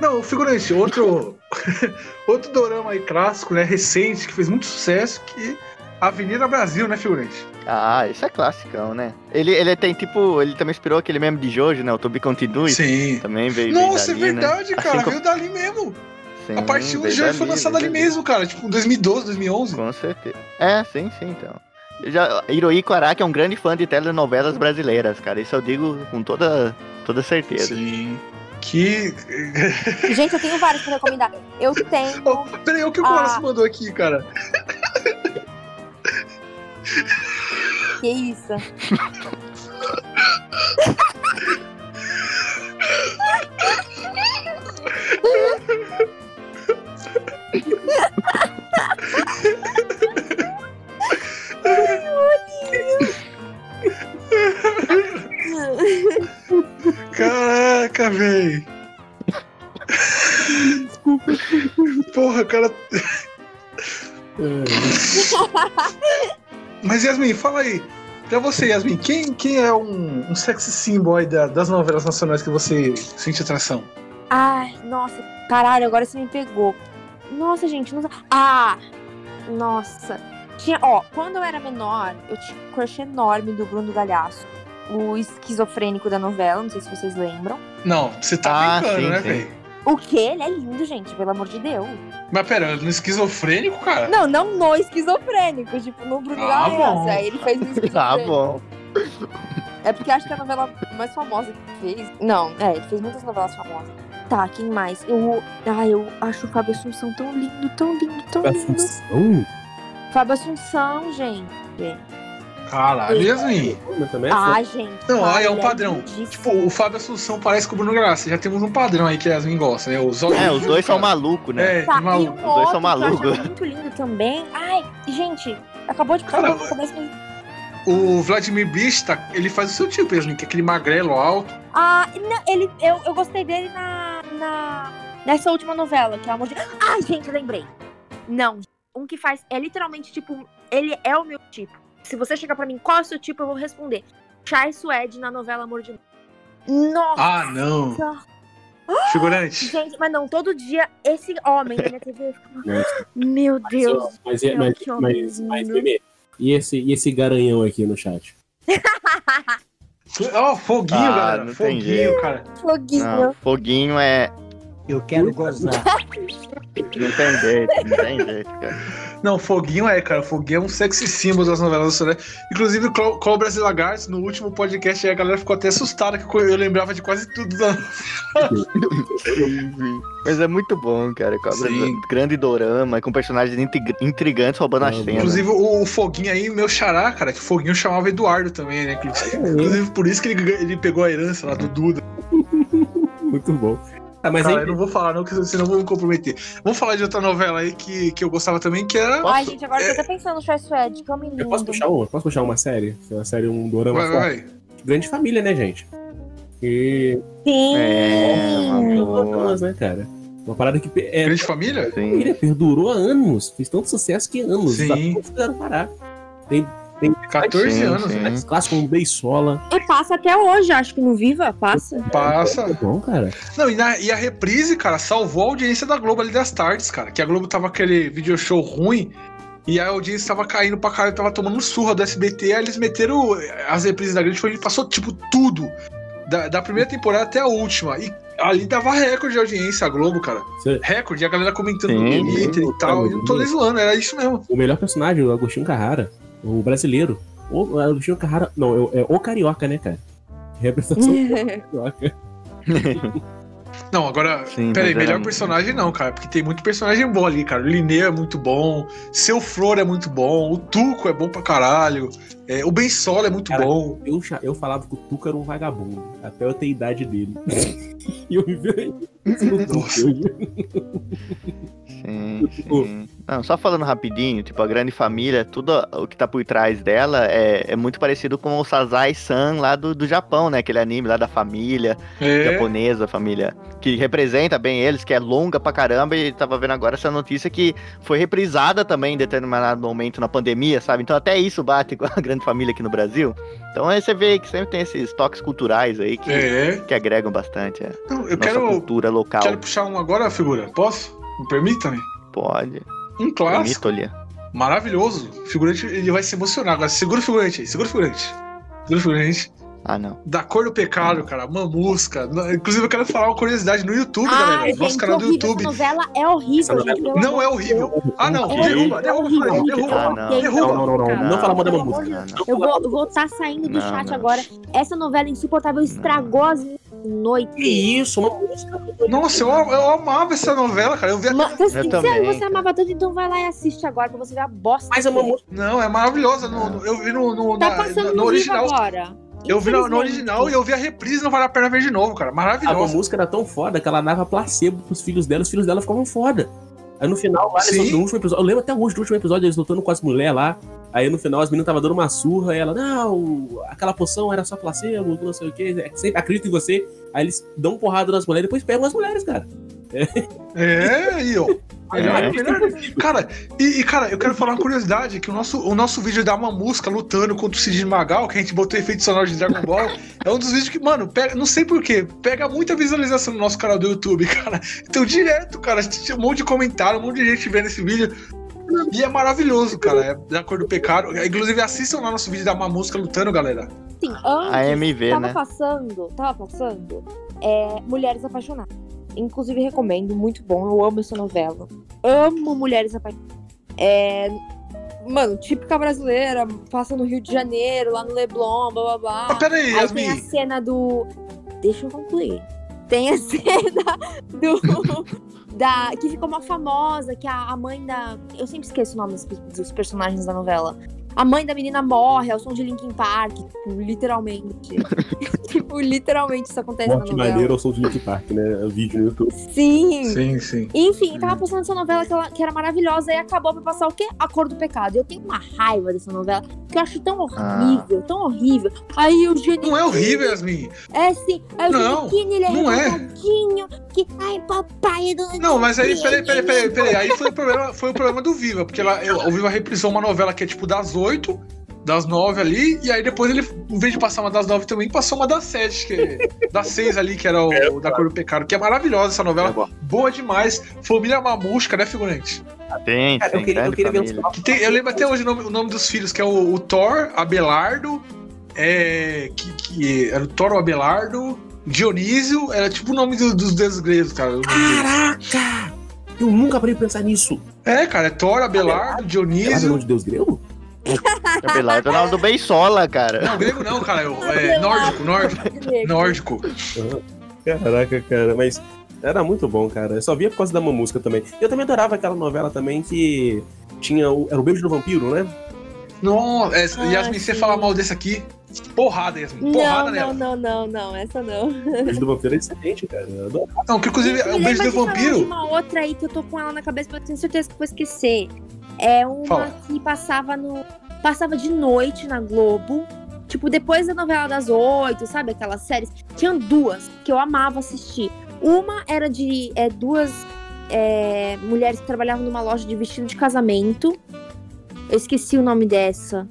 Speaker 2: Não, figurante, outro, [laughs] outro dorama aí clássico, né? Recente, que fez muito sucesso, que é Avenida Brasil, né, figurante?
Speaker 3: Ah, isso é classicão, né? Ele, ele tem tipo. Ele também inspirou aquele meme de Jojo, né? O Tobi Continue.
Speaker 2: Sim.
Speaker 3: Também veio. veio
Speaker 2: Nossa,
Speaker 3: dali,
Speaker 2: é verdade,
Speaker 3: Assim
Speaker 2: cara.
Speaker 3: como-
Speaker 2: Veio dali mesmo.
Speaker 3: Né? Sim,
Speaker 2: a partir do
Speaker 3: veio
Speaker 2: já foi
Speaker 3: dali,
Speaker 2: lançada ali
Speaker 3: veio dali.
Speaker 2: mesmo, cara. Tipo, 2012, 2011.
Speaker 3: Com certeza. É, sim, sim, então. Eu Já, Hirohiko Araki é um grande fã de telenovelas brasileiras, cara. Isso eu digo com toda, toda certeza.
Speaker 2: Sim. Que.
Speaker 8: Gente, eu tenho vários pra recomendar. Eu
Speaker 2: [laughs]
Speaker 8: tenho.
Speaker 2: Oh, peraí, o que o
Speaker 8: Ah.
Speaker 2: Wallace mandou aqui, cara?
Speaker 8: Que isso?
Speaker 2: Caraca, véi. Porra, cara. Mas Yasmin, fala aí. Pra você, Yasmin, quem, quem é um, um sexy symbol aí da- das novelas nacionais que você sente atração?
Speaker 4: Ai, nossa, caralho, agora você me pegou. Nossa, gente, não. Ah! Nossa. Tinha, ó, quando eu era menor, eu tinha um crush enorme do Bruno Galhaço, o esquizofrênico da novela, não sei se vocês lembram.
Speaker 2: Não, você tá
Speaker 3: Ah,
Speaker 2: brincando,
Speaker 3: sim,
Speaker 2: né,
Speaker 3: sim.
Speaker 2: velho?
Speaker 4: O quê? Ele é lindo, gente, pelo amor de Deus.
Speaker 2: Mas pera, no esquizofrênico, cara?
Speaker 4: Não, não no esquizofrênico, tipo, no
Speaker 2: [laughs]
Speaker 4: Bruno
Speaker 2: Ah,
Speaker 4: Galhaço.
Speaker 2: bom.
Speaker 4: Aí ele fez no
Speaker 3: Tá
Speaker 4: esquizofrênico.
Speaker 3: bom.
Speaker 4: É porque acho que é a novela mais famosa que ele fez. Não, é, ele fez muitas novelas famosas. Tá, quem mais? Eu. Ai, eu acho o Fábio Assunção tão lindo, tão lindo, tão lindo.
Speaker 2: Hum.
Speaker 5: Assunção?
Speaker 4: Fábio Assunção, gente.
Speaker 2: Caralho, Yasmin.
Speaker 5: Mas também é fã.
Speaker 4: Ah, gente.
Speaker 2: Não,
Speaker 4: ai,
Speaker 2: aí é um
Speaker 4: ele
Speaker 2: padrão.
Speaker 4: lindíssimo.
Speaker 2: Tipo, o Fábio Assunção parece com o Bruno Graça. Já temos um padrão aí que a Yasmin gosta, né? Os olhos
Speaker 3: É, os dois são
Speaker 2: cara.
Speaker 3: malucos, né?
Speaker 2: É,
Speaker 4: Tá, e
Speaker 2: maluco.
Speaker 4: um
Speaker 3: são
Speaker 4: outro que eu
Speaker 3: malucos.
Speaker 4: acho muito lindo também. Ai, gente, acabou de passar
Speaker 2: Cara,
Speaker 4: na minha cabeça, mas-
Speaker 2: O Vladimir Bista, ele faz o seu tipo, Yasmin, que é aquele magrelo alto.
Speaker 4: Ah, não, ele, eu, eu gostei dele na, na. Nessa última novela, que é o amor de. Ai, gente, lembrei. Não, um que faz. É literalmente tipo. Ele é o meu tipo. Se você chegar pra mim, qual é o seu tipo, eu vou responder. Chai Suede na novela Amor de Mãe. Nossa!
Speaker 2: Ah, não. Figurante.
Speaker 4: Gente, mas não, todo dia esse homem né, na minha TV. eu ficava, Meu Deus!
Speaker 5: Mas, é,
Speaker 4: Deus,
Speaker 5: mas,
Speaker 4: que
Speaker 5: mas,
Speaker 4: homem
Speaker 5: mas, mas,
Speaker 4: lindo.
Speaker 5: bebê, e esse, e esse garanhão aqui no chat?
Speaker 2: Ó, foguinho,
Speaker 3: Ah,
Speaker 2: galera.
Speaker 3: não tem
Speaker 2: Foguinho,
Speaker 3: jeito.
Speaker 2: cara.
Speaker 4: Foguinho.
Speaker 3: Não, foguinho é.
Speaker 9: Eu quero gozar.
Speaker 3: Não tem jeito, não tem jeito, cara.
Speaker 2: Não, foguinho é, cara. Foguinho é um sexy símbolo das novelas, né? Inclusive, o Clo- Cobras e Lagartos, no último podcast, aí a galera ficou até assustada que eu lembrava de quase tudo né? da
Speaker 3: né? Mas é muito bom, cara. Cobra
Speaker 2: Sim.
Speaker 3: grande dorama, com personagens intig- intrigantes roubando as
Speaker 5: Não,
Speaker 3: cenas.
Speaker 2: Inclusive, o, o Foguinho aí, meu xará, cara, que o Foguinho chamava Eduardo também, né? que- inclusive, por isso que ele, ele pegou a herança lá do Duda.
Speaker 5: [laughs] Muito bom. Ah, mas
Speaker 2: Cara,
Speaker 5: aí,
Speaker 2: eu não vou falar, não, que senão eu vou me comprometer. Vamos falar de outra novela aí que, que eu gostava também, que era.
Speaker 4: Ai, gente, agora eu tô até pensando no Chai Suede, que homem lindo.
Speaker 5: eu posso puxar um? uma? Posso puxar uma série? Uma série, um dorama
Speaker 2: Vai,
Speaker 5: forte?
Speaker 2: vai, vai.
Speaker 5: Grande família, né, gente? E...
Speaker 4: Sim.
Speaker 3: É, uma boa.
Speaker 5: Nossa, né, cara? Uma parada que... pe- É,
Speaker 2: Grande Família?
Speaker 3: Sim.
Speaker 5: família perdurou há anos. Fez tanto sucesso que anos.
Speaker 2: Sim.
Speaker 5: Os atores fizeram parar.
Speaker 2: 14
Speaker 3: Sim,
Speaker 2: anos,
Speaker 3: sim.
Speaker 2: né?
Speaker 5: Esse clássico um Beisola.
Speaker 4: E passa até hoje, acho que no Viva passa.
Speaker 5: É
Speaker 2: Passa.
Speaker 5: bom, cara.
Speaker 2: Não, e, na- e a reprise, cara, salvou a audiência da Globo ali das tardes, cara. Que a Globo tava aquele video show ruim. E a audiência tava caindo pra caralho, tava tomando surra do SBT. Aí eles meteram eh, as reprises da grande família, passou tipo tudo. Da, da primeira temporada até a última. E ali dava recorde de audiência a Globo, cara.
Speaker 5: Você-
Speaker 2: Recorde, e a galera comentando
Speaker 3: Sim.
Speaker 2: no Twitter e tal. E não tô nem zoando, era isso mesmo.
Speaker 5: O melhor personagem, o Agostinho Carrara, o brasileiro. O Agostinho Carrara. Não, é, é o carioca, né, cara? Representação
Speaker 3: Hum.
Speaker 5: carioca.
Speaker 2: Não, agora.
Speaker 3: Sim,
Speaker 2: Peraí,
Speaker 3: mas era
Speaker 2: melhor
Speaker 3: muito-
Speaker 2: personagem não, cara, porque tem muito personagem bom ali, cara. O Lineu é muito bom, Seu Flor é muito bom, o Tuco é bom pra caralho, é, o Ben Solo é muito
Speaker 5: Cara,
Speaker 2: bom.
Speaker 5: [laughs] Eu, cha- eu falava que o Tuca era um vagabundo, até eu ter a [laughs] idade dele. e eu me vi.
Speaker 2: Nossa.
Speaker 3: Sim, sim. Não, só falando rapidinho, tipo, a grande família, tudo o que tá por trás dela é, é muito parecido com o Sazai-san lá do, do Japão, né? Aquele anime lá da família
Speaker 2: É,
Speaker 3: japonesa, família, que representa bem eles, que é longa pra caramba, e tava vendo agora essa notícia que foi reprisada também em determinado momento na pandemia, sabe? Então até isso bate [laughs] com a grande família aqui no Brasil. Então aí você vê que sempre tem esses toques culturais aí que,
Speaker 2: é.
Speaker 3: que agregam bastante a
Speaker 2: Não, eu
Speaker 3: nossa
Speaker 2: quero,
Speaker 3: cultura local.
Speaker 2: quero puxar um agora, figura. Posso? Me permita-me?
Speaker 3: Pode.
Speaker 2: Um clássico.
Speaker 3: Bonito ali.
Speaker 2: Maravilhoso. O figurante, ele vai se emocionar. Agora, segura o figurante aí, segura o figurante. Segura o figurante.
Speaker 3: Ah, não.
Speaker 2: Da cor do pecado, cara. Mamusca. Na- Inclusive, eu quero falar uma curiosidade no YouTube,
Speaker 4: Ah,
Speaker 2: galera.
Speaker 4: gente,
Speaker 2: Nosso canal do
Speaker 4: horrível.
Speaker 2: YouTube.
Speaker 4: Essa novela é horrível,
Speaker 5: Essa
Speaker 4: gente. pelo
Speaker 2: Não
Speaker 4: amor
Speaker 2: é
Speaker 4: de
Speaker 2: horrível.
Speaker 4: Deus.
Speaker 2: Ah, não.
Speaker 5: Ok.
Speaker 2: Derruba,
Speaker 4: É
Speaker 2: derruba,
Speaker 4: horrível,
Speaker 2: derruba.
Speaker 4: horrível.
Speaker 3: derruba.
Speaker 4: Eu odeio,
Speaker 2: Derruba.
Speaker 4: eu
Speaker 5: Não, não, não.
Speaker 4: odeio.
Speaker 5: Não fala mal da
Speaker 4: Pelo
Speaker 5: Mamusca.
Speaker 4: amor de Deus.
Speaker 3: não.
Speaker 4: Eu vou, eu vou tá saindo do
Speaker 3: Não,
Speaker 4: chat
Speaker 3: não.
Speaker 4: agora. Essa novela insuportável estragou as minhas noites.
Speaker 5: Que isso, uma música.
Speaker 2: Nossa, eu, eu amava essa novela, cara. Eu vi até...
Speaker 4: Ma- você,
Speaker 3: Eu
Speaker 4: então, assim, se é,
Speaker 3: também,
Speaker 4: você
Speaker 3: cara.
Speaker 4: amava tanto, então vai lá e assiste agora pra você ver a bosta.
Speaker 5: Mas é uma música.
Speaker 2: Não, é maravilhosa. no- no- eu vi no, no,
Speaker 4: Tá
Speaker 2: na-
Speaker 4: passando
Speaker 2: no
Speaker 4: no vivo
Speaker 2: original.
Speaker 4: agora.
Speaker 2: Eu vi no, no
Speaker 4: Infelizmente.
Speaker 2: original e eu vi a reprise não Vale a Pena Ver de novo, cara.
Speaker 5: Ah, A
Speaker 2: Maravilhosa.
Speaker 5: música era tão foda que ela dava placebo pros filhos dela, os filhos dela ficavam foda. Aí no final, lá, eles,
Speaker 2: Sim.
Speaker 5: no último episódio, eu lembro até hoje do último episódio, eles lutando com as mulheres lá. Aí no final as meninas estavam dando uma surra, e ela, não, aquela poção era só placebo, não sei o que, é que sempre acredito em você. Aí eles dão porrada nas mulheres e depois pegam as mulheres, cara.
Speaker 2: É, aí, ó. Melhor,
Speaker 3: É.
Speaker 2: melhor. Cara, e, e, cara, eu quero falar uma curiosidade: que o nosso, o nosso vídeo da Mamusca lutando contra o Cid Magal, que a gente botou efeito sonoro de Dragon Ball, é um dos vídeos que, mano, pega, não sei porquê, pega muita visualização no nosso canal do YouTube, cara. Então, direto, cara, tinha um monte de comentário, um monte de gente vendo esse vídeo. E é maravilhoso, cara. É da cor do pecado. Inclusive, assistam lá nosso vídeo da Mamusca lutando, galera.
Speaker 4: Assim, antes,
Speaker 3: A MV,
Speaker 4: tava
Speaker 3: né?
Speaker 4: passando, tava passando é, Mulheres Apaixonadas. Inclusive, recomendo, muito bom. Eu amo essa novela. Amo Mulheres Apaixonadas. É, mano, típica brasileira, passa no Rio de Janeiro, lá no Leblon, blá blá blá.
Speaker 2: Mas Ah, peraí,
Speaker 4: Aí tem a
Speaker 2: Yasmin.
Speaker 4: cena do. Deixa eu concluir. Tem a [laughs] cena do. da, que ficou uma famosa, que a, a mãe da. Eu sempre esqueço o nome dos, dos personagens da novela. A mãe da menina morre ao som de Linkin Park, tipo,
Speaker 2: [laughs]
Speaker 4: literalmente. tipo, literalmente isso acontece na novela.
Speaker 5: eu sou de Nick Park, né? Vídeo no YouTube.
Speaker 4: Sim.
Speaker 2: Sim, sim.
Speaker 4: Enfim, tava passando essa novela que, ela- que era maravilhosa e acabou pra passar o quê? A Cor do Pecado. Eu tenho uma raiva dessa novela que eu acho tão horrível, tão horrível. Aí o Geni
Speaker 2: Ah. Não é horrível, Yasmin.
Speaker 4: é sim. Aí
Speaker 2: Não,
Speaker 4: o Giannichini, ele é
Speaker 2: não é.
Speaker 4: revoltadinho, que ai papai um do
Speaker 2: Não, mas aí, peraí, peraí, peraí, peraí. Aí foi o problema, foi o problema do Viva, porque ela, eu- o Viva reprisou uma novela que é tipo das oito, das nove ali, e aí depois ele, em vez de passar uma das nove também, passou uma das sete, que é, das seis ali, que era o o da Cor do Pecado, que é maravilhosa essa novela, boa demais. Família Mamusca, né, figurante?
Speaker 3: Tem,
Speaker 5: Cara, eu
Speaker 3: tem,
Speaker 5: queria, eu
Speaker 3: grande
Speaker 5: queria ver
Speaker 3: família.
Speaker 5: os
Speaker 2: Que tem- eu lembro até hoje o nome, o nome dos filhos, que é o, o Thor, Abelardo, é, que, que era o Thor, o Abelardo, Dionísio, era tipo o nome do- dos deuses gregos, cara. o nome deles.
Speaker 5: Caraca! Eu nunca parei de pensar nisso.
Speaker 2: É, cara, é Thor, Abelardo,
Speaker 5: Pelo
Speaker 2: Dionísio.
Speaker 5: amor de Deus, grego?
Speaker 3: Abelardo é o nome do Beisola, cara.
Speaker 2: Não, grego não, cara. eu- É nórdico, nórdico, nórdico.
Speaker 5: Caraca, cara, mas era muito bom, cara. Eu só via por causa da mamusca também. Eu também adorava aquela novela também que tinha o. Era o Beijo do Vampiro, né?
Speaker 2: Não, é, Yasmin,
Speaker 4: Ah,
Speaker 2: se você
Speaker 4: sim.
Speaker 2: falar mal desse aqui, porrada, Yasmin. Porrada nela.
Speaker 4: Não, não, não, não, não, essa não.
Speaker 5: O Beijo do Vampiro é excelente, cara. Eu adoro.
Speaker 2: Não, que inclusive
Speaker 4: Gente,
Speaker 2: o
Speaker 4: me
Speaker 2: beijo
Speaker 4: lembra
Speaker 2: do
Speaker 4: de falar de
Speaker 2: vampiro.
Speaker 4: uma outra aí que eu tô com ela na cabeça, mas eu tenho certeza que eu vou esquecer. É uma
Speaker 2: Fala.
Speaker 4: que passava no passava de noite na Globo. Tipo, depois da novela das oito, sabe? Aquelas séries. Tinham duas que eu amava assistir. Uma era de é, duas é, mulheres que trabalhavam numa loja de vestido de casamento. Eu esqueci o nome dessa.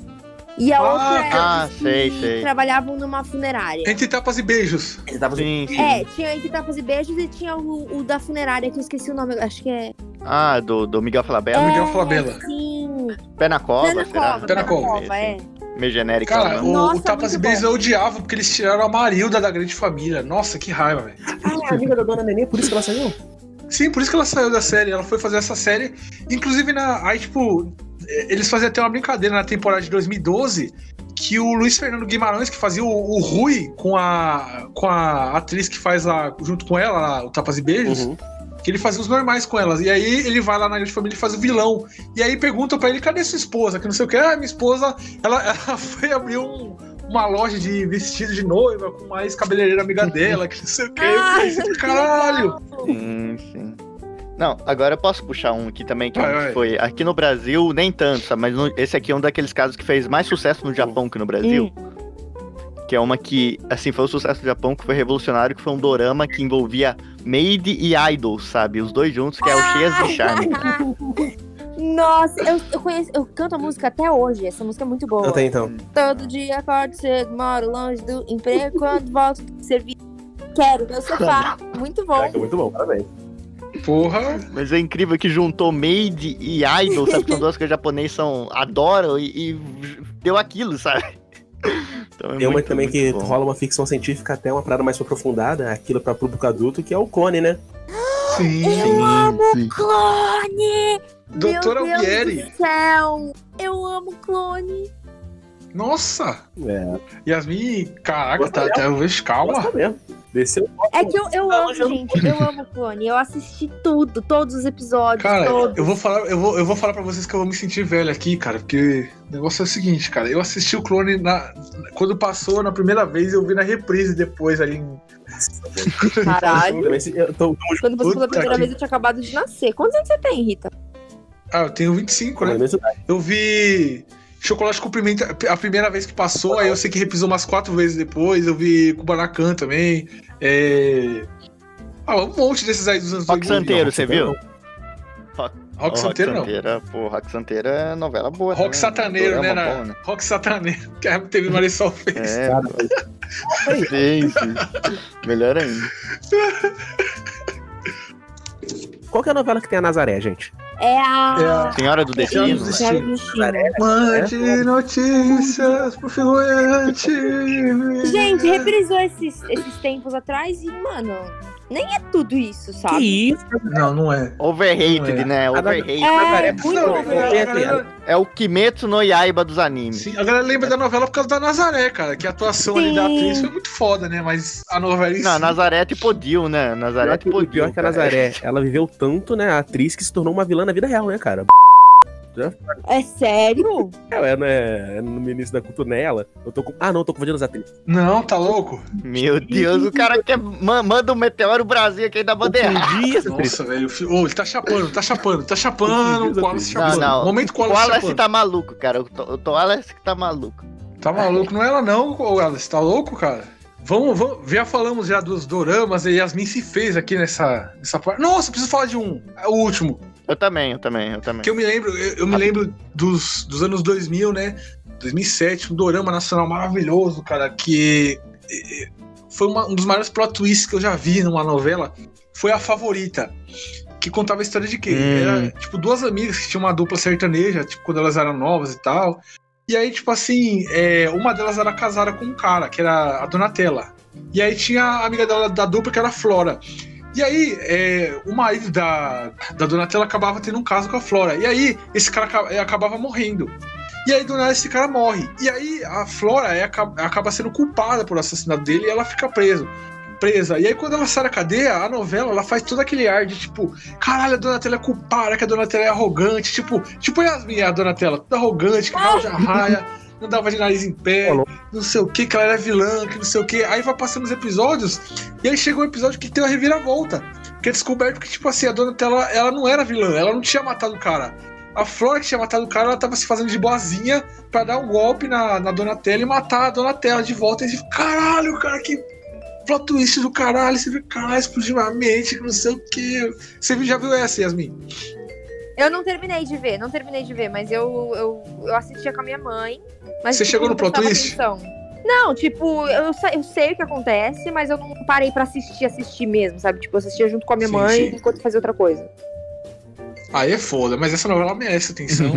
Speaker 4: E a
Speaker 2: Ah,
Speaker 4: outra era
Speaker 3: ah,
Speaker 4: de-
Speaker 3: sei,
Speaker 4: que
Speaker 3: sei.
Speaker 4: trabalhavam numa funerária.
Speaker 2: Entre tapas e beijos.
Speaker 5: Ele tava
Speaker 3: Sim, sim.
Speaker 4: É, tinha Entre Tapas e Beijos e tinha o, o da funerária, que eu esqueci o nome, acho que é.
Speaker 3: Ah, do, do Miguel Falabella.
Speaker 2: Miguel Flabella.
Speaker 4: Sim.
Speaker 3: Pé na cova,
Speaker 4: Pé na
Speaker 3: será?
Speaker 4: cova,
Speaker 2: Pé na cova.
Speaker 4: é.
Speaker 3: Meio genérico.
Speaker 2: Cara,
Speaker 3: né?
Speaker 2: o,
Speaker 4: Nossa,
Speaker 2: o tapas e
Speaker 4: muito bom.
Speaker 2: beijos eu odiava porque eles tiraram a Marilda da grande família. Nossa, que raiva, velho.
Speaker 5: Ah, a amiga da dona Nenê, por isso que ela saiu?
Speaker 2: Sim, por isso que ela saiu da série. Ela foi fazer essa série. Inclusive, na, aí, tipo, eh, eles faziam até uma brincadeira na temporada de 2012 que o Luiz Fernando Guimarães, que fazia o, o Rui com a, com a atriz que faz lá, junto com ela, lá, o Tapas e Beijos,
Speaker 5: Uhum.
Speaker 2: que ele fazia os normais com elas. E aí ele vai lá na grande família e faz o vilão. E aí perguntam pra ele, cadê sua esposa? Que não sei o que. Ah, minha esposa, ela, [laughs] ela foi abrir um- uma loja de vestido de noiva com mais cabeleireira amiga dela, que não sei o que.
Speaker 4: Ai,
Speaker 2: Caralho!
Speaker 3: Sim, sim. Não, agora eu posso puxar um aqui também, que, é um
Speaker 2: Vai,
Speaker 3: que
Speaker 2: vai.
Speaker 3: foi aqui no Brasil, nem tanto, sabe? mas no- esse aqui é um daqueles casos que fez mais sucesso no Japão que no Brasil.
Speaker 4: Hum.
Speaker 3: Que é uma que, assim, foi um sucesso no Japão, que foi revolucionário, que foi um dorama que envolvia Maid e Idol, sabe? Os dois juntos, que é o
Speaker 4: Ah!
Speaker 3: Cheias de Charme.
Speaker 4: [laughs] Nossa, eu, eu conheço, eu canto a música até hoje. Essa música é muito boa.
Speaker 10: Canta aí, então.
Speaker 4: Todo dia acordo cedo, moro longe do emprego, quando volto [laughs] do serviço. Quero meu
Speaker 5: [laughs]
Speaker 4: sofá. Muito bom.
Speaker 5: Caraca, muito bom, parabéns.
Speaker 2: Porra,
Speaker 3: Mas é incrível que juntou Maid e Idol, sabe? São duas que os japoneses são, adoram e, e deu aquilo, sabe? [laughs] Então é
Speaker 10: Tem uma
Speaker 3: muito,
Speaker 10: também
Speaker 3: muito
Speaker 10: que
Speaker 3: bom.
Speaker 10: rola uma ficção científica até uma parada mais aprofundada, aquilo pra público adulto, que é o Cone, né?
Speaker 2: sim.
Speaker 4: Eu amo
Speaker 3: sim.
Speaker 4: clone!
Speaker 2: Doutor
Speaker 4: Meu
Speaker 2: Albieri.
Speaker 4: Deus do céu! Eu amo clone!
Speaker 2: Nossa.
Speaker 5: É.
Speaker 2: Yasmin, caraca, tá
Speaker 5: Gosta
Speaker 2: até eu vejo calma.
Speaker 5: Gosta mesmo. Desceu.
Speaker 4: É que eu, eu
Speaker 5: Não,
Speaker 4: amo,
Speaker 5: hoje eu não
Speaker 4: gente. Eu amo clone. Eu assisti tudo, todos os episódios.
Speaker 2: Cara,
Speaker 4: é todos.
Speaker 2: eu vou falar, eu vou, eu vou falar pra vocês que eu vou me sentir velho aqui, cara, porque o negócio é o seguinte, cara, eu assisti o clone na, quando passou na primeira vez, eu vi na reprise depois ali. em-
Speaker 4: Caralho.
Speaker 5: Também se- eu tô-
Speaker 4: Quando você falou
Speaker 2: Puta
Speaker 4: a primeira
Speaker 2: que-
Speaker 4: vez, eu tinha acabado de nascer. Quantos anos você tem, Rita?
Speaker 2: Ah, eu tenho 25,
Speaker 3: é?
Speaker 2: né?
Speaker 5: Mesmo-
Speaker 2: Eu vi Chocolate com Pimenta a primeira vez que passou, aí eu sei que reprisou umas quatro vezes depois, eu vi Kubanacan também. É... Ah, um monte desses aí dos anos
Speaker 3: Rock
Speaker 2: 2000.
Speaker 3: Santeiro, você viu?
Speaker 2: um. Rock
Speaker 3: Ô,
Speaker 2: Santeiro não.
Speaker 3: Santeira, Pô, Rock Santeira é novela boa.
Speaker 2: Rock
Speaker 3: também,
Speaker 2: Sataneiro, né?
Speaker 3: dorama
Speaker 2: na-
Speaker 3: bom,
Speaker 2: [laughs]
Speaker 3: né?
Speaker 2: Rock Sataneiro, que é, a TV Marisol fez.
Speaker 3: É, sim, sim. Melhor ainda.
Speaker 5: Qual que é a novela que tem a Nazaré, gente?
Speaker 4: É a.
Speaker 2: a
Speaker 3: Senhora do
Speaker 2: Senhora
Speaker 3: Destino.
Speaker 2: do Destino.
Speaker 4: Senhora do Destino.
Speaker 2: é. Mande notícias pro figurante.
Speaker 4: Gente, reprisou esses, esses tempos atrás e, mano, nem é tudo isso,
Speaker 5: Que
Speaker 4: sabe?
Speaker 5: isso?
Speaker 2: Não, não é.
Speaker 3: Overrated,
Speaker 2: Não é.
Speaker 3: né? Overrated.
Speaker 4: É,
Speaker 5: Não,
Speaker 4: muito
Speaker 2: não,
Speaker 4: bom.
Speaker 2: é, é,
Speaker 3: É o Kimetsu no Yaiba dos animes.
Speaker 2: Sim, a galera lembra da novela por causa da Nazaré, cara. Que a atuação ali da
Speaker 4: Sim.
Speaker 2: atriz foi muito foda, né? Mas a novela em
Speaker 3: Não,
Speaker 2: si-
Speaker 3: Nazaré te podiu, né? Nazaré
Speaker 5: Pior
Speaker 3: te
Speaker 5: que,
Speaker 3: podiu.
Speaker 10: é
Speaker 5: pior que é a
Speaker 3: cara.
Speaker 5: Nazaré, ela viveu tanto, né, a atriz que se tornou uma vilã na vida real, né, cara?
Speaker 4: É sério?
Speaker 5: Ela é, né, no início da cultura nela. Eu tô com... Ah, não, eu tô confundindo as atrizes.
Speaker 2: Não, tá louco?
Speaker 3: Meu Deus, o cara quer ma- manda um meteoro Brasil aqui da bandeira.
Speaker 5: Confundi as atrizes.
Speaker 2: Nossa, velho. o fi- Ô, ele tá chapando, tá chapando, tá chapando.
Speaker 5: Não,
Speaker 2: O Wallace
Speaker 3: Não,
Speaker 2: chapando.
Speaker 3: não.
Speaker 2: Momento
Speaker 3: o
Speaker 2: Wallace
Speaker 3: Wallace
Speaker 2: chapando. Tá...
Speaker 3: tá maluco, cara. O To- O Wallace que tá maluco.
Speaker 2: maluco? Não é ela não, ô, Wallace. Tá louco, cara? Vamos, vamos, já falamos já dos doramas e Yasmin se fez aqui nessa, nessa parte. Nossa, preciso falar de um. É o último.
Speaker 3: Eu também, eu também, eu também. Ah.
Speaker 2: Que eu me lembro, eu, eu me lembro dos, dos anos 2000, né? 2007, um dorama nacional maravilhoso, cara, que eh, eh, foi uma- um dos maiores plot twists que eu já vi numa novela. Foi a favorita, que contava a história de quê?
Speaker 3: Hum.
Speaker 2: Era, tipo, duas amigas que tinham uma dupla sertaneja, tipo, quando elas eram novas e tal. E aí, tipo assim, eh, uma delas era casada com um cara, que era a Donatella. E aí tinha a amiga dela da dupla, que era a Flora. E aí, eh, o marido da, da Donatella acabava tendo um caso com a Flora. E aí, esse cara aca- acabava morrendo. E aí, do nada, esse cara morre. E aí, a Flora é, aca- acaba sendo culpada por assassinato dele e ela fica preso. Presa. E aí, quando ela sai da cadeia, a novela ela faz todo aquele ar de tipo, caralho, a Donatella é culpada, que a Donatella é arrogante. Tipo, tipo Yasmin, a Donatella, toda arrogante, que de arraia, não dava de nariz em pé, não sei o que, que ela era vilã, que não sei o que. Aí vai passando os episódios, e aí chegou um episódio que tem uma reviravolta. Que é descoberto que, tipo assim, a Donatella, ela não era vilã, ela não tinha matado o cara. A Flora que tinha matado o cara, ela tava se fazendo de boazinha pra dar um golpe na, na Donatella e matar a Donatella de volta. E você fica, caralho, cara, que plot twist do caralho. Você fica, caralho, explodiu a mente, que não sei o que. Você já viu essa, Yasmin?
Speaker 4: Eu não terminei de ver, não terminei de ver, mas eu, eu, eu assistia com a minha mãe. Mas,
Speaker 2: Você
Speaker 4: tipo,
Speaker 2: chegou no
Speaker 4: não
Speaker 2: plot
Speaker 4: prestava
Speaker 2: twist?
Speaker 4: atenção. Não, tipo, eu, sa- eu sei o que acontece, mas eu não parei pra assistir, assistir mesmo, sabe? Tipo, eu assistia junto com a minha
Speaker 2: Sim,
Speaker 4: mãe
Speaker 2: sim.
Speaker 4: enquanto fazia outra coisa.
Speaker 2: Aí é foda, mas essa novela merece
Speaker 3: [laughs]
Speaker 2: atenção.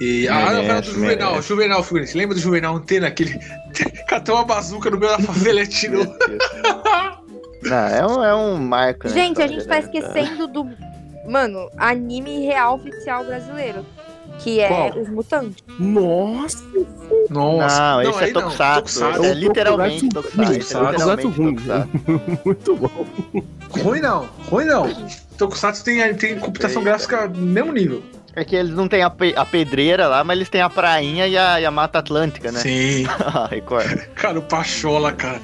Speaker 2: E a
Speaker 3: Merece,
Speaker 2: novela do Juvenal,
Speaker 3: merece.
Speaker 2: Juvenal Figueiredo. Lembra do Juvenal Antena? Aquele [laughs] catou uma bazuca no meio da favela e
Speaker 3: Meu
Speaker 2: atirou.
Speaker 3: Deus. Não, é um, é um marco, né,
Speaker 4: gente, a
Speaker 3: história,
Speaker 4: gente tá
Speaker 3: né?
Speaker 4: esquecendo do, mano, anime real oficial brasileiro, que é
Speaker 2: Qual?
Speaker 4: Os Mutantes.
Speaker 5: Nossa!
Speaker 2: Nossa.
Speaker 3: Não, esse é
Speaker 2: aí não.
Speaker 3: Tokusatsu. esse É
Speaker 5: Tokusatsu.
Speaker 3: literalmente Tokusatsu. esse é
Speaker 5: Tokusatsu
Speaker 3: literalmente
Speaker 5: ruim.
Speaker 10: né?
Speaker 3: Tokusatsu.
Speaker 10: [laughs]
Speaker 5: Muito bom.
Speaker 2: Ruim não, ruim não. Tokusatsu tem, tem computação gráfica no mesmo nível.
Speaker 3: É que eles não têm a, pe- a pedreira lá, mas eles têm a prainha [laughs] e a, e a Mata Atlântica, né?
Speaker 2: Sim.
Speaker 3: Ah, Record.
Speaker 2: Cara, o Pachola, cara.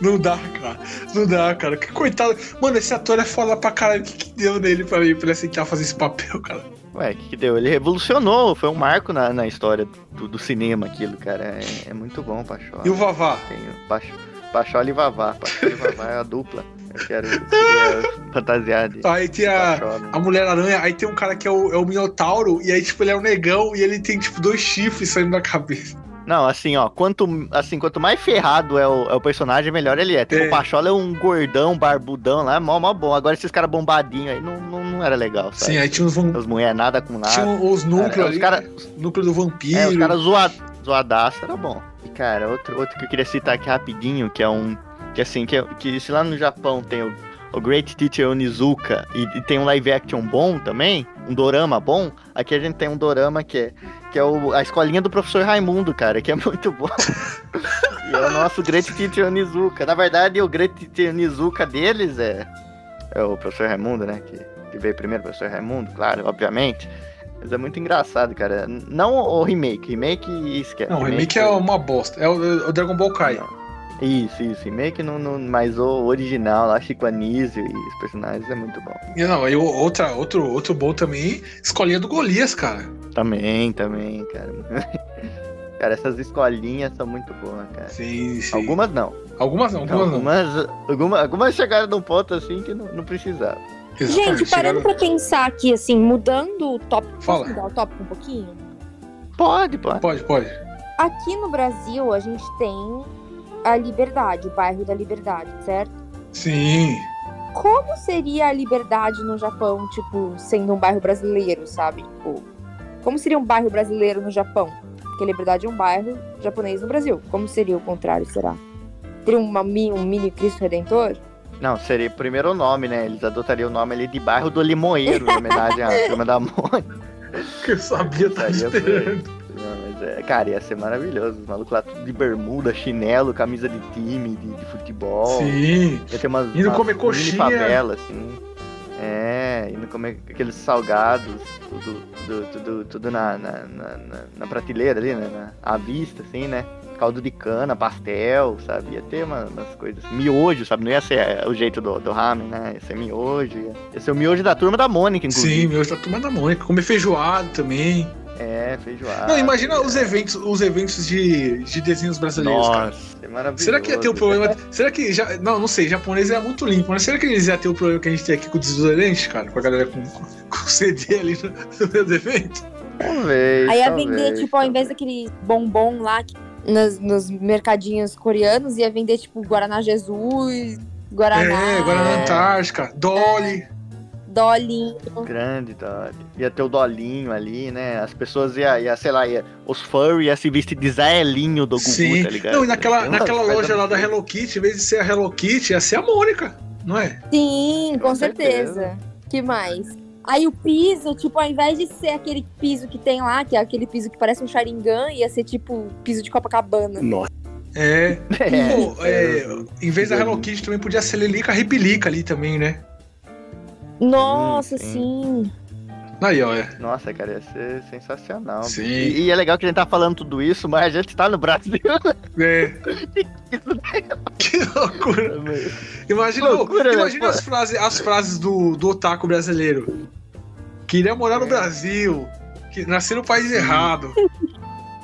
Speaker 2: Não dá, cara. Não dá, cara. Que coitado. Mano, esse ator é foda pra caralho. O que, que deu nele pra mim pra ele aceitar fazer esse papel, cara?
Speaker 3: Ué, o que, que deu? Ele revolucionou, foi um marco na, na história do, do cinema aquilo, cara. É, é muito bom, Pachola.
Speaker 2: E o Vavá?
Speaker 3: Tem o Pach- Pachola e Vavá. Pachola e Vavá é a dupla. Eu quero [laughs] eu queria fantasiar de
Speaker 2: Aí tem a,
Speaker 3: Pachola.
Speaker 2: a Mulher Aranha, aí tem um cara que é o, é o Minotauro, e aí, tipo, ele é um negão e ele tem, tipo, dois chifres saindo da cabeça.
Speaker 3: Não, assim, ó, quanto, assim, quanto mais ferrado é o, é o personagem, melhor ele é. Tipo,
Speaker 2: É.
Speaker 3: o Pachola é um gordão, barbudão lá, mó, mó bom. Agora esses caras bombadinhos aí não, não, não era legal, sabe?
Speaker 2: Sim, aí tinha, uns, van-
Speaker 3: As mulheres nada com nada.
Speaker 2: tinha os núcleos
Speaker 3: Cara, é, os
Speaker 2: ali, né?
Speaker 3: cara-
Speaker 2: núcleo do vampiro.
Speaker 3: É, os caras zoa, zoadaço era bom. E, cara, outro, outro que eu queria citar aqui rapidinho, que é um. Que assim, que, é- que se lá no Japão tem o, o Great Teacher Onizuka e, e tem um live action bom também, um dorama bom, aqui a gente tem um dorama que é, que é o, a escolinha do professor Raimundo, cara, que é [laughs] muito bom. e é o nosso Great Teacher Onizuka. Na verdade, o Great Teacher Onizuka deles é, é o professor Raimundo, né? Que, que veio primeiro, o professor Raimundo, claro, obviamente. Mas é muito engraçado, cara. N- Não o remake, remake esquece.
Speaker 2: Não, o remake é uma bosta. É o, o Dragon Ball Kai.
Speaker 3: Não. Isso, isso, remake no, no, mas o original lá, Chico Anísio e os personagens é muito bom.
Speaker 2: E Não, aí o- outra, outro, outro bom também, escolinha do Golias, cara.
Speaker 3: Também, também, cara. [laughs] cara, essas escolinhas são muito boas, cara.
Speaker 2: Sim, sim.
Speaker 3: Algumas não.
Speaker 2: Algumas não, algumas não.
Speaker 3: Algumas, algumas, algumas chegaram num ponto assim que não, não precisava.
Speaker 2: Exatamente,
Speaker 4: Gente, parando
Speaker 2: chegaram-
Speaker 4: pra pensar aqui, assim, mudando o tópico. posso
Speaker 2: Fala.
Speaker 4: mudar o tópico um pouquinho?
Speaker 3: Pode, pode.
Speaker 2: Pode, pode.
Speaker 4: Aqui no Brasil, a gente tem a Liberdade, o bairro da Liberdade, certo?
Speaker 2: Sim.
Speaker 4: Como seria a Liberdade no Japão, tipo, sendo um bairro brasileiro, sabe? Tipo, como seria um bairro brasileiro no Japão? Porque Liberdade é um bairro japonês no Brasil. Como seria o contrário, será? Teria uma, mi- um mini Cristo Redentor?
Speaker 3: Não, seria o primeiro nome, né? Eles adotariam o nome ali de bairro do Limoeiro, em homenagem [laughs] à turma da Mônica.
Speaker 2: Que eu sabia, tava
Speaker 3: Estaria por aí.
Speaker 2: esperando.
Speaker 3: Não, mas é, cara, ia ser maravilhoso. Os malucos lá tudo de bermuda, chinelo, camisa de time, de, de futebol.
Speaker 2: Sim.
Speaker 3: Ia ter umas,
Speaker 2: Indo
Speaker 3: umas
Speaker 2: comer
Speaker 3: mini
Speaker 2: coxinha.
Speaker 3: favela, assim. É, indo comer aqueles salgados, tudo, tudo, tudo, tudo na, na, na- na- na prateleira ali, né? Na, à vista, assim, né? Caldo de cana, pastel, sabe? Ia ter uma- umas coisas. Miojo, sabe? Não ia ser é, o jeito do, do ramen, né? Ia ser miojo. Ia, ia ser o miojo da turma da Mônica,
Speaker 2: Sim,
Speaker 3: inclusive.
Speaker 2: meu, tá turma da Mônica. Comer feijoada também.
Speaker 3: É, feijoada.
Speaker 2: não, imagina
Speaker 3: ia-
Speaker 2: os eventos, os eventos de, de desenhos brasileiros, cara.
Speaker 3: Nossa, é maravilhoso.
Speaker 2: Será que ia ter o problema. Será que. Já, não, não sei, japonês é muito limpo, mas será que eles iam ter o problema que a gente tem aqui com o desodorante, cara? Com a galera com, com, com CD ali no, [laughs] no evento?
Speaker 3: Talvez,
Speaker 4: Aí ia
Speaker 3: talvez,
Speaker 4: vender, tipo, ao invés daquele bombom lá que- nas- nos mercadinhos coreanos, ia vender, tipo, Guaraná Jesus, Guaraná,
Speaker 2: É, Guaraná
Speaker 3: É.
Speaker 2: Antártica, Dolly.
Speaker 4: Dolly.
Speaker 3: Grande, tá? Ia ter o dolinho ali, né? As pessoas iam, ia, sei lá, ia, os furry iam se vestir de zaelinho do Gugu,
Speaker 2: Sim.
Speaker 3: tá ligado?
Speaker 2: Não, e naquela,
Speaker 3: Tem umas
Speaker 2: naquela
Speaker 3: coisas
Speaker 2: loja lá da
Speaker 3: absurdas.
Speaker 2: Hello Kitty, em vez de ser a Hello Kitty, ia ser a Mônica, não é?
Speaker 4: Sim, com,
Speaker 3: Com
Speaker 4: certeza. Que mais? Aí o piso, tipo, ao invés de ser aquele piso que tem lá, que é aquele piso que parece um Sharingan, ia ser, tipo, piso de Copacabana.
Speaker 10: Nossa,
Speaker 2: É.
Speaker 3: É,
Speaker 2: Pô, é, em vez da Hello Kitty também podia ser Lelica Repelica ali também, né?
Speaker 4: Nossa,
Speaker 3: sim.
Speaker 4: sim.
Speaker 2: Aí, ó, é.
Speaker 3: Nossa, cara, ia ser sensacional.
Speaker 2: Sim.
Speaker 3: E, e é legal que a gente tá falando tudo isso, mas a gente tá
Speaker 2: [laughs]
Speaker 3: no Brasil.
Speaker 2: É. [laughs] que loucura. Imagina,
Speaker 3: Loucura, né,
Speaker 2: imagina
Speaker 3: pô?
Speaker 2: as, frases, as frases do, do otaku brasileiro. Queria morar
Speaker 3: É.
Speaker 2: no Brasil. Que nasci no país
Speaker 3: [laughs]
Speaker 2: errado.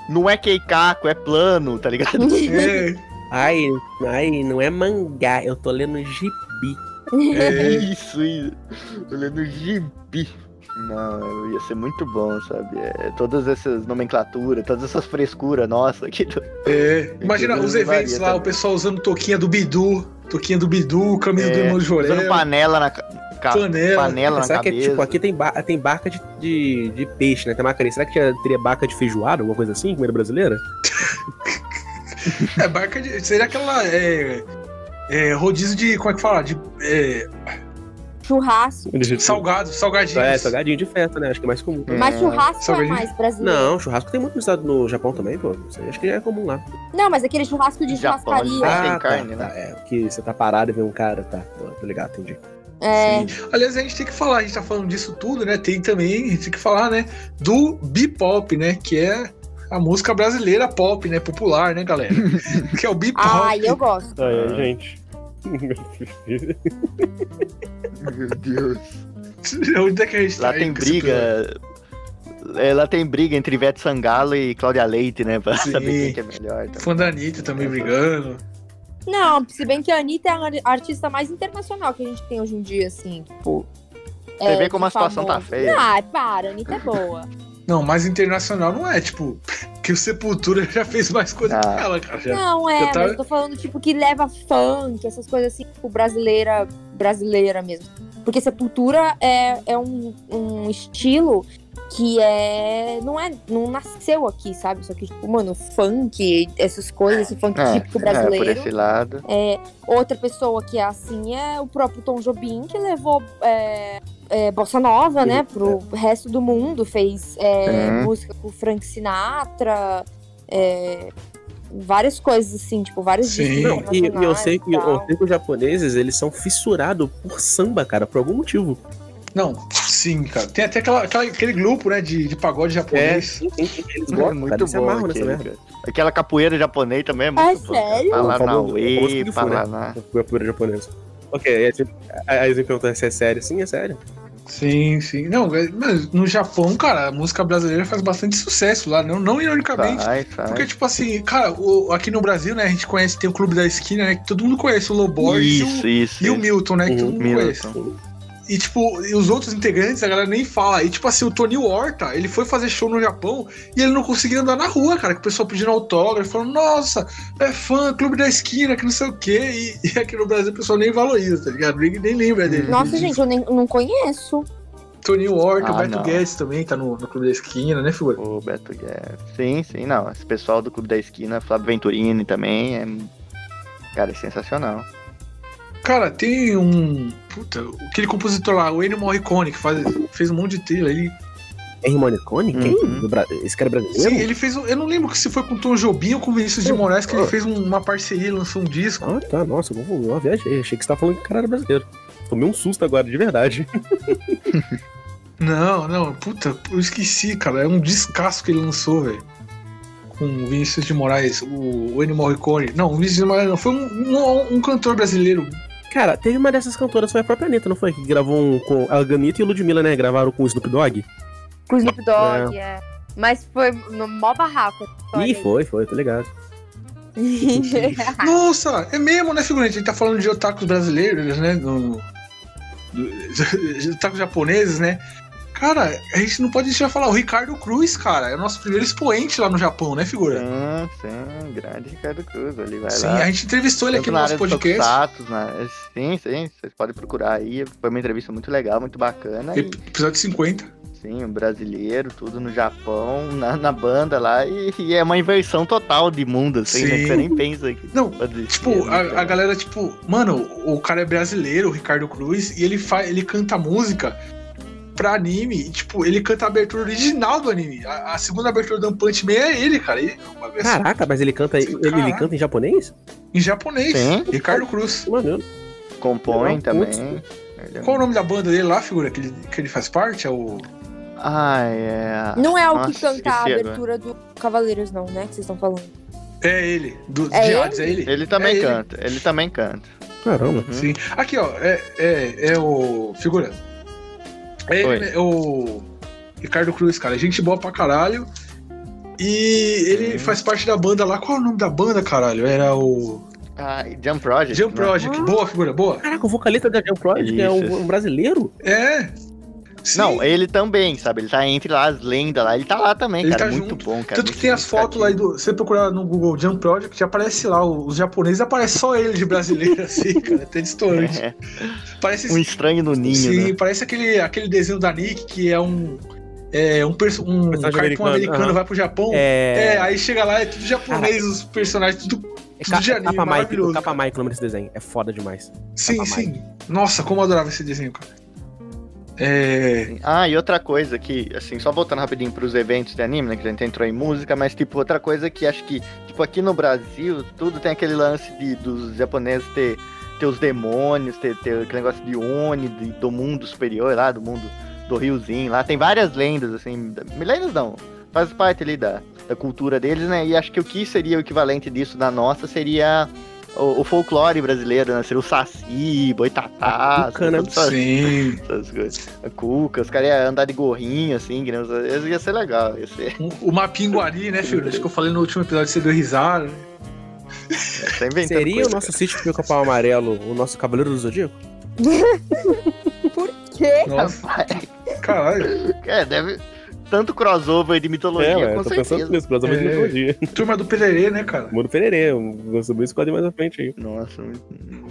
Speaker 3: Não é queicaco, é plano, tá ligado?
Speaker 2: É,
Speaker 10: ai, ai, não é mangá, eu tô lendo gibi.
Speaker 2: é.
Speaker 3: Isso, isso. Olhando gibi. Não, ia ser muito bom, sabe? É, todas essas nomenclaturas, todas essas frescuras nossa aqui do,
Speaker 2: É. Imagina os eventos lá, o pessoal usando toquinha do Bidu. Toquinha do Bidu, camisa
Speaker 3: É,
Speaker 2: do irmão
Speaker 3: Usando
Speaker 2: Jorel.
Speaker 3: panela na, ca- ca-
Speaker 2: Panela.
Speaker 3: panela na
Speaker 10: Será que, é,
Speaker 3: cabeça.
Speaker 10: tipo, aqui tem, ba- tem barca de, de, de peixe, né? Tem macarinha. Será que tinha- teria barca de feijoada, alguma coisa assim, comida brasileira?
Speaker 2: É, barca de. Seria aquela. É, é, rodízio de. Como é que fala? De. É,
Speaker 4: Churrasco.
Speaker 2: salgado, salgadinho.
Speaker 10: É, salgadinho de festa, né? Acho que é mais comum.
Speaker 3: É.
Speaker 4: Mas churrasco é
Speaker 2: Salgadinho.
Speaker 4: mais brasileiro.
Speaker 10: Não, churrasco tem muito no, estado, no Japão também, pô. Isso aí Acho que já é comum lá.
Speaker 4: Não, mas aquele churrasco de
Speaker 3: Japão,
Speaker 4: churrascaria.
Speaker 3: né? tem
Speaker 5: Ah,
Speaker 10: tá,
Speaker 3: carne,
Speaker 10: tá, É, porque você tá parado e vê um cara, tá. Tô, tô ligado, entendi.
Speaker 3: Ah,
Speaker 4: É.
Speaker 2: Aliás, a gente tem que falar, a gente tá falando disso tudo, né? Tem também, a gente tem que falar, né? Do Bipop, né? Que é a música brasileira pop, né? Popular, né,
Speaker 3: [laughs]
Speaker 2: galera? que é o bebop.
Speaker 4: Ai, eu gosto.
Speaker 3: Ai, ai,
Speaker 5: gente.
Speaker 3: Meu Deus.
Speaker 2: [laughs] Onde é que a gente
Speaker 3: Lá
Speaker 2: tá aí
Speaker 3: tem
Speaker 2: com esse episódio?
Speaker 3: briga. É, lá tem briga entre Ivete Sangalo e Cláudia Leite, né? Pra
Speaker 2: Sim.
Speaker 3: saber quem que é melhor. Tá?
Speaker 2: Fã da Anitta também brigando.
Speaker 4: Não, se bem que a Anitta é a ar- artista mais internacional que a gente tem hoje em dia, assim, tipo.
Speaker 3: Você vê como a situação tá feia.
Speaker 4: Ah, para, a Anitta é boa.
Speaker 2: Não, mas internacional não é, tipo, [laughs] que o Sepultura já fez mais coisa
Speaker 3: Ah.
Speaker 2: que ela, cara. Já.
Speaker 4: Não, é,
Speaker 2: já tá-
Speaker 4: mas eu tô falando, tipo, que leva funk, essas coisas assim, tipo, brasileira, brasileira mesmo. Porque Sepultura é, é um, um estilo que é não, é. não nasceu aqui, sabe? Só que, tipo, mano, funk, essas coisas, esse funk
Speaker 3: É,
Speaker 4: típico
Speaker 3: é, por
Speaker 4: brasileiro.
Speaker 3: esse lado.
Speaker 4: Outra pessoa que é assim é o próprio Tom Jobim, que levou é, é, Bossa Nova, né, pro
Speaker 5: É.
Speaker 4: resto do mundo. Fez é,
Speaker 3: Uhum.
Speaker 4: música com Frank Sinatra, é, várias coisas assim, tipo, vários
Speaker 2: Sim.
Speaker 4: discos
Speaker 5: Não, e, e eu
Speaker 3: é
Speaker 4: internacionais
Speaker 5: sei que
Speaker 4: e tal.
Speaker 5: eu sei que os japoneses, eles são fissurados por samba, cara, por algum motivo.
Speaker 2: Não, sim, cara. Tem até aquela, aquela- aquele grupo, né, de, de pagode japonês.
Speaker 5: Eles
Speaker 3: É
Speaker 5: gostam,
Speaker 3: muito
Speaker 5: cara, eles se
Speaker 3: bom
Speaker 5: amarram nessa
Speaker 3: aquele,
Speaker 5: merda.
Speaker 3: Aquela capoeira japonês também é muito
Speaker 4: É
Speaker 3: bom.
Speaker 4: sério?
Speaker 5: O famoso
Speaker 3: Paranauê,
Speaker 5: Kung Fu, né?
Speaker 3: Paraná.
Speaker 5: Capoeira japonesa. Ok, aí, tipo, aí eles me perguntam se é sério. Sim, é sério.
Speaker 2: Sim, sim. Não, é, mas no Japão, cara, a música brasileira faz bastante sucesso lá, não, não ironicamente.
Speaker 3: Vai, vai.
Speaker 2: Porque, tipo assim, cara, o- aqui no Brasil, né, a gente conhece, tem o Clube da Esquina, né, que todo mundo conhece, o Loborges e o-
Speaker 3: Isso, isso.
Speaker 2: e o Milton, né, que
Speaker 5: O
Speaker 3: Uhum.
Speaker 2: todo mundo conhece. E, tipo, e os outros integrantes, a galera nem fala. E, tipo assim, o Tony Horta, ele foi fazer show no Japão e ele não conseguia andar na rua, cara. Que o pessoal pedindo autógrafo, falando, nossa, é fã, clube da esquina, que não sei o quê. E, [laughs] e aqui no Brasil o pessoal nem valoriza, tá ligado? Nem, nem lembra
Speaker 5: Uhum.
Speaker 2: dele. Uhum.
Speaker 4: Nossa, gente, eu nem, não conheço.
Speaker 2: Tony Horta,
Speaker 3: Ah,
Speaker 2: Beto
Speaker 3: não.
Speaker 2: Guedes também tá no, no clube da esquina, né, figura?
Speaker 3: O Beto Guerra. Sim, sim, não. Esse pessoal do Clube da Esquina, Flávio Venturini também. É... Cara, é sensacional.
Speaker 2: Cara, tem um. Puta, aquele compositor lá, o Ennio Morricone, que faz, fez um monte de trilha. Ele,
Speaker 5: É Rimonecone? Quem?
Speaker 3: Uhum.
Speaker 5: Do Bra- Esse cara é brasileiro?
Speaker 2: sim, ele fez. um- Eu não lembro se foi com o Tom Jobim ou com o Vinícius de Moraes que ele fez um- uma parceria, lançou um disco.
Speaker 5: Ah, tá. Nossa, eu vou eu viajei. Achei que você tava falando que o cara era brasileiro. Tomei um susto agora, de verdade.
Speaker 2: Não, não, puta, eu esqueci, cara. É um descasso que ele lançou, velho. Com o Vinícius de Moraes, o o Ennio Morricone. Não, o Vinícius de Moraes não. Foi um, um- um cantor brasileiro.
Speaker 5: Cara, teve uma dessas cantoras, foi a própria Anitta, não foi? Que gravou um com a Ganita e o Ludmilla, né? Gravaram com o Snoop Dogg.
Speaker 4: Com o Snoop Dogg, é. Mas foi no mó barraco. essa história
Speaker 5: Ih,
Speaker 4: aí.
Speaker 5: foi, foi, tá ligado.
Speaker 2: Nossa, é mesmo, né, figurante? A gente tá falando de otakus brasileiros, né? Do, do- [laughs] de otakus japoneses, né? Cara, a gente não pode deixar de falar. O Ricardo Cruz, cara, é o nosso primeiro expoente lá no Japão, né, figura?
Speaker 3: Sim, sim. Grande Ricardo Cruz. Ele vai
Speaker 2: Sim,
Speaker 3: lá.
Speaker 2: a gente entrevistou ele
Speaker 3: Tanto
Speaker 2: aqui no
Speaker 3: na
Speaker 2: nosso
Speaker 3: área do
Speaker 2: podcast.
Speaker 3: Tokusatsu, na- Sim, sim, vocês podem procurar aí. Foi uma entrevista muito legal, muito bacana. E,
Speaker 2: Episódio 50.
Speaker 3: sim, um brasileiro, tudo no Japão, na, na banda lá. E, e é uma inversão total de mundo, assim, né? Que
Speaker 2: Sim.
Speaker 3: você nem pensa que.
Speaker 2: Não,
Speaker 3: pode ser,
Speaker 2: Tipo,
Speaker 3: né,
Speaker 2: a, a
Speaker 3: cara?
Speaker 2: galera, tipo, mano, o cara é brasileiro, o Ricardo Cruz, e ele faz, ele canta música pra anime, e, tipo, ele canta a abertura original do anime. A, a segunda abertura do One Punch Man é ele, cara. E,
Speaker 5: Caraca, mas ele canta, ele, ele
Speaker 2: Caraca.
Speaker 5: canta em japonês?
Speaker 2: em japonês,
Speaker 3: Sim.
Speaker 2: Ricardo Cruz.
Speaker 5: Mano,
Speaker 3: Compõe
Speaker 5: Não,
Speaker 3: também. Ele é
Speaker 2: Qual o
Speaker 3: um-
Speaker 2: nome da banda dele lá, figura, que ele, que ele faz parte? É o.
Speaker 3: Ah, é.
Speaker 4: [laughs] Não é o que
Speaker 3: Nossa,
Speaker 4: canta a
Speaker 3: esqueci agora.
Speaker 4: abertura do Cavaleiros, não, né? Que vocês estão falando.
Speaker 2: É ele, do
Speaker 4: É
Speaker 2: de Hades, é ele?
Speaker 3: Ele também
Speaker 2: É ele.
Speaker 3: canta, ele também canta.
Speaker 5: caramba.
Speaker 3: Uhum.
Speaker 2: Sim. Aqui, ó, é, é, é o. Figura. É
Speaker 3: Oi.
Speaker 2: ele, né, é o. Ricardo Cruz, cara. é Gente boa pra caralho. E ele
Speaker 3: Sim.
Speaker 2: faz parte da banda lá. Qual é o nome da banda, caralho? Era o.
Speaker 3: Ah, Jump Project.
Speaker 2: Jump
Speaker 3: né?
Speaker 2: Project. Boa, figura, boa.
Speaker 5: Caraca, o vocalista da Jean Project é
Speaker 3: Isso.
Speaker 5: um, um brasileiro?
Speaker 2: É. Sim.
Speaker 3: Não, é, ele também, sabe? Ele tá entre lá as lendas lá. Ele tá lá também,
Speaker 2: Ele
Speaker 3: cara.
Speaker 2: tá
Speaker 3: muito
Speaker 2: junto.
Speaker 3: bom, cara.
Speaker 2: Tanto que tem as fotos lá do. Você procurar no Google Jump Project, aparece lá. o- Os japoneses aparece só ele de brasileiro, [laughs] assim, cara. Até distoante.
Speaker 3: É,
Speaker 2: Parece
Speaker 3: um estranho no ninho,
Speaker 2: Sim,
Speaker 3: né?
Speaker 2: parece aquele, aquele desenho da Nick que é um. É um, perso- um
Speaker 5: Personagem
Speaker 2: cartoon
Speaker 5: americano,
Speaker 2: americano,
Speaker 5: aham.
Speaker 2: vai pro Japão. É,
Speaker 5: É.
Speaker 2: aí chega lá, é tudo japonês, os personagens, tudo.
Speaker 5: É, ca-
Speaker 2: de anime,
Speaker 5: Capa Mike,
Speaker 2: maravilhoso,
Speaker 5: Capa Mike o nome desse desenho. É foda demais.
Speaker 2: Sim,
Speaker 5: Mike.
Speaker 2: sim. Nossa, como eu adorava esse desenho, cara. É.
Speaker 3: Ah, e outra coisa que, assim, só voltando rapidinho pros eventos de anime, né? Que a gente entrou em música, mas, tipo, outra coisa que acho que, tipo, aqui no Brasil, tudo tem aquele lance de, dos japoneses ter, ter os demônios, ter, ter aquele negócio de Oni, de- do mundo superior lá, do mundo do riozinho lá. Tem várias lendas, assim, da- lendas não, faz parte ali da, da cultura deles, né? E acho que o que seria o equivalente disso da nossa seria o, o folclore brasileiro, né? Seria o saci, boitatá,
Speaker 10: A cuca, né?
Speaker 3: essas-
Speaker 2: Sim.
Speaker 3: essas coisas. A cuca, os caras iam andar de gorrinho, assim, que nem os- isso ia ser legal. Ia ser,
Speaker 2: Um, O, o Mapinguari, né, filho? Acho que eu falei no último episódio, você deu risada.
Speaker 10: [laughs]
Speaker 3: ia ser inventando
Speaker 10: Seria
Speaker 3: coisa,
Speaker 10: o nosso sítio pica-pau amarelo, o nosso Cavaleiro do Zodíaco?
Speaker 2: Nossa,
Speaker 3: cara.
Speaker 2: caralho.
Speaker 3: [laughs] É, deve. Tanto crossover de mitologia,
Speaker 10: É, ué,
Speaker 3: com
Speaker 10: eu tô pensando
Speaker 3: certeza.
Speaker 10: nisso, pelo menos
Speaker 2: É.
Speaker 10: mitologia.
Speaker 2: Turma do Pererê, né, cara?
Speaker 10: Muro Pererê, eu sobre isso quadro mais à frente aí.
Speaker 3: Nossa, muito.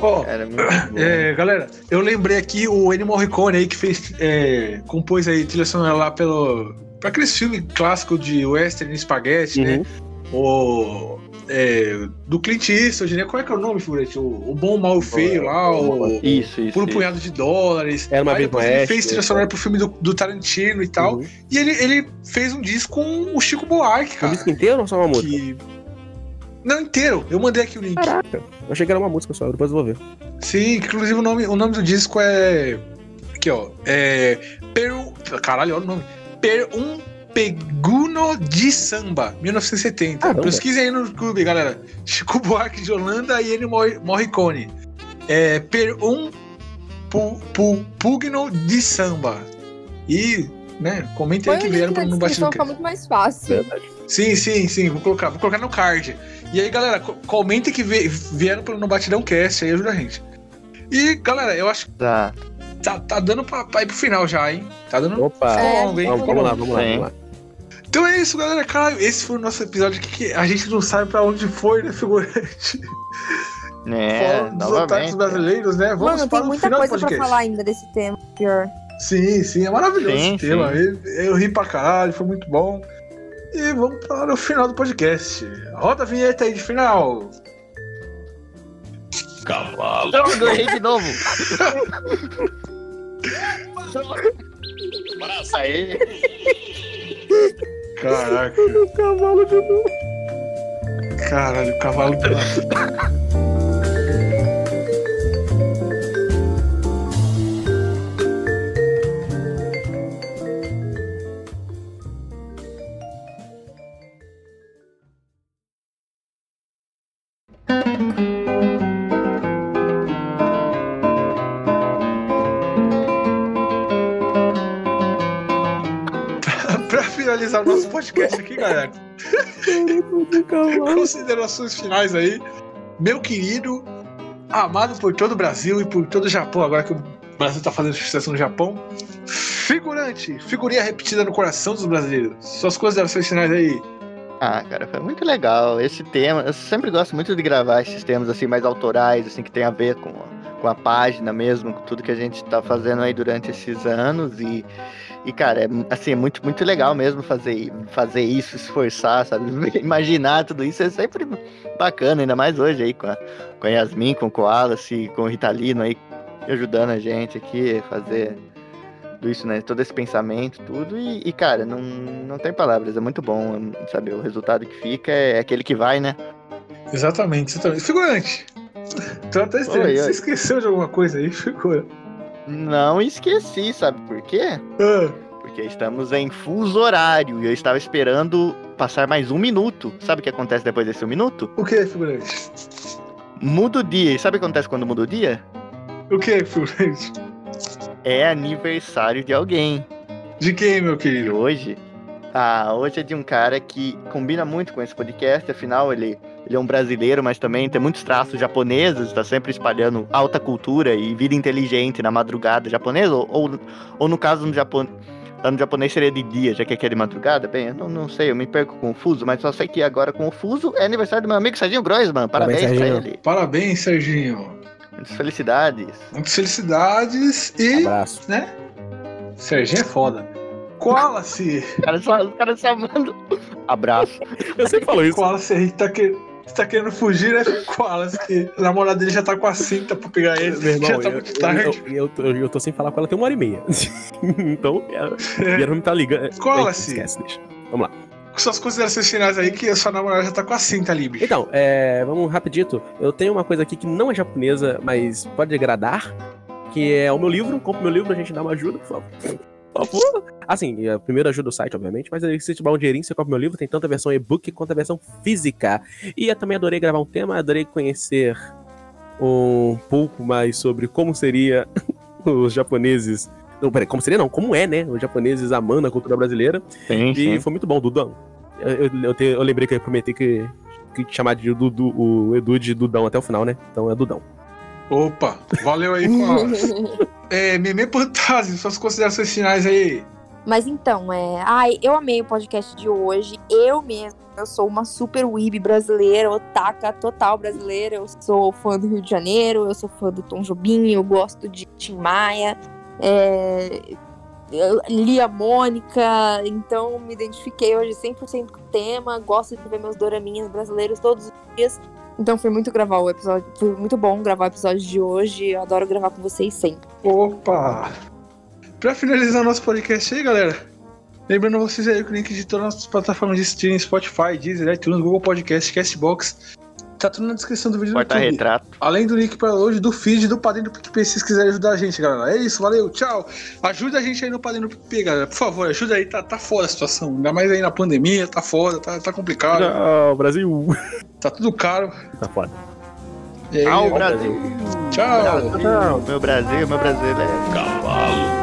Speaker 2: Ó,
Speaker 3: Era muito
Speaker 2: [laughs]
Speaker 3: bom.
Speaker 2: É, galera, eu lembrei aqui o Animal Morricone aí que fez, é, compôs aí trilha sonora lá pelo pra aqueles filmes clássicos de western e espaguete, né?
Speaker 10: Uhum.
Speaker 2: O é, do Clint Eastwood, né? Qual é que é o nome, figurante? O, o bom, mal, e o feio lá, o
Speaker 3: Isso, isso.
Speaker 2: por um
Speaker 3: isso.
Speaker 2: punhado de dólares.
Speaker 10: Era uma
Speaker 2: Aí
Speaker 10: vez
Speaker 2: depois
Speaker 10: no
Speaker 2: ele
Speaker 10: Oeste,
Speaker 2: fez trilha
Speaker 10: né?
Speaker 2: sonora pro filme do, do Tarantino e tal.
Speaker 10: Uhum.
Speaker 2: E ele, ele fez um disco com o Chico Buarque,
Speaker 10: O
Speaker 2: cara.
Speaker 10: disco inteiro ou só uma música?
Speaker 2: Que... Não, inteiro. Eu mandei aqui o link.
Speaker 10: Caraca, eu achei que era uma música só, depois eu vou ver.
Speaker 2: Sim, inclusive o nome, o nome do disco é. Aqui, ó. É. Peru. Caralho, olha o nome. Per um Peguno de Samba, 1970.
Speaker 10: Caramba.
Speaker 2: Pesquisem aí no clube, galera. Chico Buarque de Holanda e ele Morricone. É. Per um pu, pu, Pugno de Samba. E. Né? Comentem aí que vieram pra É. no Batido
Speaker 4: descrição,
Speaker 2: Cast.
Speaker 4: fica muito mais fácil.
Speaker 2: Sim, sim, sim, vou colocar, vou colocar no card. E aí, galera, co- comentem que vie- vieram pro- no Batidão Cast, aí ajuda a gente. E, galera, eu acho que
Speaker 3: Tá.
Speaker 2: tá, tá dando pra, pra ir pro final já, hein? Tá dando
Speaker 10: Opa,
Speaker 4: É,
Speaker 2: longo, hein?
Speaker 10: vamos, vamos lá, vamos lá,
Speaker 3: Sim.
Speaker 10: vamos lá.
Speaker 2: Então é isso, galera. Caralho, esse foi o nosso episódio aqui que a gente não sabe pra onde foi, né, figurante?
Speaker 3: É,
Speaker 2: Fora dos ataques
Speaker 3: novamente.
Speaker 2: brasileiros, né? Vamos
Speaker 4: Mano,
Speaker 2: para
Speaker 4: tem
Speaker 2: o
Speaker 4: muita
Speaker 2: final do
Speaker 4: coisa pra
Speaker 2: podcast.
Speaker 4: falar ainda desse tema, pior.
Speaker 2: Sim, sim, é maravilhoso
Speaker 3: Sim,
Speaker 2: esse tema. Eu, eu ri pra caralho, foi muito bom. E vamos para o final do podcast. Roda a vinheta aí de final.
Speaker 6: cavalo,
Speaker 3: Droga, eu errei de
Speaker 2: [laughs]
Speaker 3: novo.
Speaker 6: Brasil,
Speaker 3: Aí.
Speaker 2: Caraca. [laughs] cavalo de novo. Caralho, o cavalo [laughs] de novo. pra finalizar o nosso podcast aqui, galera. Considerações finais aí. Meu querido, amado por todo o Brasil e por todo o Japão, agora que o Brasil tá fazendo sucesso no Japão. Figurante, figurinha repetida no coração dos brasileiros. Suas considerações finais aí.
Speaker 3: Ah, cara, foi muito legal esse tema. Eu sempre gosto muito de gravar esses temas assim mais autorais, assim que tem a ver com, com a página mesmo, com tudo que a gente tá fazendo aí durante esses anos e e cara, é, assim, é muito muito legal mesmo fazer fazer isso, esforçar, sabe? [laughs] Imaginar tudo isso é sempre bacana, ainda mais hoje aí com a, com a Yasmin, com o Koalace, com o Ritalino aí ajudando a gente aqui a fazer tudo isso, né? Todo esse pensamento, tudo. E, e, cara, não, não tem palavras, é muito bom, sabe? O resultado que fica é aquele que vai, né?
Speaker 2: Exatamente, exatamente. Figurante. Tô até estranho.
Speaker 3: Oi,
Speaker 2: Você
Speaker 3: oi.
Speaker 2: esqueceu de alguma coisa aí, [laughs] figura?
Speaker 3: Não esqueci, sabe por quê?
Speaker 2: Ah,
Speaker 3: Porque estamos em fuso horário e eu estava esperando passar mais um minuto. Sabe o que acontece depois desse um minuto?
Speaker 2: o que, figurante?
Speaker 3: Muda o dia. E sabe o que acontece quando muda o dia?
Speaker 2: O que, figurante?
Speaker 3: É aniversário de alguém.
Speaker 2: De quem, meu
Speaker 3: E
Speaker 2: querido?
Speaker 3: hoje, ah, hoje é de um cara que combina muito com esse podcast, afinal ele, ele é um brasileiro, mas também tem muitos traços japoneses, está sempre espalhando alta cultura e vida inteligente na madrugada japonesa, ou, ou, ou no caso no Japão, lá no japonês seria de dia, já que aqui é de madrugada, bem, eu não, não sei, eu me perco confuso, mas só sei que agora com o fuso é aniversário do meu amigo Serginho Groisman, parabéns pra
Speaker 10: Serginho.
Speaker 3: ele,
Speaker 2: Parabéns, Serginho.
Speaker 3: muitas felicidades.
Speaker 2: Muitas felicidades e.
Speaker 10: Abraço.
Speaker 2: Serginho é [laughs] foda. Koala-se!
Speaker 3: Os caras só, os caras só mandam abraço.
Speaker 10: Eu sempre falo isso.
Speaker 2: Koala-se aí que tá, que... que tá querendo fugir, né? Koala-se, que a namorada dele já tá com a cinta pra pegar ele.
Speaker 10: é, Meu irmão,
Speaker 2: já tá
Speaker 10: eu,
Speaker 2: muito
Speaker 10: eu-
Speaker 2: tarde.
Speaker 10: eu- eu tô- eu tô sem falar com ela tem uma hora e meia. [laughs] então, ela, e ela não tá ligando.
Speaker 2: Cola-se.
Speaker 10: Esquece, deixa.
Speaker 2: Com suas considerações finais aí, que a sua namorada já tá com a cinta ali, bicho.
Speaker 10: Então, é, vamos rapidito. Eu tenho uma coisa aqui que não é japonesa, mas pode agradar, que é o meu livro. Compre meu livro, a gente dá uma ajuda, por favor.
Speaker 5: Por favor. Assim, é, primeiro ajuda o site, obviamente, mas aí, se você tiver um dinheirinho, você compra meu livro. Tem tanto a versão e-book quanto a versão física. E eu também adorei gravar um tema, adorei conhecer um pouco mais sobre como seria [laughs] os japoneses. Não, peraí, como seria não, como é, né? Os japoneses amando a cultura brasileira.
Speaker 3: Sim,
Speaker 5: E
Speaker 3: sim.
Speaker 5: foi muito bom, Dudão. Eu, eu, eu te- eu lembrei que eu prometi que, que te chamar de Dudu, o Edu de Dudão até o final, né? Então é Dudão.
Speaker 2: Opa, valeu aí, Paulo.
Speaker 4: [laughs]
Speaker 2: é, Meme Pantase, suas considerações finais aí.
Speaker 4: Mas então, é. Ai, eu amei o podcast de hoje. Eu mesmo, eu sou uma super weeb brasileira, otaka total brasileira. Eu sou fã do Rio de Janeiro, eu sou fã do Tom Jobim, eu gosto de Tim Maia. É... eu li a Mônica, então me identifiquei hoje 100% com o tema. Gosto de ver meus doraminhas brasileiros todos os dias. Então foi muito gravar o episódio, foi muito bom gravar o episódio de hoje. Eu adoro gravar com vocês sempre.
Speaker 2: Opa! Pra finalizar nosso podcast aí, galera, lembrando vocês aí que o link de todas as nossas plataformas de streaming, Spotify, Deezer, iTunes, Google Podcast, Castbox, tá tudo na descrição do vídeo do YouTube.
Speaker 3: Porta-retrato.
Speaker 2: Além do link para download do feed do Padrinho do PicPay, se vocês quiserem ajudar a gente, galera. É isso, valeu, tchau. Ajuda a gente aí no Padrinho do PicPay, galera. Por favor, ajuda aí, tá, tá foda a situação. Ainda mais aí na pandemia, tá foda, tá, tá complicado,
Speaker 5: Tchau, Brasil.
Speaker 2: tá tudo caro.
Speaker 5: Tá foda.
Speaker 2: E aí,
Speaker 3: Ao Brasil.
Speaker 2: tchau.
Speaker 3: Brasil, Meu Brasil, né? meu brasileiro.
Speaker 6: cavalo.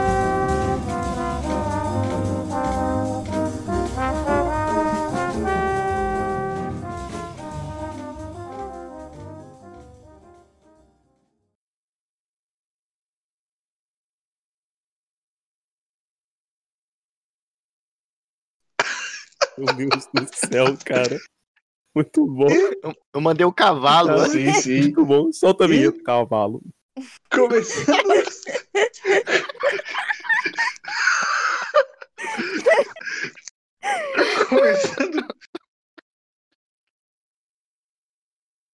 Speaker 5: Meu Deus do céu, cara. Muito bom,
Speaker 3: Eu mandei o cavalo.
Speaker 5: Tá.
Speaker 2: Sim, sim.
Speaker 5: muito bom. Solta a vinheta, cavalo.
Speaker 2: Começando. Começando